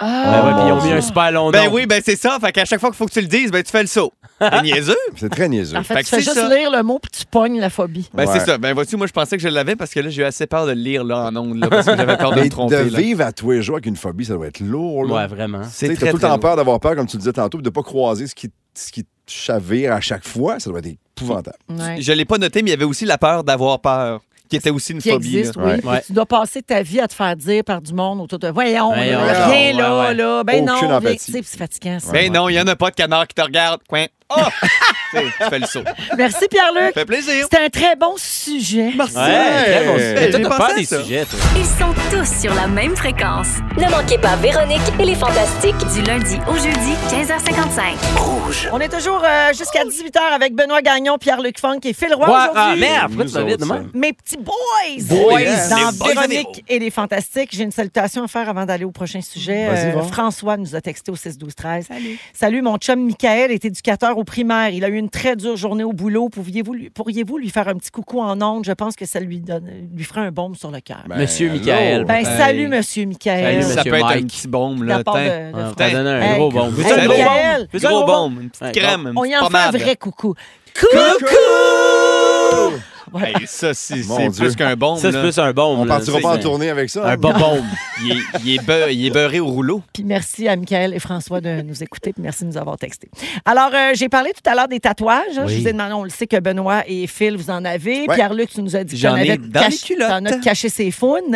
S4: Ben ouais,
S3: mon
S4: puis ils ont
S3: Dieu.
S4: mis un super long
S2: Ben
S4: nom.
S2: oui, ben c'est ça, fait qu'à chaque fois qu'il faut que tu le dises, ben tu fais le saut. C'est niaiseux.
S3: C'est très niaiseux.
S1: En fait,
S2: Fait
S1: tu
S2: que
S1: fais
S2: c'est
S1: juste
S2: ça.
S1: lire le mot puis tu pognes la phobie.
S2: Ben
S3: Ouais.
S2: c'est ça. Ben vois-tu, moi je pensais que je l'avais parce que là j'ai eu assez peur de le lire là en ondes là parce que j'avais peur de
S3: Mais
S2: me tromper.
S3: de
S2: là.
S3: vivre à tous les jours avec une phobie, ça doit être lourd. Là.
S4: Ouais, vraiment.
S3: Tu sais,
S2: C'est
S3: t'as
S2: très,
S3: tout le
S2: très
S3: temps
S2: long.
S3: peur d'avoir peur, comme tu le disais tantôt, puis de ne pas croiser ce qui, ce qui te chavire à chaque fois. Ça doit être épouvantable.
S1: Ouais.
S2: Je l'ai pas noté, mais il y avait aussi la peur d'avoir peur, qui était aussi une
S1: Qui
S2: phobie.
S1: existe,
S2: là.
S1: oui.
S3: Ouais.
S1: Puis
S4: Ouais.
S1: Tu dois passer ta vie à te faire dire par du monde autour de Voyons,
S4: Voyons,
S1: là, viens
S4: ouais,
S1: là,
S4: ouais.
S1: là. Ben non,
S3: Aucune
S1: viens.
S3: empathie.
S1: Tu sais, puis c'est fatigant, ça.
S2: Ben non, il y en a pas de canard qui te regarde. Coin. Oh! tu sais, tu fais le saut.
S1: Merci, Pierre-Luc.
S2: Fait plaisir.
S1: C'était un très bon sujet.
S2: Merci.
S4: Ouais, très bon sujet.
S2: Mais
S4: Toi,
S2: t'as
S4: t'as
S2: pensé
S4: peur
S2: à
S4: des
S2: ça?
S4: sujets, toi.
S7: Ils sont tous sur la même fréquence.
S8: Ne manquez pas Véronique et les Fantastiques.
S7: Du lundi au jeudi, 15h55.
S1: On est toujours euh, jusqu'à 18h avec Benoît Gagnon, Pierre-Luc Funk et Phil Roy
S4: Ouais, ah,
S1: aujourd'hui.
S4: merde, pourquoi tu
S3: Nous
S4: vas vite de
S3: autres,
S4: même?
S1: Mes petits boys!
S2: Boys.
S1: Dans
S2: Les boys
S1: Véronique et les Fantastiques. J'ai une salutation à faire avant d'aller au prochain sujet. Euh,
S3: Vas-y, va.
S1: François nous a texté au 6-12-13. Salut. mon chum Michael est éducateur au primaire. Il a eu une très dure journée au boulot. Pourriez-vous lui, pourriez-vous lui faire un petit coucou en ondes? Je pense que ça lui, donne, lui ferait un bombe sur le cœur. Ben,
S4: Monsieur
S3: allô.
S4: Michael. Ben,
S1: salut, Monsieur Michael.
S4: Salut,
S2: Ça
S4: Monsieur
S2: peut être un
S4: Mike.
S2: petit bombe,
S1: De la
S2: là.
S1: part
S2: tiens.
S1: de- de
S4: On
S1: François.
S4: va donner
S1: Ben, Hey.
S4: un gros bombe.
S1: Hey,
S4: un gros bombe?
S1: Michael.
S4: Veux-tu un
S2: Gros
S4: gros bombe?
S2: bombe, une
S4: Ouais,
S2: petite crème, une
S1: On y
S2: petite
S1: en fait un
S2: pommade.
S1: vrai coucou. Coucou! Voilà.
S2: Hey, ça, c'est
S3: Mon
S2: c'est
S3: Dieu.
S2: plus qu'un bombe.
S4: Ça, c'est
S2: là.
S4: plus un bombe.
S3: On
S4: là,
S3: partira
S4: tu
S3: pas en
S4: sais,
S3: tournée avec ça.
S4: Un
S3: hein?
S4: bombe.
S2: Il est, il est beu- il est beurré au rouleau.
S1: Puis merci à Michael et François de nous écouter. Puis merci de nous avoir texté. Alors, euh, j'ai parlé tout à l'heure des tatouages. hein. Je vous ai demandé, on le sait que Benoît et Phil, vous en avez.
S3: Ouais.
S1: Pierre-Luc, tu nous as dit que
S2: J'en
S1: t'en
S2: ai
S1: avais
S2: dans les culottes.
S1: t'en as caché ses founes.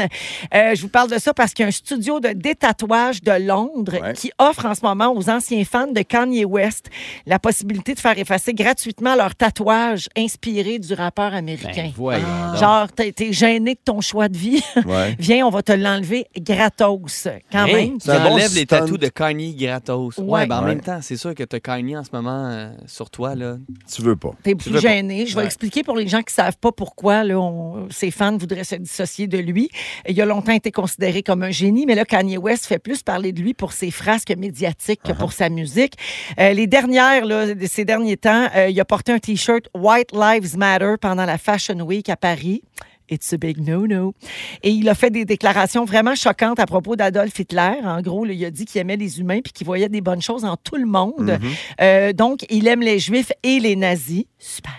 S1: Euh, je vous parle de ça parce qu'il y a un studio de détatouage de Londres
S3: Ouais.
S1: qui offre en ce moment aux anciens fans de Kanye West la possibilité de faire effacer gratuitement leurs tatouages inspirés du rappeur américain.
S4: Ben,
S1: africain.
S4: voyons donc.
S1: Genre, t'es t'es gêné de ton choix de vie.
S3: Ouais.
S1: Viens, on va te l'enlèver gratos, quand
S4: Hey,
S1: même.
S3: C'est un bon
S2: T'enlèves les
S3: stunt.
S2: tatous de Kanye gratos. Ouais,
S1: Ouais.
S2: ben, en
S3: Ouais.
S2: même temps, c'est sûr que t'as Kanye en ce moment euh, sur toi, là.
S3: Tu veux pas.
S1: T'es
S2: veux
S1: plus
S2: pas.
S1: gêné. Je vais
S2: Ouais.
S1: expliquer pour les gens qui ne savent pas pourquoi là, on- ses fans voudraient se dissocier de lui. Il a longtemps été considéré comme un génie, mais là, Kanye West fait plus parler de lui pour ses frasques médiatiques
S2: Uh-huh.
S1: que pour sa musique. Euh, les dernières, là, de ces derniers temps, euh, il a porté un T-shirt White Lives Matter pendant la Fashion Week à Paris. It's a big no-no. Et il a fait des déclarations vraiment choquantes à propos d'Adolf Hitler. En gros, là, il a dit qu'il aimait les humains puis qu'il voyait des bonnes choses en tout le monde. Euh, donc, il aime les Juifs et les nazis. Super.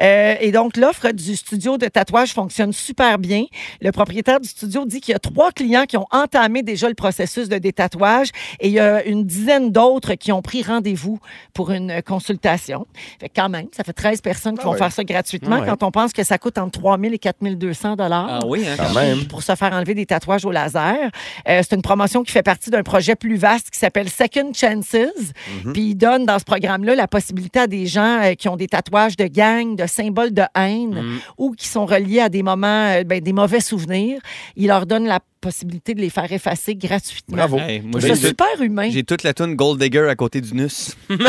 S1: Euh, et donc, l'offre du studio de tatouage fonctionne super bien. Le propriétaire du studio dit qu'il y a trois clients qui ont entamé déjà le processus de détatouage et il y a une dizaine d'autres qui ont pris rendez-vous pour une consultation. Fait que quand même, ça fait 13 personnes qui
S3: Ah
S1: vont
S3: ouais.
S1: faire ça gratuitement
S4: Ah ouais.
S1: quand on pense que ça coûte entre 3 000 et 4 200
S2: Ah oui, hein?
S3: Quand même.
S1: pour se faire enlever des tatouages au laser. Euh, c'est une promotion qui fait partie d'un projet plus vaste qui s'appelle Second Chances.
S3: Mhm.
S1: Puis il donne dans ce programme-là la possibilité à des gens euh, qui ont des tatouages de gang, de symboles de haine
S3: Mhm.
S1: ou qui sont reliés à des moments, euh, ben, des mauvais souvenirs. Il leur donne la possibilité de les faire effacer gratuitement.
S3: Bravo.
S2: Hey,
S1: Je
S2: moi, j'ai
S1: trouve ça
S2: tout-
S1: super humain.
S2: j'ai toute la toune Gold Digger à côté du nus.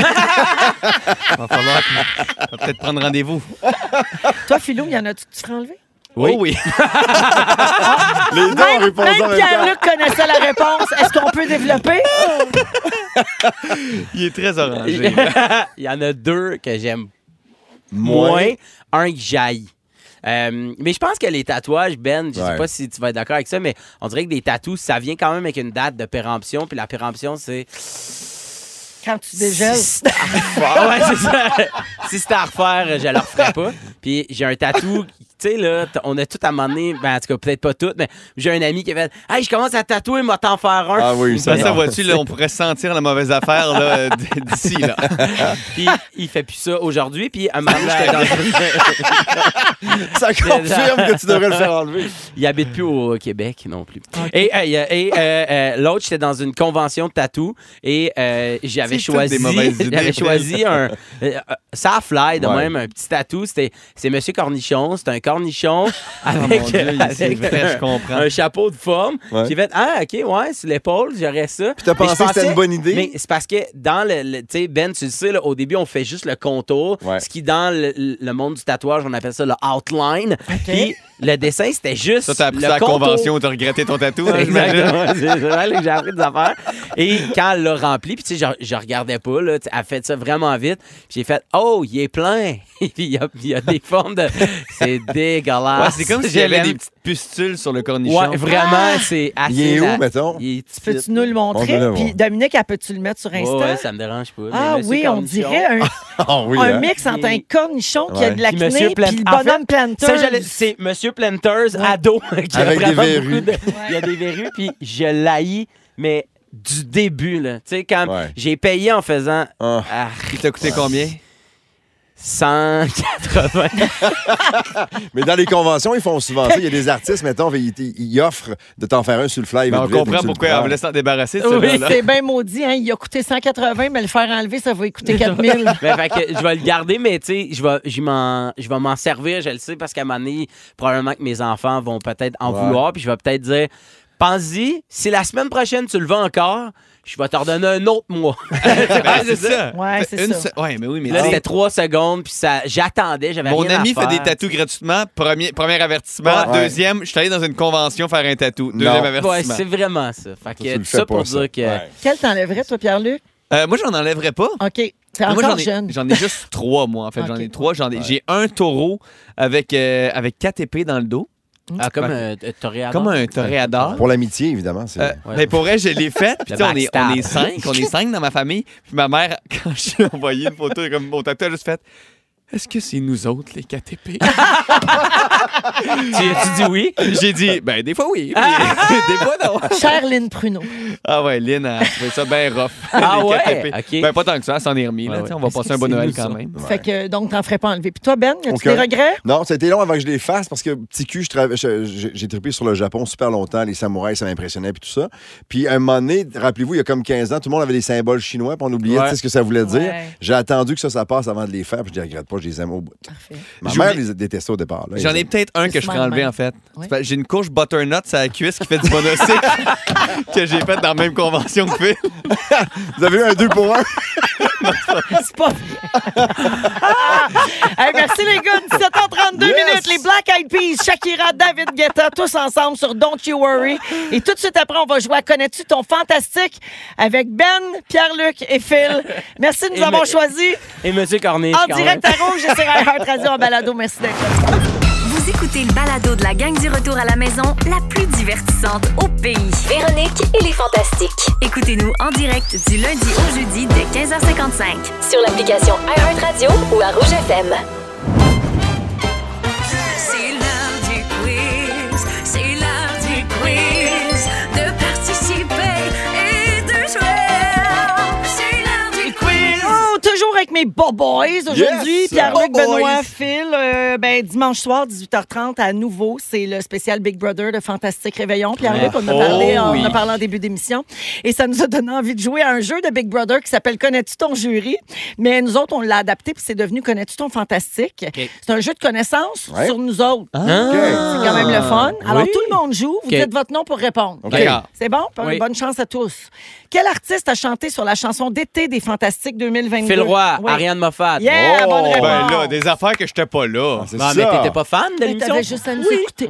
S2: va falloir que- va peut-être prendre rendez-vous.
S1: Toi, Philou, il y en a-tu que tu ferais enlever?
S2: Oh Oui.
S3: Les deux en répondant en
S1: Même
S3: même temps.
S1: Pierre-Luc connaissait la réponse. Est-ce qu'on peut développer?
S2: Il est très orangé.
S4: Il y en a deux que j'aime moins, un que j'aille. Euh, mais je pense que les tatouages, Ben, je sais
S3: Ouais.
S4: pas si tu vas être d'accord avec ça, mais on dirait que des tatous, ça vient quand même avec une date de péremption, puis la péremption, c'est.
S1: Quand tu dégèles.
S4: Si c'est à refaire- Ouais, c'est ça. Si c'était à refaire, je le referais pas. Puis j'ai un tatou, qui- tu sais, là, t- on a tout à un moment donné, ben, en tout cas, peut-être pas tout, mais j'ai un ami qui a fait Hey, je commence à tatouer, m'a t'en faire un.
S3: Ah oui,
S2: Ça,
S3: ça,
S2: Ben, ça,
S3: va.
S2: vois-tu, là, on pourrait sentir la mauvaise affaire là, euh, d- d'ici. là.
S4: Puis il fait plus ça aujourd'hui, puis un moment donné, j'étais dans-
S3: ça confirme que tu devrais le faire enlever.
S4: Il habite plus au Québec non plus.
S2: Ah,
S4: Et, euh, il y a- et, euh, euh, l'autre, j'étais dans une convention de tatou et euh, j'avais
S2: C'est toutes
S4: choisi,
S2: des mauvaises idées.
S4: j'avais choisi un. euh, euh, ça a fly de
S3: Ouais.
S4: même, un petit tatou. C'était, c'est Monsieur Cornichon. C'est un cornichon avec,
S2: Oh, mon Dieu, il- c'est
S4: avec Euh,
S2: vrai, je
S4: un-
S2: comprends.
S4: un chapeau de forme.
S3: Ouais.
S4: J'ai fait Ah, OK, ouais, sur l'épaule, j'aurais ça.
S3: Puis t'as
S4: Mais je
S3: pensé que c'était
S4: pensais-
S3: une bonne idée?
S4: mais c'est parce que dans le, le- tu sais Ben tu le sais là, au début on fait juste le contour,
S3: Ouais.
S4: ce qui dans le, le monde du tatouage on appelle ça le outline. Puis le dessin c'était juste
S2: Ça, t'as appris
S4: le
S2: ça à la
S4: contour.
S2: convention, t'as regretté ton tatou. hein, j'imagine.
S4: Exactement. C'est- c'est vrai là que j'ai appris des affaires. Et quand elle l'a rempli, puis tu sais, je, je regardais pas, là, tu sais, elle a fait ça vraiment vite. Puis j'ai fait, oh, il est plein. Et puis il y a, il y a des formes de. C'est
S2: Ouais,
S4: dégueulasse.
S2: c'est comme si
S4: Je
S2: j'avais
S4: l'aime.
S2: des petites pustules sur le cornichon.
S4: Ouais, vraiment, c'est assez.
S3: Il est
S4: la-
S3: où, mettons?
S4: Il est petit.
S1: Ah! Peux-tu nous le
S3: On
S1: montrer?
S3: va le voir.
S1: Puis Dominique, elle peut-tu le mettre sur
S4: Ouais,
S1: Insta?
S4: ouais, ça me dérange pas. mais
S1: ah
S4: Monsieur
S1: oui, on
S4: Cornichon-
S1: dirait un
S3: Ah oui,
S1: un
S3: hein?
S1: mix entre un cornichon qui a de
S3: Ouais.
S1: l'acné
S4: Monsieur
S1: puis
S4: Plant-
S1: le
S4: en fait,
S1: bonhomme planteur.
S4: Ça, j'allais- c'est Monsieur Planters ado qui a
S3: Avec des
S4: vraiment
S3: verrues.
S4: beaucoup de- Il y a des verrues, puis je l'haïs, mais du début, là. Tu sais, quand
S3: Ouais.
S4: j'ai payé en faisant
S3: Ah.
S4: ah,
S2: Il t'a coûté combien?
S4: 180.
S3: Mais dans les conventions, ils font souvent ça. Il y a des artistes, mettons, ils, ils- ils offrent de t'en faire un sur le fly.
S2: Ben, on
S3: vite, vite,
S2: comprend
S3: tu le
S2: pourquoi
S3: prends.
S2: on voulait s'en débarrasser de
S1: Oui,
S2: celui-là.
S1: c'est bien maudit. Hein? Il a coûté 180, mais le faire enlever, ça va coûter 4000.
S4: Ben, fait que je vais le garder, mais tu sais, je vais, je m'en- je vais m'en servir, je le sais, parce qu'à un moment donné, probablement que mes enfants vont peut-être en
S3: Ouais.
S4: vouloir, puis je vais peut-être dire, pense-y, si la semaine prochaine tu le vends encore, je vais te redonner un autre mois.
S2: Ben, c'est ça.
S1: Ouais, c'est
S2: Une
S1: ça.
S2: se- Ouais, mais oui, mais
S4: Là,
S3: Ah.
S2: tu sais,
S4: c'était trois secondes, puis ça, j'attendais, j'avais
S2: Mon
S4: rien à
S2: ami fait
S4: faire.
S2: des tatous gratuitement. Premier, premier avertissement.
S3: Ouais.
S2: Deuxième, je suis allé dans une convention faire un tatou.
S3: Non.
S2: Deuxième
S4: Ouais,
S2: avertissement.
S4: c'est vraiment ça. Fait
S3: tu
S4: que
S3: le
S4: ça,
S3: fais
S4: pour
S3: pas, ça.
S4: dire que.
S3: Ouais.
S1: Quel t'enlèverais, toi, Pierre-Luc?
S2: Euh, moi, j'en enlèverais pas.
S1: OK. T'es
S2: Moi,
S1: encore
S2: j'en ai-
S1: jeune.
S2: J'en ai juste trois, moi, en fait. J'en
S1: Ok.
S2: ai trois. J'en ai- J'ai un taureau avec, euh, avec quatre épées dans le dos,
S1: Mmh.
S4: Ah, comme
S2: Ouais.
S4: un toréador.
S2: comme un toréador.
S3: Pour l'amitié, évidemment. c'est-
S2: Euh,
S4: Ouais.
S2: Mais pour vrai, je l'ai faite. Puis
S4: Le
S2: tu sais, on est, on est
S4: backstab.
S2: cinq, on est cinq dans ma famille. Puis ma mère, quand je lui ai envoyé une photo comme mon tatou, elle a juste fait Est-ce que c'est nous autres, les KTP
S4: Tu, tu dis oui?
S2: J'ai dit Ben, des fois oui. puis des fois non.
S1: Cher Lynn Pruneau.
S2: Ah ouais, Lynn a trouvé ça bien rough.
S4: Ah
S2: les
S4: ouais?
S2: KTP.
S4: Ok.
S2: Ben, pas tant que ça, elle s'en est remis. là,
S4: Ouais,
S2: tu sais,
S4: ouais.
S2: On va
S4: Est-ce
S2: passer
S4: que
S2: un bon
S4: c'est
S2: Noël
S4: nous
S2: quand
S4: autres?
S2: même.
S1: Fait que donc, t'en ferais pas enlever. Puis toi, Ben, as-tu
S3: Aucun.
S1: des regrets?
S3: Non, ça a été long avant que je les fasse parce que petit cul, je trava- je- je- j'ai trippé sur le Japon super longtemps, les samouraïs, ça m'impressionnait puis tout ça. Puis à un moment donné, rappelez-vous, il y a comme 15 ans, tout le monde avait des symboles chinois, puis on oubliait
S4: Ouais.
S3: tu sais, ce que ça voulait dire.
S1: Ouais.
S3: J'ai attendu que ça, ça passe avant de les faire, puis je les regrette pas, je les aime au bout.
S1: Parfait.
S3: Ma
S2: J'oublie-
S3: mère les détestait au départ. là.
S2: J'en ai peut-être un que je
S1: souvent
S2: ferais enlever,
S1: le même.
S2: en fait.
S1: Oui.
S2: C'est pas- J'ai une couche butternut à la cuisse qui fait du monocycle que j'ai faite dans la même convention que Phil.
S3: Vous avez eu un deux pour un?
S1: C'est pas vrai. Ah! Hey, merci les gars. 17h32
S3: Yes.
S1: minutes. Les Black Eyed Peas, Shakira, David Guetta, tous ensemble sur Don't You Worry. Et tout de suite après, on va jouer à Connais-tu ton fantastique avec Ben, Pierre-Luc et Phil. Merci de nous
S4: Et
S1: avoir
S4: me-
S1: choisi
S4: Et Monsieur Corniche,
S1: en
S4: quand
S1: direct
S4: même.
S1: à Rouge et sur iHeart Radio en balado. Merci d'être là.
S7: Vous écoutez le balado de la gang du retour à la maison la plus divertissante au pays.
S8: Véronique et les Fantastiques.
S7: Écoutez-nous en direct du lundi au jeudi dès 15h55.
S8: Sur l'application iHeartRadio ou à Rouge FM.
S7: C'est l'heure du quiz, c'est l'heure du quiz, de participer et de jouer. C'est l'heure du quiz.
S1: Oh, toujours avec mes Bob Boys aujourd'hui.
S3: Yes!
S1: Pierre-Luc,
S3: Bob
S1: Benoît,
S3: Boys.
S1: Phil. euh, ben, dimanche soir, 18h30, à nouveau, c'est le spécial Big Brother de Fantastique Réveillon. Pierre-Luc,
S3: Ah.
S1: on, en a
S2: Oh
S1: parlé en- on en
S2: oui.
S1: a parlé en début d'émission. Et ça nous a donné envie de jouer à un jeu de Big Brother qui s'appelle Connais-tu ton jury? Mais nous autres, on l'a adapté puis c'est devenu Connais-tu ton fantastique? C'est un jeu de connaissances
S3: Ouais.
S1: sur nous autres.
S3: Ah.
S1: C'est quand même le fun. Alors,
S4: Euh, Oui.
S1: tout le monde joue. Vous
S4: OK.
S1: dites votre nom pour répondre.
S3: OK.
S2: D'accord.
S1: C'est bon?
S4: Oui.
S1: Bonne chance à tous. Quel artiste a chanté sur la chanson d'été des Fantastiques 2022?
S4: Phil Roy,
S1: Oui.
S4: Ariane Oh! Moffat.
S1: Yeah, bonne réponse.
S2: Ben là, des affaires que j'étais pas là.
S3: C'est
S4: Bon,
S3: ça.
S4: mais t'étais pas fan de
S1: Mais
S4: l'émission?
S1: t'avais juste à nous écouter.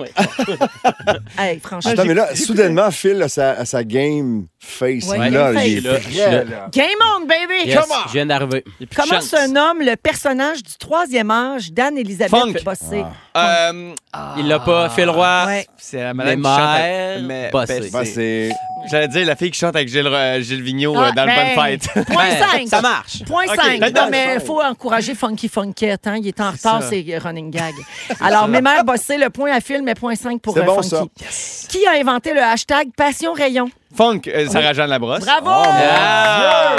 S1: Hey, franchement.
S3: Attends, mais là, soudainement, Phil a sa, a sa game face.
S1: Ouais,
S3: là,
S1: game
S3: il est
S4: face.
S3: prêt,
S4: Je suis là.
S3: là.
S1: Game on, baby!
S4: Yes,
S1: Come on!
S4: Je viens d'arriver.
S1: Comment se nomme le personnage du troisième âge d'Anne-Elisabeth
S2: Funk.
S1: Bossé?
S2: Euh, ah,
S4: Il l'a pas. Phil Roy.
S1: Ah, Ouais.
S2: C'est la
S4: Mais
S2: madame qui chante à-
S4: mère.
S2: mais-
S4: Bossé.
S3: Ben, c'est...
S2: J'allais dire la fille qui chante avec Gilles, euh, Gilles Vigneault euh,
S1: Ah,
S2: dans
S1: ben,
S2: le Bonne Fête.
S1: Point
S4: Ben,
S1: 5.
S4: Ça marche.
S1: Point
S2: Ok,
S1: 5.
S2: là-dedans,
S1: Non, mais il
S3: ça.
S1: faut encourager Funky Funkette. Hein? Il est en retard,
S2: ça.
S1: c'est running gag. Alors, mes mères bossaient le point à fil, mais point 5 pour
S3: C'est
S1: euh,
S3: bon,
S1: Funky.
S3: ça.
S1: Qui a inventé le hashtag Passion Rayon?
S2: Funk, euh, Sarah Jeanne Labrosse.
S1: Bravo!
S3: Oh,
S4: Ah!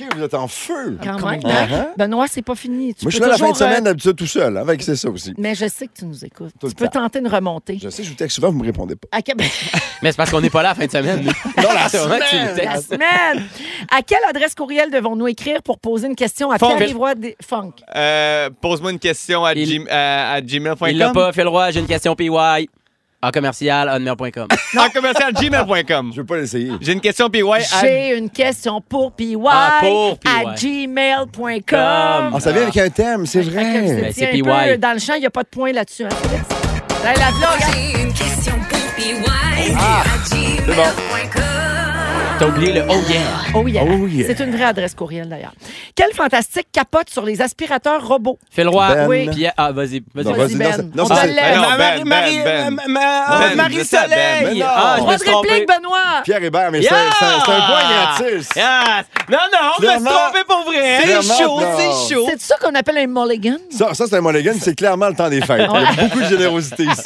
S3: OK, vous êtes en feu.
S1: Quand même. hein?
S4: hein?
S3: Uh-huh.
S1: Benoît, c'est pas fini. Tu
S3: Moi, je suis
S1: peux
S3: là la fin
S1: toujours,
S3: de semaine,
S1: euh,
S3: d'habitude, tout seul. hein, Fait que c'est ça aussi.
S1: Mais je sais que tu nous écoutes.
S3: Tout
S1: tu
S3: le
S1: peux
S3: temps.
S1: tenter une remontée.
S3: Je sais, je vous texte souvent, vous me répondez pas.
S1: À, quelle-
S4: Mais c'est parce qu'on n'est pas là la fin de semaine. nous.
S3: Non, la
S4: C'est vraiment que tu
S3: semaine.
S4: le
S1: la
S4: textes.
S1: semaine. à quelle adresse courriel devons-nous écrire pour poser une question à
S2: Funk.
S1: Pierre-Yvroy des... Funk?
S2: Euh, Pose-moi une question à,
S4: Il-
S2: gim- euh, à- à gmail.com.
S4: Il l'a pas, Phil Roy. J'ai une question PY. En commercial, onmail.com.
S2: En commercial, gmail.com.
S3: Je veux pas l'essayer.
S2: J'ai une question, puis ouais, à-
S1: J'ai une question pour PY,
S4: Ah, pour PY.
S1: à gmail.com.
S4: Comme.
S3: On savait avec un thème, c'est vrai.
S4: Ben, c'est
S1: C'est
S4: PY.
S1: un peu dans le champ, il n'y a pas de point là-dessus. hein. Là, la vlog, hein.
S7: J'ai une question pour PY à
S4: T'as oublié le oh yeah.
S1: Oh yeah.
S3: Oh yeah.
S1: C'est une vraie adresse courriel d'ailleurs. Quel fantastique capote sur les aspirateurs robots.
S4: Phil Roy.
S3: Ben.
S4: Oui. Puis, ah, vas-y.
S3: Non,
S4: Vas-y.
S1: vas-y,
S3: vas-y, non,
S1: Ben.
S3: c'est- non,
S1: On
S3: c'est-
S1: te
S3: ah,
S1: lève.
S2: non,
S4: Ah,
S2: Ben,
S4: Marie-
S2: Ben, Ben.
S4: Marie- Ma- oh,
S2: Ben,
S4: Marie
S2: je sais, Ben,
S4: Soleil.
S2: mais non.
S4: Ah, je me
S1: Droit de
S4: suis trompé.
S1: réplique, Benoît.
S3: Pierre Hébert, mais c'est-
S4: Yeah!
S3: c'est un c'est un point gratis.
S4: Yes. Non, non, je me suis
S3: Clairement-
S4: trompé pour vrai. hein.
S3: clairement,
S4: C'est chaud,
S3: non.
S4: c'est chaud.
S1: C'est ça qu'on appelle un mulligan?
S3: Ça, ça c'est un mulligan, c'est clairement le temps des fêtes. Il y a beaucoup de générosité ici.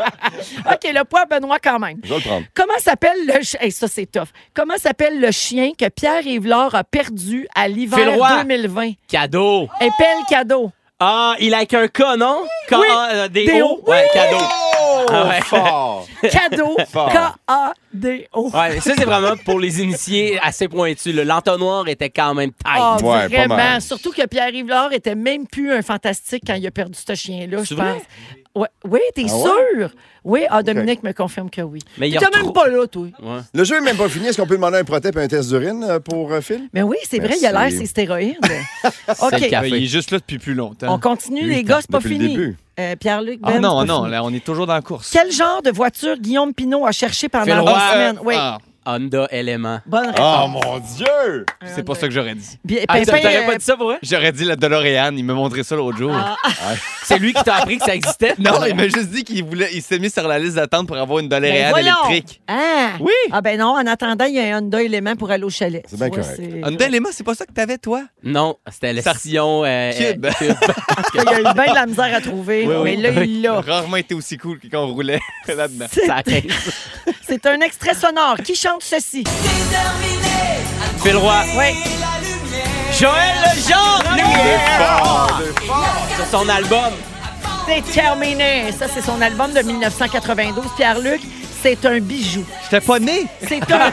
S1: OK, le poids, Benoît, quand même.
S3: Je vais le prendre.
S1: Comment s'appelle le chien? ça, c'est tough. Comment s'appelle le chien que Pierre Yvelore a perdu à
S4: Phil
S1: l'hiver
S4: Roy.
S1: 2020?
S4: Cadeau.
S1: Épelle cadeau.
S4: Ah, il a qu'un K, non? K,
S1: Oui.
S4: ah, euh, des,
S1: Des
S4: O.
S1: O.
S4: Ouais, cadeau. Ah ouais.
S3: Fort.
S1: Cadeau.
S3: Fort.
S1: K-A-D-O.
S4: Ouais, mais ça, c'est vraiment pour les initiés assez pointus. là. L'entonnoir était quand même tight.
S1: Ah,
S3: Ouais, pas
S1: vraiment.
S3: mal.
S1: Surtout que Pierre Yvelore était même plus un fantastique quand il a perdu ce chien-là, je
S4: C'est
S1: pense.
S4: vrai?
S1: Ouais. Oui, t'es
S3: Ah ouais?
S1: sûr? Oui, ah, Dominique me confirme que oui.
S4: Mais il
S1: T'es
S4: a
S1: quand même
S4: retrou-
S1: pas là, toi.
S4: Ouais.
S3: Le jeu n'est même pas fini. Est-ce qu'on peut demander un protège et un test d'urine euh, pour euh, Phil?
S1: Mais oui, c'est vrai, il a l'air,
S3: Merci.
S1: c'est stéroïde.
S4: C'est le
S1: OK.
S4: café.
S2: Ben, il est juste là depuis plus longtemps.
S1: On continue,
S3: Lui,
S1: les gars, c'est pas
S3: depuis le
S1: fini.
S3: début.
S1: Euh, Pierre-Luc,
S2: Ah
S1: ben,
S2: non,
S1: c'est pas
S2: non,
S1: fini.
S2: là, on est toujours dans la course.
S1: Quel genre de voiture Guillaume Pinot a cherché pendant
S4: Phil
S1: la
S4: Roy.
S1: semaine? Oui,
S2: Ah,
S4: Honda Element.
S1: bonne
S3: Oh
S1: réponse.
S3: mon Dieu!
S2: c'est pas ça que j'aurais dit.
S1: Bien,
S4: Ah,
S1: Pimpin,
S4: t'aurais
S1: euh,
S4: pas dit ça pour vrai?
S2: J'aurais dit la DeLorean, il me montrait ça l'autre jour.
S1: Ah.
S4: C'est lui qui t'a appris que ça existait?
S2: Non, il m'a juste dit qu'il voulait, il s'est mis sur la liste d'attente pour avoir une
S1: ben
S2: DeLorean
S1: voyons.
S2: électrique.
S1: Ah!
S2: Oui.
S1: Ah ben non, en attendant, il y a un Honda élément pour aller au chalet.
S3: C'est bien
S1: Tu vois,
S3: correct.
S1: c'est-
S2: Honda Lema, c'est pas ça que t'avais, toi?
S4: Non, c'était le
S2: Ça-
S4: sillon.
S1: Eh,
S4: euh,
S2: Cube.
S4: euh,
S1: Il y a eu bien de la misère à trouver,
S2: Oui,
S1: mais
S2: oui.
S1: là, il l'a.
S2: Rarement été aussi cool que quand on roulait là-dedans.
S4: ça arrive.
S1: C'est un extrait sonore. Qui chante ceci?
S4: Phil Roy.
S1: Oui.
S4: Joël Lejeune.
S3: Fort!
S4: C'est son album.
S1: C'est terminé. Ça, c'est son album de 1992. Pierre-Luc, c'est un bijou.
S2: J'étais pas né!
S1: C'est un,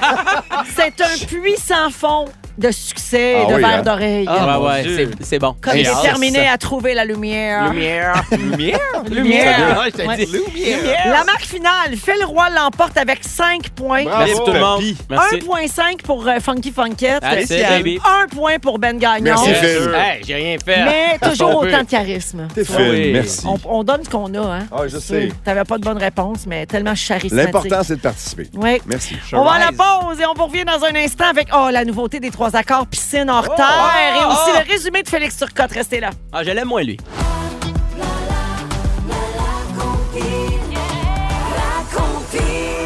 S1: c'est un puits sans fond. de succès et
S2: Ah
S1: de
S2: oui,
S1: verre
S2: hein?
S1: d'oreille.
S4: Ah, mon
S10: ouais, ouais,
S4: Dieu.
S10: c'est- c'est bon.
S1: Comme
S10: J'ai
S1: il est
S10: hâte.
S1: terminé à trouver la lumière.
S10: Lumière.
S4: Lumière?
S1: Lumière.
S4: Ouais, je t'ai dit. Lumière.
S1: La marque finale, Phil Roy l'emporte avec 5 points.
S2: Bravo.
S10: Merci tout le monde. Merci.
S1: 1.5 pour euh, Funky Funkette.
S10: Allez, c'est
S1: Et
S10: baby.
S1: Un point pour Ben Gagnon.
S2: Merci,
S10: Yes,
S2: Phil.
S10: sir. Hey, j'ai rien fait.
S1: Mais toujours
S10: Trompé.
S1: autant de charisme.
S2: T'es
S10: Ah oui.
S2: Phil, merci.
S1: On, on donne ce qu'on a. Hein.
S2: Ah, je sais.
S1: T'avais pas de bonne réponse, mais tellement charismatique.
S2: L'important, c'est de participer.
S1: Oui.
S2: Merci.
S1: On va à la pause et on vous revient dans un instant avec oh, la nouveauté des trois accords piscine hors
S2: Oh!
S1: terre
S2: Ah!
S1: et aussi le résumé de Félix Turcotte. Restez là.
S10: Ah, je l'aime moins, lui.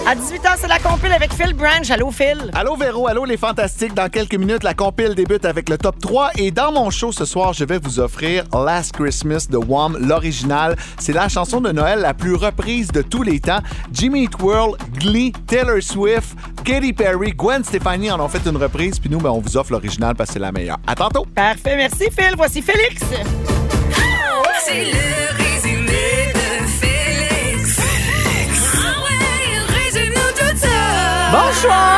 S1: À 18h, c'est la compile avec Phil Branch. Allô, Phil.
S10: Ah!
S3: Allô Véro, allô les fantastiques. Dans quelques minutes, la compile débute avec le top 3 et dans mon show ce soir, je vais vous offrir Last Christmas de Wham, l'original. C'est la chanson de Noël la plus reprise de tous les temps. Jimmy Eat World, Glee, Taylor Swift, Katy Perry, Gwen Stefani en ont fait une reprise puis nous ben, on vous offre l'original parce que c'est la meilleure. À tantôt.
S1: Parfait, merci, Phil. Voici Félix.
S7: C'est le résumé de Félix. Félix. Ah ouais, résume-nous tout ça.
S1: Bonsoir.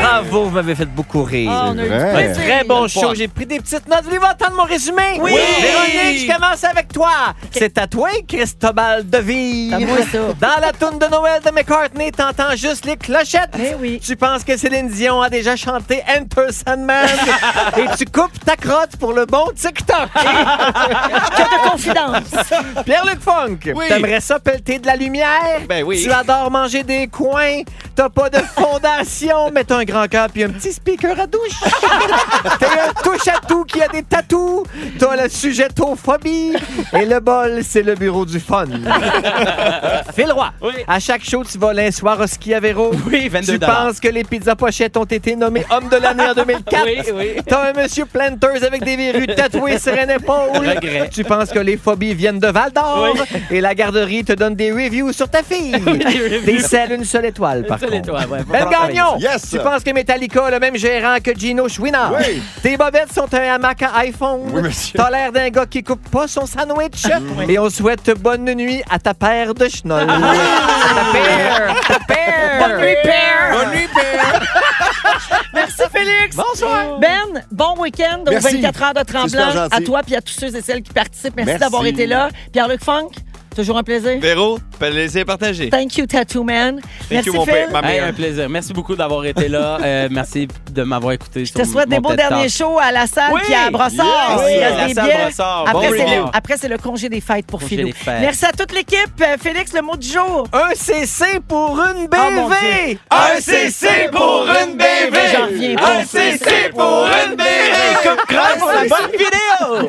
S10: Bravo, vous m'avez fait beaucoup rire.
S1: Ah, on a eu
S2: vrai.
S1: du plaisir.
S10: Très bon show. J'ai pris des petites notes. Voulez-vous entendre mon résumé?
S1: Oui.
S10: Véronique, je commence avec toi. C'est à toi, Cristobal de Ville.
S1: À moi, ça.
S10: Dans la toune de Noël de McCartney, t'entends juste les clochettes.
S1: Eh oui.
S10: Tu penses que Céline Dion a déjà chanté Enter Sandman. Et tu coupes ta crotte pour le bon TikTok.
S1: Que de confidence.
S10: Pierre-Luc Funk,
S4: Oui.
S10: t'aimerais ça pelleter de la lumière?
S4: Ben oui.
S10: Tu adores manger des coins. T'as pas de fondation, mais t'as un grand cœur puis un petit speaker à douche. T'es un touche-à-tout qui a des tatous. T'as la sujettophobie. Et le bol, c'est le bureau du fun. Phil Roy, à chaque show, tu voles un soir au ski à Véro.
S4: Oui, 22
S10: Tu penses que les pizzas pochettes ont été nommés hommes de l'année en 2004? Oui, oui. T'as un monsieur planters avec des verrues tatouées sur une épaule. Tu penses que les phobies viennent de Val d'Or? Et la garderie te donne des reviews sur ta fille. des selles, une seule étoile, par contre. Ben Gagnon!
S2: Yes!
S10: Tu penses que Metallica a le même gérant que Gino Chouinard?
S2: Oui.
S10: Tes bobettes sont un hamac à iPhone.
S2: Oui, monsieur.
S10: T'as l'air d'un gars qui coupe pas son sandwich. Et on souhaite bonne nuit à ta paire de schnoll. ta paire! Ta paire!
S1: Bonne nuit, Pierre.
S2: Bonne nuit,
S1: Merci, Félix.
S10: Bonsoir.
S1: Ben, bon week-end aux
S2: Merci.
S1: 24 heures de
S2: super
S1: Tremblant.
S2: gentil.
S1: À toi puis à tous ceux et celles qui participent. Merci,
S2: Merci.
S1: d'avoir été là. Pierre-Luc Funk, toujours un plaisir.
S4: Véro, laissez partager.
S1: Thank you, Tattoo Man. Merci,
S4: you, mon
S1: Phil.
S4: père, ma
S10: Hey,
S4: mère.
S10: un plaisir. Merci beaucoup d'avoir été là. Euh, merci de m'avoir écouté.
S1: Je te souhaite des beaux derniers shows à la salle
S10: Oui.
S1: puis à Brossard. Il
S10: Yes.
S1: reste
S10: Oui, à la
S1: des
S10: salle
S1: billets.
S10: Brossard. Bon
S1: Après, c'est
S10: review.
S1: le- après, c'est le congé des fêtes pour
S10: Congé
S1: Philou.
S10: des fêtes.
S1: Merci à toute l'équipe. Euh, Félix, le mot du jour.
S10: Un CC pour une
S1: Oh, mon
S10: BV!
S4: Un CC pour une BV!
S1: J'en reviens pas.
S4: Un CC pour une BV! Coupe crasse, la bonne vidéo!